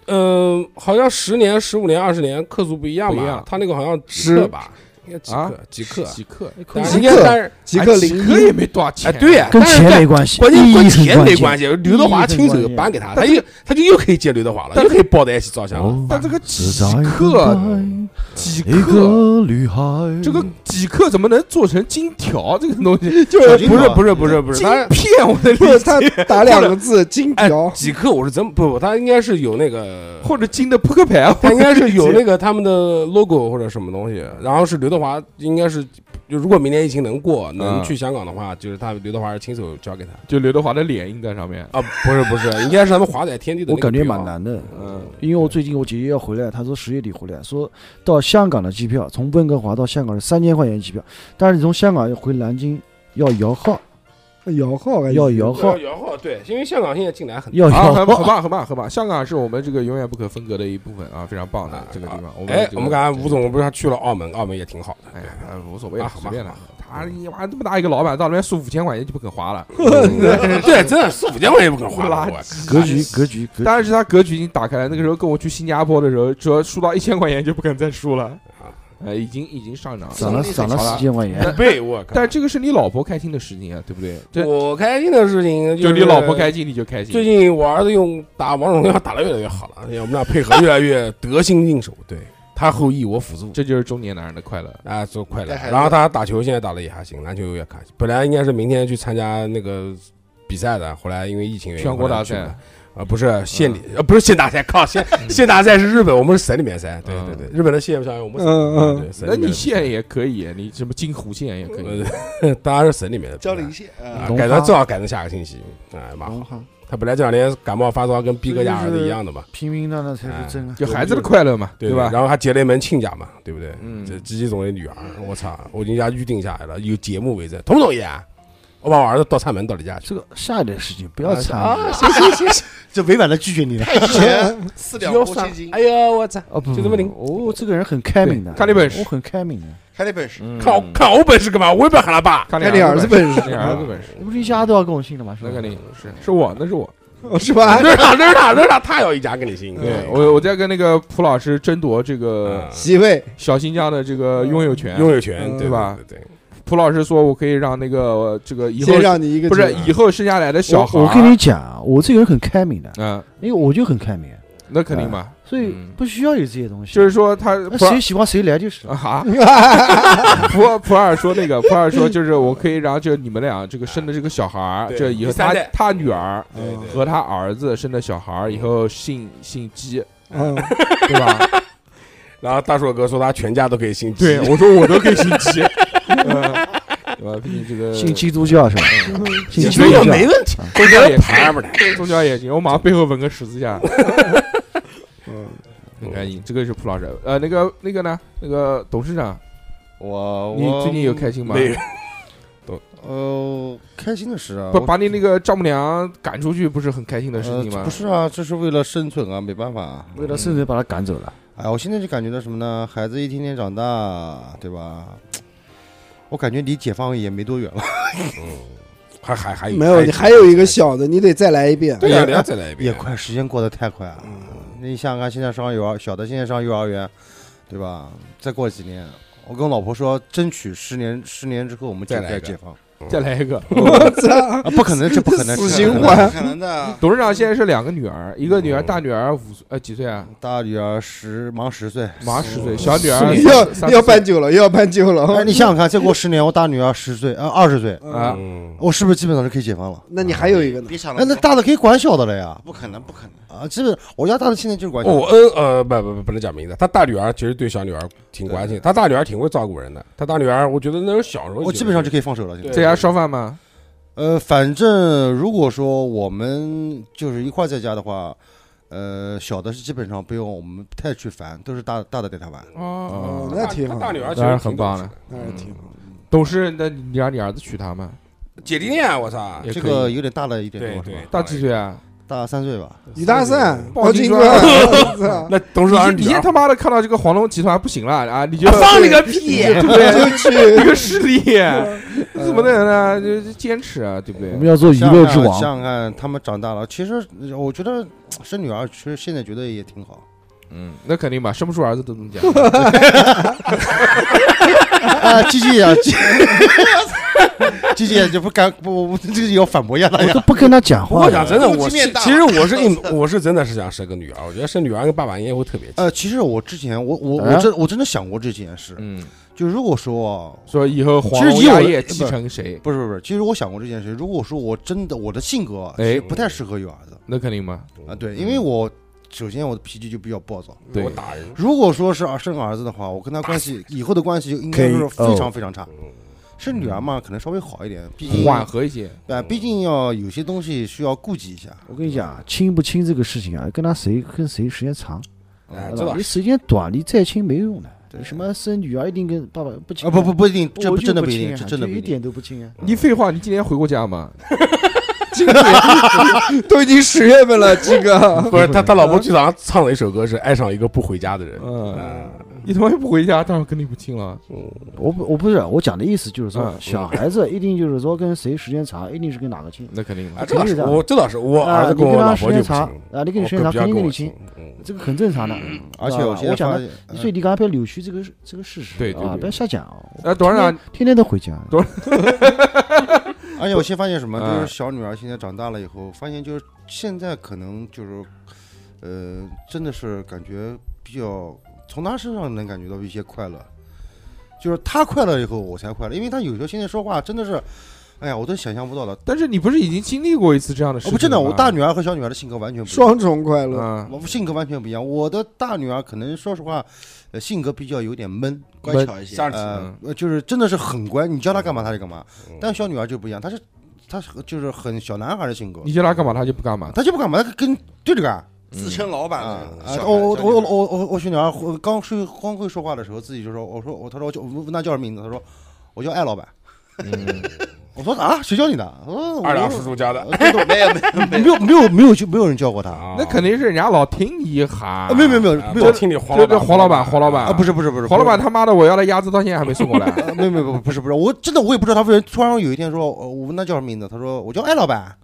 D: 呃，好像十年、十五年、二十年克数不一样
A: 不
D: 吧？
A: 一样
D: 他那个好像
E: 十
D: 几克吧，应该几
A: 啊
D: 克，几克，
A: 几克？
D: 但
E: 几克
D: 是应该但是
E: 极
A: 哎
E: 客
A: 几
E: 零
A: 克也
E: 一，
A: 没多少钱啊
D: 哎，对呀，
K: 跟
D: 但是
K: 钱
D: 但
K: 没关系，
D: 关键
K: 意义
D: 跟
K: 很
D: 钱没关
K: 系。
D: 系，刘德华亲手颁给他，他又他就又可以见刘德华了，又可以抱在一起照相了。
A: 但这个
K: 只
A: 几
K: 在
A: 克
K: 等
A: 几
K: 待一
A: 克，
K: 个女孩，
A: 这个几克怎么能做成金条？啊这个东西
E: 就是
D: 不是不是不是不是，
A: 金
D: 他
A: 片，我的
E: 不是
A: 理
E: 他
A: 解，
E: 打两个字金
D: 哎
E: 条，
D: 几克我是真不，他应该是有那个
A: 或者金的扑克牌，啊
D: 他应该是有那个他们的 logo 或者什么东西，然后是刘德华，应该是就如果明年疫情能过，能去香港的话，就是他刘德华是亲手交给他
A: 就刘德华的脸印在上面。
D: 啊，不是不是，应该是他们华仔天地的。
K: 我感觉蛮，难的。
A: 嗯，
K: 因为我最近我姐姐要回来，她说十月底回来，说到香港的机票，从温哥华到香港是三千块钱机票，但是你从香港要回南京要摇号，
E: 哎摇号还
K: 要
E: 行
K: 摇号，
D: 摇号啊对，因为香港现在进来很
K: 要
A: 啊好，
K: 摇
A: 很很
K: 号。
A: 棒，很棒，很棒！香港是我们这个永远不可分割的一部分啊，非常棒的这个地方。我们
D: 哎
A: 这，个
D: 我们刚才吴总不是还去了澳门，澳门也挺好的。
A: 哎呀，无所谓了
D: 啊，
A: 随便了
D: 好吧。
A: 他你妈这么大一个老板，到那边输五千块钱就不肯花 了，
D: 对， 真的四五千块钱不肯花了
A: 垃，
D: 我
A: 圾
K: 格局格局格局，
A: 但是他格局已经打开了。那个时候跟我去新加坡的时候，只要输到一千块钱就不肯再输了，
D: 啊
A: 呃，已经已经上涨
K: 涨了涨了四千块钱，
D: 五倍，我靠！
A: 但这个是你老婆开心的事情啊，对不对？这
D: 我开心的事情
A: 就是你老婆开心，你就开心。
D: 最近我儿子用打王者荣耀打得越来越好了，而且我们俩配合越来越得心应手。对他后羿，我辅助，
A: 这就是中年男人的快乐。
D: 啊，做快乐。
C: 带孩子
D: 然后他打球现在打得也还行，篮球也看。本来应该是明天去参加那个比赛的，后来因为疫情原因，
A: 全国大
D: 后来
A: 赛嗯
D: 去不了。啊，不是县里，呃，不是县大赛，靠县县大赛是日本，我们是省里面赛，对对对，日本的县不相我们省
E: 嗯嗯
D: 对省
A: 那
D: 里面
A: 你
D: 的
A: 县也可以，你什么金湖县也可以。
D: 呃，当然是省里面的比赛
C: 交了一些，呃
D: 啊
K: 龙
D: 改
K: 哈
D: 成正好改成下个星期，哎，蛮好
K: 龙哈，
D: 他本来这两年感冒发烧跟逼格亚尔的一样的嘛，
K: 平平淡淡才是 真爱。啊
A: 就孩子的快乐嘛，
D: 对
A: 吧？
D: 然后还结了一门亲家嘛，对不对？
A: 嗯
D: 这这几种的女儿，我操，我已经家预定下来了，有节目为证，同不同意啊？我把我儿子倒插门到你家去，
K: 这个下一点事情不要参与
D: 啊，行行行行，
J: 这委婉的拒绝你了。
C: 太极拳四两拨千斤，
D: 哎呦我操，
K: 啊，不
D: 就这么灵
K: 哦，这个人很开明的，
A: 对看你本事
K: 我很开明的，
C: 还得本事。
E: 嗯
D: 看我看我本事干嘛？我也不要喊他爸，
A: 看
E: 看你儿子
A: 本
E: 本事
A: 事，你儿子本事，
K: 你不是一家都要跟我姓的吗？是吧
A: 那肯定嗯是是我，那是我。
E: 哦是吧？
D: 扔他扔他扔他，他要一家跟你姓。
A: 对我，我在跟那个蒲老师争夺这个
D: 嗯
E: 席位
A: 小新家的这个拥有权。
D: 拥有权
E: 嗯
D: 对
A: 对呃吧？
D: 对对，
A: 蒲老师说，我可以让那个呃这个以后
E: 先让你一个
A: 不是
E: 姐
A: 以后生下来的小孩
K: 我
A: 儿，
K: 我跟你讲啊，我这个人很开明的，
A: 嗯，
K: 因为我就很开明，啊
A: 那肯定嘛，
K: 所以
A: 嗯
K: 不需要有这些东西。
A: 就是说他
K: 那
A: 普
K: 谁喜欢谁来就是了。
A: 啊哈，普普洱说那个普洱说就是我可以让就你们俩这个生的这个小孩儿，
D: 对
A: 这以后
D: 第三
A: 他
D: 代
A: 他女儿
E: 哦
D: 对对
A: 和他儿子生的小孩儿以后姓姓姬，
E: 嗯，
A: 对吧？
D: 然后大硕哥说他全家都可以姓姬
A: 对，我说我都可以姓姬， 嗯对吧？毕竟这个嗯
K: 信基督教是吧？ 信基
D: 所
K: 督
D: 以
K: 教
D: 没问题，
A: 宗教也
D: 排不来。
A: 宗教也行，我马上背后纹个十字架。
E: 嗯
A: 很开心，哎这个是蒲老师。呃，那个那个呢？那个董事长，
J: 我
A: 你
J: 我
A: 最近有开心吗？
D: 没有，
J: 呃开心的事啊，
A: 不
J: 我
A: 把你那个丈母娘赶出去，不是很开心的事
J: 呃
A: 情吗？
J: 不是啊，这是为了生存啊，没办法啊。
K: 为了生存把他赶走了。
J: 哎，我现在就感觉到什么呢？孩子一天天长大，对吧？我感觉离解放也没多远 了，
D: 还还还
E: 没有，你还有一个小的，你得再来一遍。
D: 对啊呀，你要再来一遍，
J: 也快，时间过得太快了。那你想想看，现在上幼儿，小的现在上幼儿园，对吧？再过几年，我跟我老婆说，争取十年，十年之后我们
D: 再
J: 就
D: 来
J: 该
D: 一个
J: 解放
A: 再来一个。
E: 我操
J: 啊！！不可能，这不可
E: 死
J: 能，这不
E: 循
J: 可能
E: 环
C: 可能的。
A: 董事长现在是两个女儿，一个女儿
D: 嗯
A: 大女儿五岁，呃几岁啊？
J: 大女儿十忙十岁，
A: 马上十岁，小女儿
E: 你要
A: 三
E: 你要
A: 三
E: 办酒了，又要办酒
J: 哎，
E: 了。
J: 你想想看，再过十年，我大女儿十岁，呃，二十岁，
A: 四啊，
D: 嗯，
J: 我是不是基本上是可以解放了？
E: 那你还有一个呢？
C: 别想
J: 哎，那大的可以管小的了呀！
C: 不可能，不可能。
J: 啊，基本我家大的现在就是管小的。
D: 我恩呃不不不不能讲名字，他大女儿其实对小女儿挺关心，他大女儿挺会照顾人的，他大女儿我觉得那是小时候，
J: 我基本上就可以放手了。现在，
A: 在家烧饭吗？
J: 呃，反正如果说我们就是一块在家的话，呃，小的是基本上不用我们太去烦，都是大大的带他玩。
A: 哦
E: 哦
D: 他
E: 那挺好
D: 他大女儿其
A: 当
D: 实
A: 然很棒了。
E: 那还哎挺好。
A: 董事，那你让你儿子娶她吗？
D: 姐弟恋啊，我操，
A: 也
J: 这
A: 可以
J: 个有点大了一点
D: 对
J: 多是
D: 对
J: 吧？，
A: 大几？岁啊？
J: 大三岁吧。
E: 李大善、
A: 报
E: 包
A: 警
E: 金
A: 砖
E: 砖，我操
D: 那董事长
A: 你
D: 女
A: 先
D: 儿
A: 他妈的看到这个黄龙集团不行了啊，你就
D: 啊放你个屁！
A: 对不对？ 这个势力，你怎么能呢？就是坚持啊，对不
K: 我
A: 对
K: 们？要做娱乐之
J: 想
K: 王，
J: 想看，啊他们长大了，其实呃我觉得呃生女儿，其实现在觉得也挺好。
A: 嗯，那肯定嘛，生不出儿子都这么讲。
J: 啊，鸡鸡啊，鸡鸡鸡就不敢不不，这个要反驳一下大
K: 我
J: 家
K: 都。不跟他讲
D: 不
K: 话
D: 过讲
K: 了。
D: 真的，
C: 攻击
D: 我
C: 面
D: 是
C: 大
D: 其实我 是一我是真的是想生个女儿，我觉得生女儿跟爸爸应该会特别亲。
J: 呃，其实我之前我我
K: 啊
J: 我真我真的想过这件事，
A: 嗯，
J: 就如果说
A: 说以后黄
J: 其实
A: 龙
J: 以我
A: 家
J: 的
A: 业
J: 不
A: 继承谁？
J: 不是不是不是，其实我想过这件事，如果说我真的我的性格啊
A: 哎
J: 是不太适合有儿子
A: 那肯定嘛。
J: 啊，对，因为我首先我的脾气就比较暴躁。
A: 对
D: 我打人，
J: 如果说是啊生儿子的话，我跟他关系以后的关系就应该说是非常非常差。生女儿嘛，可能稍微好一点，毕竟
A: 缓和一些，
J: 啊，毕竟要有些东西需要顾及一下。
K: 我跟你讲啊，亲不亲这个事情啊，跟他谁跟谁时间长，
D: 哎，
K: 对
D: 这
K: 吧
D: 倒
K: 你
D: 是
K: 时间短，你再亲没用的。什么生女儿一定跟爸爸不亲
J: 啊，不不，不一定，
K: 我
J: 这不
K: 就
J: 真的
K: 不
J: 不一
K: 亲
J: 定，
K: 啊
J: 这真的
K: 就
J: 不一
K: 一
J: 定。
K: 点都不亲啊。
A: 你废话，你今年回过家吗？
E: 今年 都已经十月份了，这 个
D: 不是他他老婆经常唱的一首歌是爱上一个不回家的人。
A: 嗯，你他妈又不回家，当然肯定不亲了。
K: 我不我不是我讲的意思就是说
A: 嗯，
K: 小孩子一定就是说跟谁时间长，一定是跟哪个亲。
A: 那肯定
D: 啊，
A: 嘛。
D: 这倒
K: 肯定
D: 是，
K: 的
D: 我这倒是，我
K: 啊
D: 儿子
K: 你
D: 跟我
K: 跟
D: 老
K: 他
D: 婆就
K: 时间
D: 不行
K: 长，啊，你跟你
D: 我
K: 时间长，
D: 哦比较
K: 肯
D: 跟
K: 定跟
D: 我
K: 你
D: 亲
K: 亲，，
D: 嗯
K: 这个很正常的。
J: 而且我现在
K: 我讲
J: 发
K: 的
J: 现，呃
K: 所以你刚才不要扭曲这个这个事实，
A: 对对
K: 啊，
A: 对呃
K: 不要瞎讲哦。
A: 那董事长，
K: 天天都回家，
J: 而且我先发现什么，
A: 嗯
J: 就是小女儿现在长大了以后，发现就是现在可能就是，呃，真的是感觉比较从她身上能感觉到一些快乐，就是她快乐以后我才快乐，因为她有时候现在说话真的是，哎呀，我都想象不到了。
A: 但是你不是已经经历过一次这样的事
J: 哦，
A: 情了吗？
J: 不，真的，我大女儿和小女儿的性格完全不一样
E: 双。重快乐。
A: 嗯，
J: 我性格完全不一样，我的大女儿可能说实话，呃，性格比较有点闷，
C: 乖巧一些
D: 三，十几，
J: 嗯呃，呃就是真的是很乖，你叫她干嘛她就干嘛。但小女儿就不一样，她是他是就是很小男孩的性格
A: 你，叫他干嘛他就不干嘛，
J: 他就不干嘛，他跟对着干。
C: 自称老板
J: 啊
C: 的
J: 啊
C: 小！孩
J: 我我
C: 小
J: 我
C: 女孩
J: 我我我去女儿刚会刚会说话的时候，自己就说，我说我他说我叫我问他叫什么名字，他说我叫艾老板。我说啊，谁叫你的？
D: 二
J: 二
D: 两叔叔家的
C: 没有没有没有
J: 没有没有没有就没有人叫过他
D: 啊，
A: 那肯定是人家老听你喊，
J: 哦啊！没有没有没有
D: 啊
J: 没
D: 都
J: 有
D: 听你黄
A: 这
D: 老
A: 这
D: 板，嗯
A: 黄老板黄老板
J: 啊！不是不是不是
A: 黄老板，他妈的我要的鸭子到现在还没送过 来，
J: 不是呃没有没有不是不是，我真的我也不知道他为什么突然有一天说，呃我问他叫什么名字，他说我叫艾老板。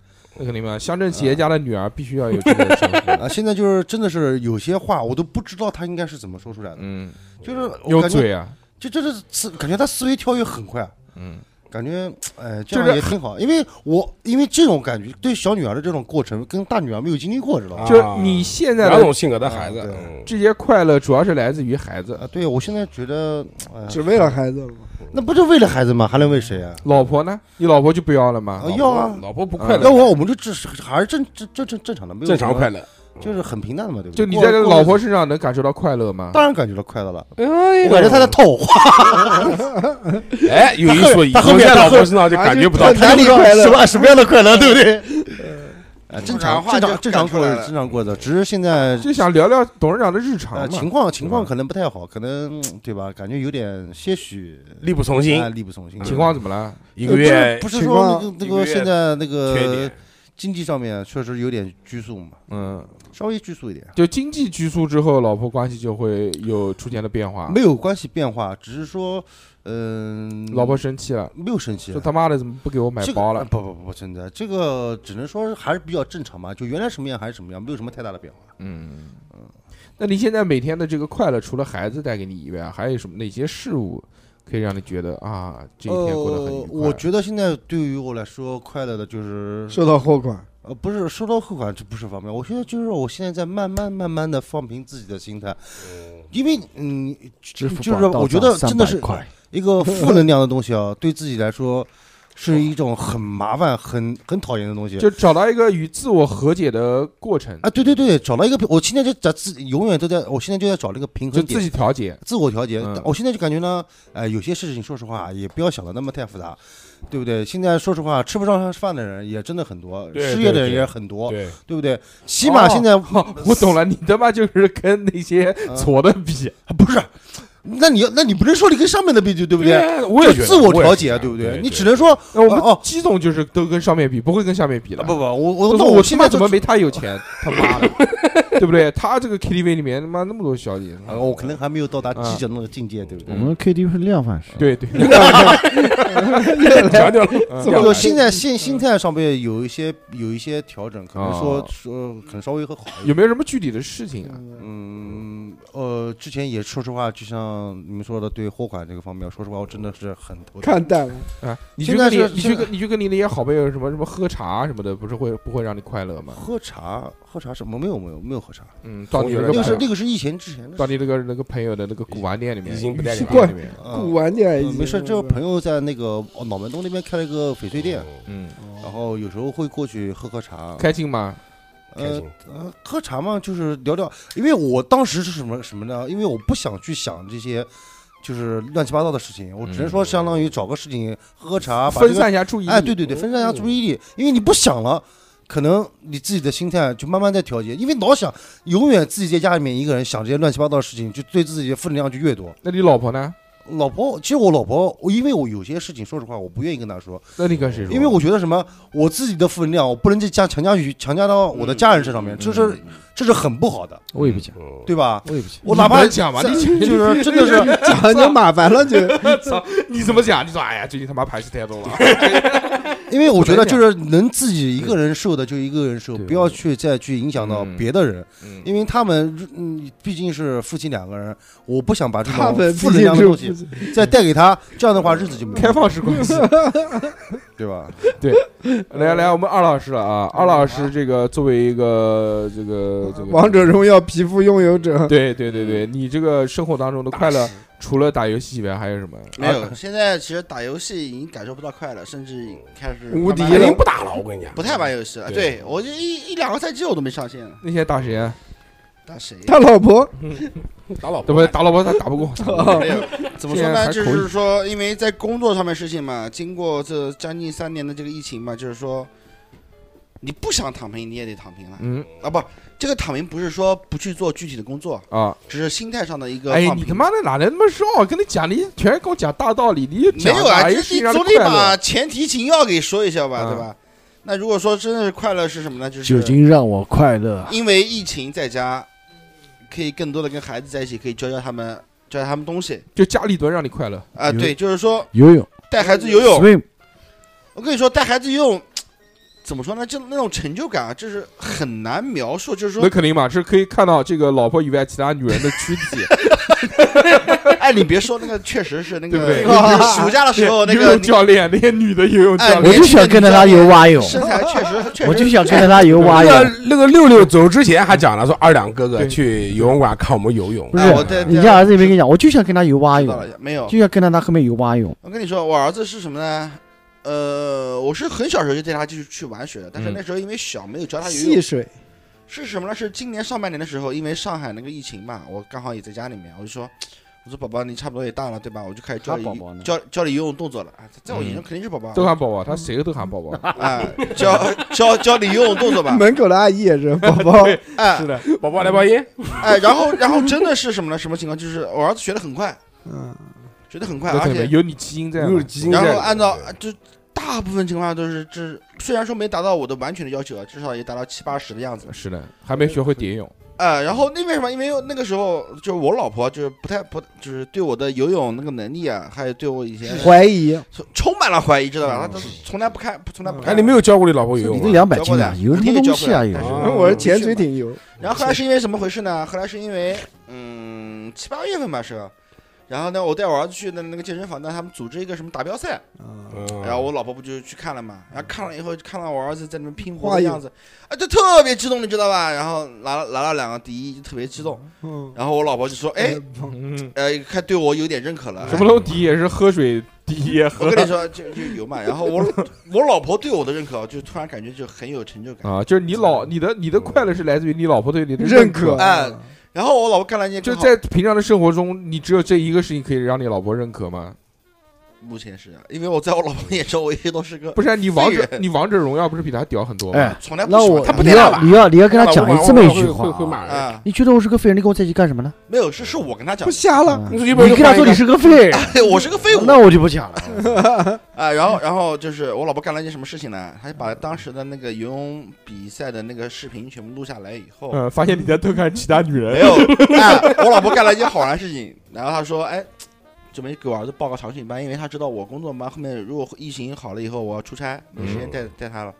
A: 那肯定嘛，乡镇企业家的女儿必须要有这个称 呼，
J: 啊，现在就是真的是有些话我都不知道他应该是怎么说出来的，
A: 嗯，
J: 就是我
A: 有
J: 感觉
A: 嘴啊，
J: 就就是思感觉他思维跳跃很快，
A: 嗯，
J: 感觉哎这
A: 就是
J: 样也挺好，因为我因为这种感觉对小女儿的这种过程跟大女儿没有经历过，知道吧？
A: 就是你现在
D: 两
A: 的
D: 种性格的孩子
J: 啊，对
D: 嗯
A: 这些快乐主要是来自于孩子，
J: 啊，对我现在觉得，哎
E: 只为了孩子了吗？
J: 那不就为了孩子吗？还能为谁啊？
A: 老婆呢？你老婆就不要了吗
J: 啊？要啊，
D: 老婆不快
J: 要
D: 乐，
J: 我我们就只是还是正正正正正常的，没有
D: 正常快
J: 乐，
D: 乐。
J: 就是很平淡的嘛，对不
A: 就
J: 对？
A: 你
J: 过
A: 在这
J: 过
A: 老
J: 日
A: 婆
J: 子
A: 身上能感受到快乐吗？
J: 当然感觉到快乐了，
D: 我
J: 我感觉他在套我话，
D: 哎，有一说一，
J: 他后
D: 我
J: 面
D: 现在
J: 他
D: 老
J: 后
D: 婆身上就感觉不到
E: 他。哪里快乐
J: 什么什么样的 快乐，对不对？啊，正
C: 讲
J: 常
C: 话
J: 正
C: 就
J: 常正常
C: 感出
J: 过
C: 来
J: 日
C: 了
J: 子，正常过日子，只是现在
A: 就想聊聊董事长的日常
J: 呃
A: 嘛。
J: 情况情况可能不太好，可能嗯对吧？感觉有点些许
D: 力不从
J: 啊
D: 心，
J: 力不从心。
A: 情况怎么了？
D: 一个月
J: 不是
E: 情
J: 说
E: 况
J: 那个那
D: 一个
J: 个
D: 月
J: 现在那
D: 缺一
J: 个
D: 点，
J: 经济上面确实有点拘束嘛，
A: 嗯，
J: 稍微拘束一点，
A: 就经济拘束之后，老婆关系就会有出现了变
D: 啊
A: 化。
J: 没有关系变化，只是说嗯，
A: 老婆生气了，
J: 没有生气
A: 说。他妈的怎么不给我买
J: 这个
A: 包
J: 呃
A: 了？
J: 不不不不，真的，这个只能说还是比较正常嘛，就原来什么样还是什么样，没有什么太大的变化。
A: 嗯，那你现在每天的这个快乐，除了孩子带给你以外，还有什么哪些事物可以让你觉得啊，这一天过得很愉
J: 呃
A: 快？
J: 我觉得现在对于我来说，快乐的就是
E: 受到后款，
J: 呃，不是收到后款，这不是方面。我现在就是我现在在慢慢慢慢的放平自己的心态，因为嗯，
K: 支付
J: 就是
K: 宝
J: 我觉
K: 到
J: 得
K: 账
J: 真的
K: 300
J: 是
K: 块
J: 一个负能量的东西啊，对自己来说是一种很麻烦、很很讨厌的东西。
A: 就找到一个与自我和解的过程，
J: 啊，对对对，找到一个平，我现在就在自永远都在，我现在就在找那个平
A: 就
J: 衡
A: 自
J: 点，
A: 己调节。
J: 自我调节。哦
A: 嗯
J: 我现在就感觉呢，呃，有些事情说实话也不要想的那么太复杂，对不对？现在说实话，吃不上饭的人也真的很多，
D: 对
J: 失
D: 对
J: 业的人
D: 对
J: 也很多，
D: 对，
J: 对不对？起码现在嗯
A: 哦 我懂了，你他妈就是跟那些矬的比，
J: 啊，不是，那你那你不能说你跟上面的比对，对不对？
D: 对，我也觉
J: 就
D: 得
J: 自 我调
D: 也
J: 节，
D: 是
J: 对不
D: 对？
J: 对？你只
D: 对
J: 能说
A: 那 我们
J: 哦哦
A: 鸡总就是都跟上面比，不会跟下面比的。
J: 啊不不，我我
A: 我
J: 那
A: 说我
J: 现
A: 他
J: 在
A: 妈怎么
J: 就
A: 没他有钱？他妈 的，对不对？他这个 KTV 里面他妈那么多小 姐，
J: 啊？我可能还没有到达记者那个境界，对不对
A: 嗯？
K: 我们 KTV 是量贩式，
A: 对对，
D: 强调了
A: 嗯
E: 怎
J: 这
E: 么
J: 个心态心心态上面有一些有一些调整，可能说
A: 哦
J: 说可能稍微会好一点。
A: 有没有什么具体的事情啊？
J: 嗯呃，之前也说实话，就像你们说的，对货款这个方面，说实话，我真的是很头疼。
E: 看淡了，
A: 啊，你去
J: 现在
A: 跟你
J: 是
A: 你去跟你去跟你那些好朋友什么什么喝茶什么的，不是会不会让你快乐吗？
J: 喝茶，喝茶什么没有没有没有喝茶，
A: 嗯，到你
D: 我觉
A: 那
D: 得
J: 那个是
A: 个
J: 那个是疫情之前的
A: 到
J: 事。
A: 你那个那个朋友的那个古玩店里面，
D: 已经不带
A: 在
D: 你
E: 了
A: 里面，
J: 嗯
E: 古玩店已
J: 嗯
E: 经
J: 没事，这个朋友在那个哦脑门东那边开了个翡翠店，
A: 嗯，
J: 然后有时候会过去喝喝茶，
A: 开心吗？
D: 嗯开
J: 呃
D: 心
J: 呃，喝茶嘛，就是聊聊。因为我当时是什么什么呢？因为我不想去想这些，就是乱七八糟的事情。我只能说，相当于找个事情喝喝茶，把这
A: 嗯分
J: 个
A: 散一下注意力，
J: 哎，对对对，分散一下注意力。因为你不想了，可能你自己的心态就慢慢在调节。因为老想，永远自己在家里面一个人想这些乱七八糟的事情，就对自己的负能量就越多。
A: 那你老婆呢？
J: 老婆，其实我老婆，我因为我有些事情，说实话，我不愿意跟她说，
A: 那你跟谁说？
J: 因为我觉得什么，我自己的负能量，我不能再加强加于强加到我的家人身上面，这是这是很不好的，
K: 我也不讲，
D: 嗯
J: 对吧？
K: 我也不讲。
J: 我哪怕
A: 你讲嘛，
J: 在
A: 你
J: 就是真的是
E: 讲就麻烦了，就
A: 操，你怎么讲？你说哎呀，最近他妈排戏太多了。
J: 因为我觉得就是能自己一个人受的就一个人受，不要去再去影响到
A: 嗯
J: 别的人，
A: 嗯
J: 因为他们嗯毕竟是夫妻两个人，我不想把这
E: 他
J: 种
E: 们
J: 负
E: 毕
J: 能量
E: 竟
J: 的东
E: 是
J: 西再带给他，这样的话日子就没有
A: 开放式关 系，
J: 对吧？
A: 来来，我们二老师了啊！二老师，这个作为一个这个这个
E: 王，者荣耀皮肤拥有者，
A: 对对对对，你这个生活当中的快乐，除了打游戏以外，还有什么？
C: 没有，现在其实打游戏已经感受不到快乐，甚至开始
E: 无敌
D: 已
C: 慢慢
D: 经
E: 了
D: 不打了，我跟你讲，
C: 不太玩游戏了。
D: 对
C: 对我这一一两个赛季我都没上线了。
A: 那些打谁啊？
C: 打谁？
E: 他老婆
D: 打老
A: 对不
D: 婆
A: 对？
D: 吧
A: 打老婆他打不过，打不过
C: 没有，怎么说
A: 现在还
C: 呢？
A: 可以
C: 就是说，因为在工作上面事情嘛，经过这将近三年的这个疫情嘛，就是说，你不想躺平你也得躺平了
A: 嗯
C: 啊！不，这个躺平不是说不去做具体的工作，
A: 啊，
C: 只是心态上的一个
A: 哎，
C: 放
A: 你
C: 平
A: 他妈的哪来那么绕？跟你讲，你全是跟我讲大道理，你就
C: 没
A: 讲
C: 有啊，
A: 哪一
C: 就
A: 个事
C: 是
A: 情
C: 你
A: 让他
C: 总得
A: 快乐
C: 把前提情要给说一下吧，
A: 嗯
C: 对吧？那如果说真的是快乐是什么呢？就是
K: 嗯酒精让我快乐。
C: 因为疫情在家，可以更多的跟孩子在一起，可以教教他们，教教他们东西
A: 就家里蹲让你快乐，
C: 啊。
K: 游
C: 对，就是说
K: 游泳
C: 带孩子游泳，
K: ，swim，
C: 我跟你说，带孩子游泳，怎么说呢？就那种成就感啊，就是很难描述。就是
A: 那
C: 说，
A: 肯定嘛，是可以看到这个老婆以外其他女人的躯 体，
C: 哎，你别说那个，确实是那
A: 对不
C: 个
A: 对
C: 暑假的时 候那
A: 游
C: 个
A: 泳教练那些女啊的游泳
C: 哎
A: 教
K: 我
A: 练，
K: 就想跟着他游蛙泳，
C: 身材确实确实，
K: 我就想跟着他游蛙
D: 那
K: 泳。
D: 个那个六六走之前还讲了，说二两哥哥
A: 对
D: 去游泳馆看我们游泳
K: 不
C: 哎
K: 是
C: 我对
K: 你
C: 对
K: 家儿子也没跟你讲，我就想跟他游蛙
C: 知道
K: 泳，
C: 了没有？
K: 就想跟着他后面游蛙泳。
C: 我跟你说，我儿子是什么呢？呃，我是很小时候就带他去去玩水的，但是
A: 嗯
C: 那时候因为小，没有教他游
E: 戏
C: 泳。
E: 水，
C: 是什么呢？是今年上半年的时候，因为上海那个疫情嘛，我刚好也在家里面，我就说，我说宝宝你差不多也大了对吧？我就开始教
K: 他
C: 你
K: 宝宝呢
C: 教教你游泳动作了啊，在我眼中肯定是宝宝
A: 都喊宝宝，他谁都喊宝宝，
C: 啊，教教教你游泳动作吧，
E: 门口的阿姨也是宝 宝，
C: 哎
A: 是的，
D: 宝宝来包烟，
C: 哎，然后然后真的是什么呢？什么情况？就是我儿子学的很快，
E: 嗯，
C: 学的很快，
A: 那
C: 而
A: 肯定
C: 且
A: 有你基因在嘛，
D: 有基因
C: 然
D: 在
C: 后按照就大部分情况下都是，这虽然说没达到我的完全的要求啊，至少也达到七八十的样子。
A: 是的，还没学会蝶泳，
C: 呃，然后那为什么？因为那个时候就是我老婆就是不太不就是对我的游泳那个能力啊，还有对我以前
E: 怀疑
C: 充满了怀疑，知道吧？她都从来不看，不从来不
D: 嗯哎，
C: 看。
D: 你没有教过你老婆游泳
K: 你这
D: 吗？
K: 两百斤啊，有什么东西啊？
C: 天天
K: 有
C: 教不了
D: 啊
E: 我是潜水艇游，
C: 然后后来是因为怎么回事呢？后来是因为嗯七八月份吧是，然后呢我带我儿子去的那个健身房，但他们组织一个什么打标赛，
D: 嗯
C: 然后哎我老婆不就去看了嘛，然后看了以后就看到我儿子在那边拼搏
E: 哇
C: 的
E: 哟
C: 样子，啊，就特别激动，你知道吧？然后拿了拿了两个第一，就特别激动。
E: 嗯，
C: 然后我老婆就说：“哎，
A: 嗯，
C: 呃，看对我有点认可了。”
A: 什么都第一也是喝
C: 哎
A: 水第一，
C: 我
A: 喝
C: 跟你说，就就有嘛。然后我我老婆对我的认可，就突然感觉就很有成就感。
A: 啊，就是你老你的你的快乐是来自于你老婆对你的
E: 认
A: 可
E: 可，，
C: 哎然后我老婆干了一件
A: 就
C: 更好，
A: 在平常的生活中，你只有这一个事情可以让你老婆认可吗？
C: 目前是这样，因为我在我老婆眼中，我一直都是个
A: 不是啊，你王者
C: 废，人
A: 你王者荣耀不是比他屌很多吗？
K: 哎，
C: 从来不
K: 那
C: 喜欢
K: 我
C: 她不
K: 你
C: 带她
K: 要
C: 吧
K: 你要你要跟他
D: 我
K: 讲
D: 老婆
K: 这么一
D: 会
K: 句
D: 会会
K: 话
D: 骂
K: 啊，
D: 人。
C: 啊，
K: 你觉得我是个废人，你跟我在一起干什么呢？
C: 没有，是是我跟她 讲
E: 不，瞎了，
K: 嗯
D: 你
K: 你
D: 不如
K: 跟他
D: 换一
K: 说你
D: 个
K: 是个废人，啊
C: 我是个废物。
K: 那我就不讲了。
C: 啊，然后然后就是我老婆干了一件什么事情呢？她把当时的那个游泳比赛的那个视频全部录下来以后，
A: 嗯，发现你在偷看其他女
C: 没
A: 人，
C: 有，哎，我老婆干了一件好玩的事情，然后她说，哎，准备给我儿子报个长训班，因为她知道我工作忙，后面如果疫情好了以后我要出差，没时间带带他了，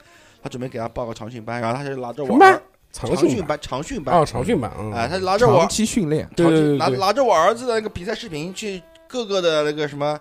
C: 她准备给他报个长训班，然后她就拿着
D: 什
C: 我
D: 么
C: 儿
D: 长
C: 训
D: 训
C: 班长训班，
D: 哦，
C: 啊，
D: 长训班啊，
C: 她就拿着我
A: 长期训练，
E: 嗯
D: 对
C: 长期
D: 对对
C: 拿
D: 对
C: 拿着我儿子的那个比赛视频去各个的那个什么。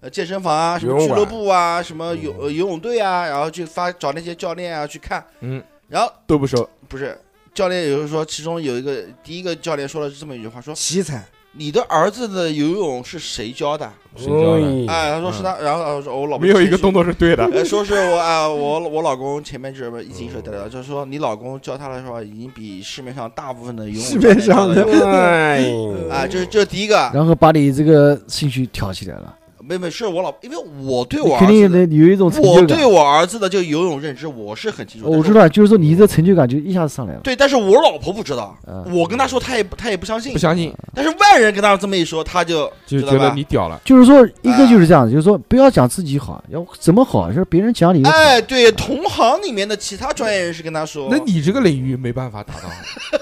C: 呃，健身房啊，什么
D: 游泳
C: 俱乐
D: 馆
C: 部啊，什么游、呃游泳队啊，然后去发找那些教练啊去看，
A: 嗯，
C: 然后
A: 都不收，
C: 不是教练有时候说，其中有一个第一个教练说了这么一句话，说
E: 奇才，
C: 你的儿子的游泳是谁教的？
A: 谁教的？
D: 哎
C: 哎，他说是他，然后他说我老婆
A: 没有一个动
C: 作，
A: 作是对的。
C: 呃，说是我啊，我我老公前面就是一斤水带的，就是说你老公教他的时候，啊已经比市面上大部分的游泳
E: 市面上的
C: 教练教得
D: 哎，
C: 要啊，这是这是第一个，
K: 然后把你这个兴趣挑起来了，
C: 没没是我老，因为我对
K: 你
C: 我儿
K: 肯定
C: 子
K: 得
C: 的，
K: 有一种成
C: 我
K: 就
C: 对
K: 感。
C: 我儿子的这个游泳认知我是很清楚的，
K: 我
C: 但是
K: 知道，就是说你这成就感就一下子上来了。
C: 对，但是我老婆不知道，
K: 嗯，
C: 我跟她说她也不她也不相信
A: 不，相信，
C: 但是外人跟她这么一说，她就
A: 嗯就
C: 知
A: 觉
C: 道
A: 得
C: 吧
A: 你？屌了。
K: 就是说一个就是这样，就是说不要讲自己好，要怎么好，就是别人讲你就好。
C: 哎，对，同行里面的其他专业人士跟她说，
A: 那你这个领域没办法达 到，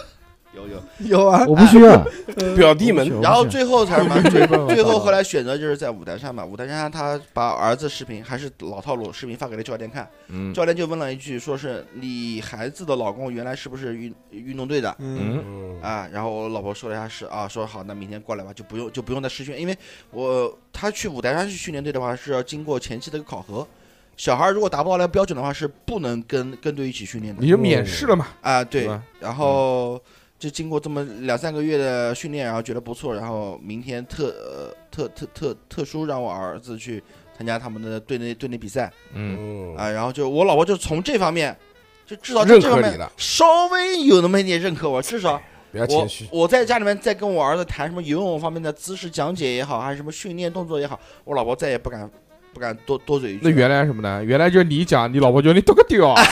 C: 有有。
E: 有啊，
K: 我不需要。
D: 表弟们
K: 我不需要
C: 哎然后最后才什么？
A: 没
C: 最
A: 办法
C: 最后
A: 达
C: 后
A: 到
C: 来选择就是在舞台上嘛，舞台上他把儿子视频还是老套路，视频发给了教练看，
A: 嗯
C: 教练就问了一句，说是你孩子的老公原来是不是运运动队的？
E: 嗯，
A: 嗯，
D: 嗯
C: 啊，然后我老婆说了一下是啊，说好，那明天过来吧，就不用就不用再试训，因为我他去舞台上去训练队的话是要经过前期的一个考核，小孩如果达不到那个标准的话是不能跟跟队一起训
D: 哎
C: 练的
A: 你就免试了嘛，
C: 啊，
A: 是
C: 对
A: 吧，
C: 然后就经过这么两三个月的训练，然后觉得不错，然后明天特呃特特特特殊让我儿子去参加他们的队内队内比赛
A: 嗯，
D: 嗯
C: 啊，然后就我老婆就从这方面，就至少在
D: 认
C: 这方
D: 可你
C: 面
D: 了
C: 稍微有那么一点认可我，至少
D: 不要谦
C: 我
D: 虚，
C: 我在家里面在跟我儿子谈什么游泳方面的姿势讲解也好，还是什么训练动作也好，我老婆再也不敢不敢多多嘴一句
A: 那
C: 了。
A: 原来什么呢？原来就是你讲，你老婆觉得你懂个屌，
C: 啊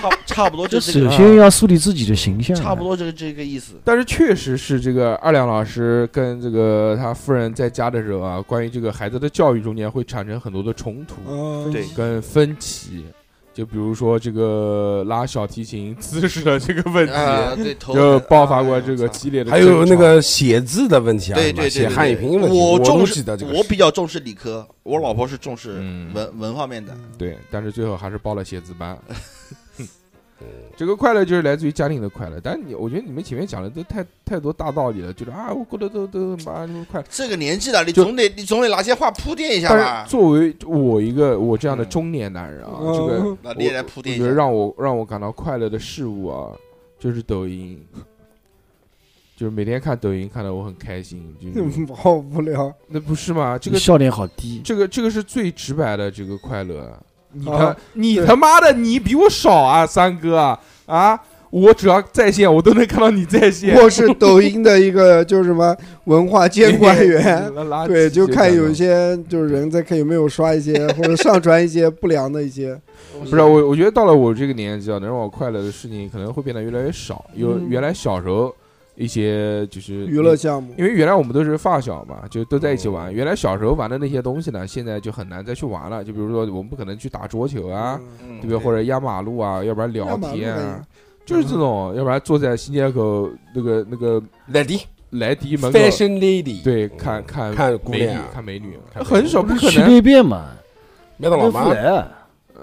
C: 差差不多就
K: 这
C: 是这
K: 首
C: 个，啊
K: 先要树立自己的形象，啊
C: 差不。多就是这个意思。
A: 但是确实是这个二亮老师跟这个他夫人在家的时候啊，关于这个孩子的教育中间会产生很多的冲突
E: 嗯，
C: 对
A: 跟分歧，就比如说这个拉小提琴姿势的这个问
C: 啊，
A: 题，
C: 对，头
A: 就
C: 疼
A: 爆发过
C: 哎
A: 这个
C: 操
A: 激烈的
D: 还
A: 争吵，
D: 有那个写字的问题啊，
C: 对
D: 是吧
C: 对对
D: 写
C: 对
D: 汉语
C: 对
D: 拼音问题，
C: 我
D: 我
C: 重
D: 都
C: 视
D: 记得这个
C: 我
D: 事。
C: 比较重视理科，我老婆是重视
A: 嗯
C: 文、文方面的。
A: 对，但是最后还是报了写字 班。嗯这个快乐就是来自于家庭的快乐，但你我觉得你们前面讲的都太太多大道理了，就是啊，我过得都都妈那么快乐。
C: 这个年纪了，你
A: 就
C: 总得你总得拿些话铺垫一下
A: 但
C: 吧
A: 是，作为我一个我这样的中年男人啊，
E: 嗯
A: 这 个
C: 那
A: 我
C: 你也来铺
A: 我
C: 垫一
A: 觉得
C: 下。
A: 让我让我感到快乐的事物啊，就是抖音， 就是每天看抖音看得我很开心， 就是、
E: 好无聊。
A: 那不是吗？这
K: 这
A: 个
K: 个笑点好低，
A: 这个这个是最直白的这个快乐。你他、
E: 啊
A: 你
E: 对
A: 他妈的你比我少啊，三哥啊啊！我只要在线，我都能看到你在线。
E: 我是抖音的一个就是什么文化监管员，
A: 垃圾
E: 对，就看有一
A: 这
E: 些就是人在看有没有刷 一些或者上传一些不良的一些，
A: 种不是我，我觉得到了我这个年纪啊，能让我快乐的事情可能会变得越来越少。有、
E: 嗯
A: 原来小时候一些就是
E: 娱乐项目。
A: 因为原来我们都是发小嘛，就都在一起玩。原来小时候玩的那些东西呢，现在就很难再去玩了。就比如说，我们不可能去打桌球啊，
C: 嗯
A: 对不对？或者压马路啊，要不然聊
E: 压马路
A: 天
E: 可
A: 啊，就是这种，要不然坐在新街口那个那个
D: Lady
A: 莱迪门口，
D: Fashion Lady，
A: 对，
D: 嗯
A: 看看
D: 看姑
A: 美女
D: 娘，，
A: 看美女，
D: 看美女
A: 很少，不可
K: 去
A: 能，
K: 那边嘛，
D: 麦当劳
K: 乐
D: 吗
K: 福？来，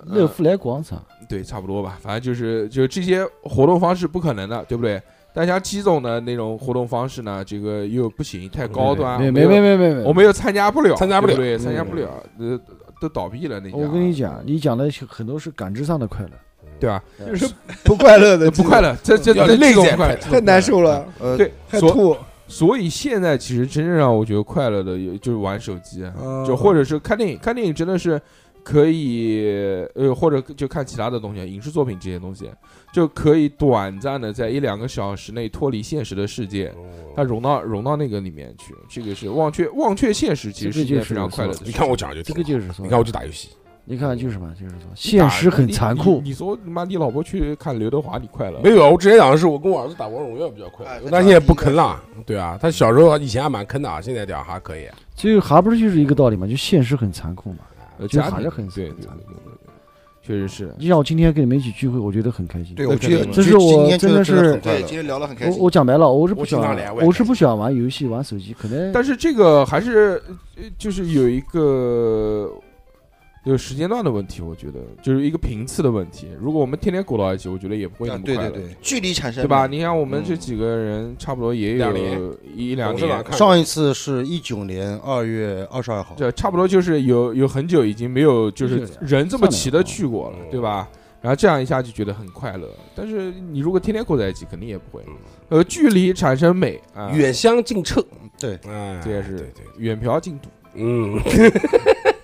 K: 乐
A: 呃
K: 福来广场，
A: 对，差不多吧。反正就是就这些活动方式不可能的，对不对？但像七总的那种活动方式呢，这个又不行，太高端，啊
K: 没
A: 我
K: 没
A: 又
K: 没没没没，
A: 我们又参加不了，
D: 参加不
A: 对
D: 了
A: 对，
D: 嗯
A: 参加不了，呃，都倒闭了那家。嗯
K: 我跟你，讲，你讲的很多是感知上的快乐，
A: 对吧？
E: 就是不快乐的，
A: 不快，乐， 这这
D: 要
A: 这
D: 内
A: 这种
D: 在
A: 不快乐
D: 快乐
E: 太难受了，
J: 呃，
A: 对，
E: 还
A: 所
E: 吐。
A: 所以现在其实真正让我觉得快乐的，也就是玩手机，啊
E: 嗯
A: 就或者是看电影，看电影真的是可以，呃，或者就看其他的东西，影视作品这些东西，就可以短暂的在一两个小时内脱离现实的世界，
D: 嗯
A: 它融到融到那个里面去，这个是忘却忘却现实，其实
K: 这个
A: 是一件
K: 就是
A: 非常快乐的事
D: 你
A: 情。
D: 看我讲就
K: 这
D: 听
K: 个，就是说，
D: 你看我就打游戏，
K: 你看就是嘛，就是说现实很残
A: 你
K: 酷
A: 你，你说你妈你老婆去看刘德华，你快乐？
D: 没有啊，我之前讲的是我跟我儿子打王者荣耀比较快
C: 哎，
D: 但现在不坑了。对啊，他小时候以前还蛮坑的，啊，现在讲还可以。
K: 最后还不是就是一个道理嘛，就现实很残酷嘛。
A: 呃，
K: 就
A: 家庭
K: 还是很
A: 对对
K: 很
A: 对
K: 残
A: 对对，确实是。
K: 就像我今天跟你们一起聚会，我觉得很开心。
J: 对，我
A: 那肯
J: 觉得
A: 定
K: 这是
J: 今
K: 我
J: 天
K: 真
J: 觉得真的
K: 的是
J: 很快
C: 对，
J: 乐
C: 今天聊得很开
K: 我
C: 心。
K: 我讲白了，我是不
D: 我
K: 喜
D: 经常
K: 欢
D: 来，我也
K: 我是不喜欢玩游戏、玩手机，可能
A: 但是这个还是呃就是有一个有时间段的问题，我觉得就是一个频次的问题。如果我们天天裹到一起，我觉得也不会那
J: 啊
A: 么快
J: 对
A: 乐，
J: 对对，
C: 距离产生
A: 对吧？
C: 美
A: 你看我们这
J: 嗯
A: 几个人，差不多也
D: 两
A: 有
D: 年
A: 一两
D: 董事长
A: 年，
D: 看过
J: 上一次是一九年二月二十二
D: 哦
J: 号，
A: 这差不多就是有有很久已经没有就是
K: 是的
A: 人这么齐的去过了
D: 上，来哦
A: 对吧？然后这样一下就觉得很快乐，但是你如果天天裹在一起，肯定也不会
D: 嗯。
A: 呃，距离产生美啊，
D: 远香近臭，
J: 对，
D: 哎，
A: 这也是
D: 对对，
A: 远嫖近赌，
D: 嗯，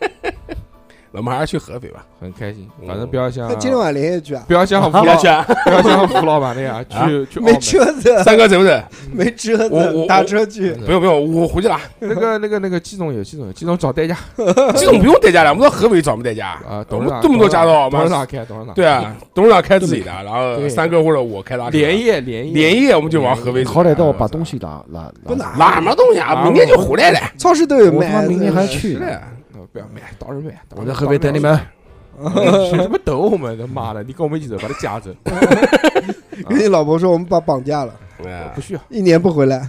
D: 我们还是去合肥吧，
A: 很开心。
D: 嗯
A: 反正不要像
E: 那今天晚连夜去啊，
A: 不要像我
D: 不
A: 们老
D: 去啊，
A: 不要像吴老板那样
D: 啊
A: 去去澳
E: 没
A: 门。
E: 车子，
D: 三哥走不走？
E: 没车
D: 我我
E: 子，打车去。
D: 不用不用，我 回去了。
A: 那个那个那个季总有季总有季总找代驾
D: 这种不用代驾了，我们到合肥找不代驾
A: 啊，
D: 我
A: 董事
D: 们
A: 长
D: 这么多驾照，我
A: 董事
D: 们
A: 长开董事长
D: 对啊，董事长开自己的，然后
A: 对
D: 三哥或者我开他的
A: 连夜连夜
D: 连夜我们就往合肥走。啊
K: 好歹到把东西拿拿
E: 不
K: 拿，
E: 拿，
D: 拿什么东西啊？明天就回来了。
E: 超市都有
K: 我他
E: 卖。
K: 妈明天还
E: 真的
D: 是
K: 去呢。
D: 的，
A: 呃不要买，到时候买。到时候
K: 我在合肥等你们，
A: 你什么等我们？他妈的，你跟我们一起走，把他架走。
E: 跟你老婆说我们把绑架了，
D: 哎
A: 不需要。
E: 一年不回来。
A: 哎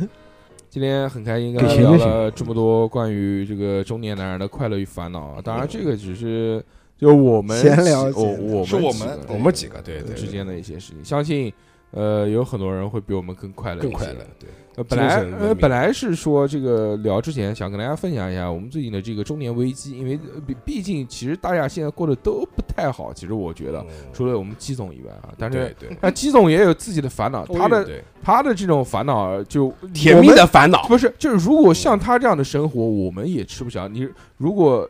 A: 今天很开心，跟大
K: 给
A: 家
K: 钱
A: 聊
K: 就行
A: 了这么多关于这个中年男人的快乐与烦恼啊。当然，这个只是就我们
E: 闲聊
A: 我我们
C: 是我
A: 几
C: 们
A: 个
D: 我们几个对对
A: 之间的一些事情，相信呃有很多人会比我们更快乐，
D: 更快乐。。对，
A: 呃，本
D: 精
A: 来
D: 神文
A: 呃
D: 明
A: 本来是说这个聊之前想跟大家分享一下我们最近的这个中年危机，因为呃毕毕竟其实大家现在过得都不太好，其实我觉
D: 嗯
A: 得除了我们季总以外啊，但
D: 对
A: 是
D: 对，
A: 那季总也有自己的烦恼，他的
D: 对
A: 他的这种烦恼就
D: 甜蜜的烦恼，
A: 不是就是如果像他这样的生活，我们也吃不消。你如果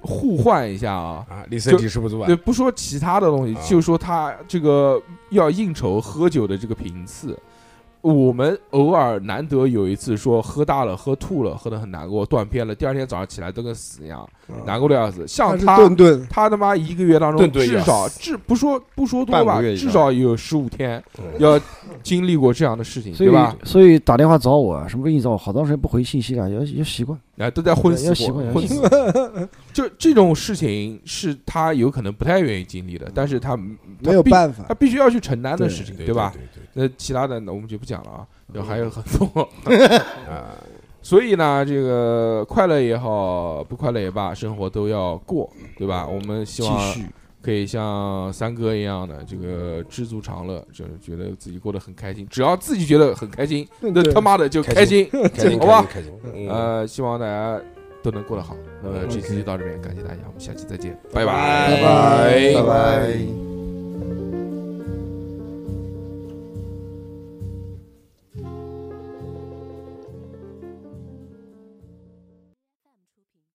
A: 互换一下啊。
D: 啊，你身体吃不住啊
A: 对，，不说其他的东西
D: 啊，
A: 就说他这个要应酬喝酒的这个频次，我们偶尔难得有一次说喝大了、喝吐了、喝得很难过、断片了，第二天早上起来都跟死一样，难过的要死。像
E: 但是
A: 他，
E: 顿顿
A: 他他妈一个月当中
D: 嗯顿顿
A: 至
D: 要
A: 少
D: 死
A: 至不说不说多
J: 半
A: 吧，
J: 个月以
A: 至
J: 上
A: 少有十五天
D: 嗯
A: 要经历过这样的事情，
K: 所以
A: 对吧？
K: 所以打电话找我，啊，什么跟你找我，好长时间不回信息了，要要习惯。
A: 哎，都在昏死
K: 要习
A: 过
K: 惯， 要
A: 昏
K: 习
A: 死。就这种事情是他有可能不太愿意经历的，但是他
E: 没有
A: 必
E: 办法
A: 他，必须要去承担的
K: 对嗯
A: 事情，
D: 对
A: 吧？
D: 对对
A: 那其他的呢我们就不讲了啊，就还有很 多。
D: 对啊，
A: 所以呢，这个快乐也好，不快乐也罢，生活都要过，对吧？我们希望可以像三哥一样的这个知足常乐，就是觉得自己过得很开心，只要自己觉得很开心， 那
E: 对
A: 他妈的就 开心。
D: 开心
A: 好吧
D: 开心，开心嗯
A: 呃，希望大家都能呃过得好。那么这期就到这边，感谢大家，我们下期再见，拜拜
E: 拜拜
J: 拜拜。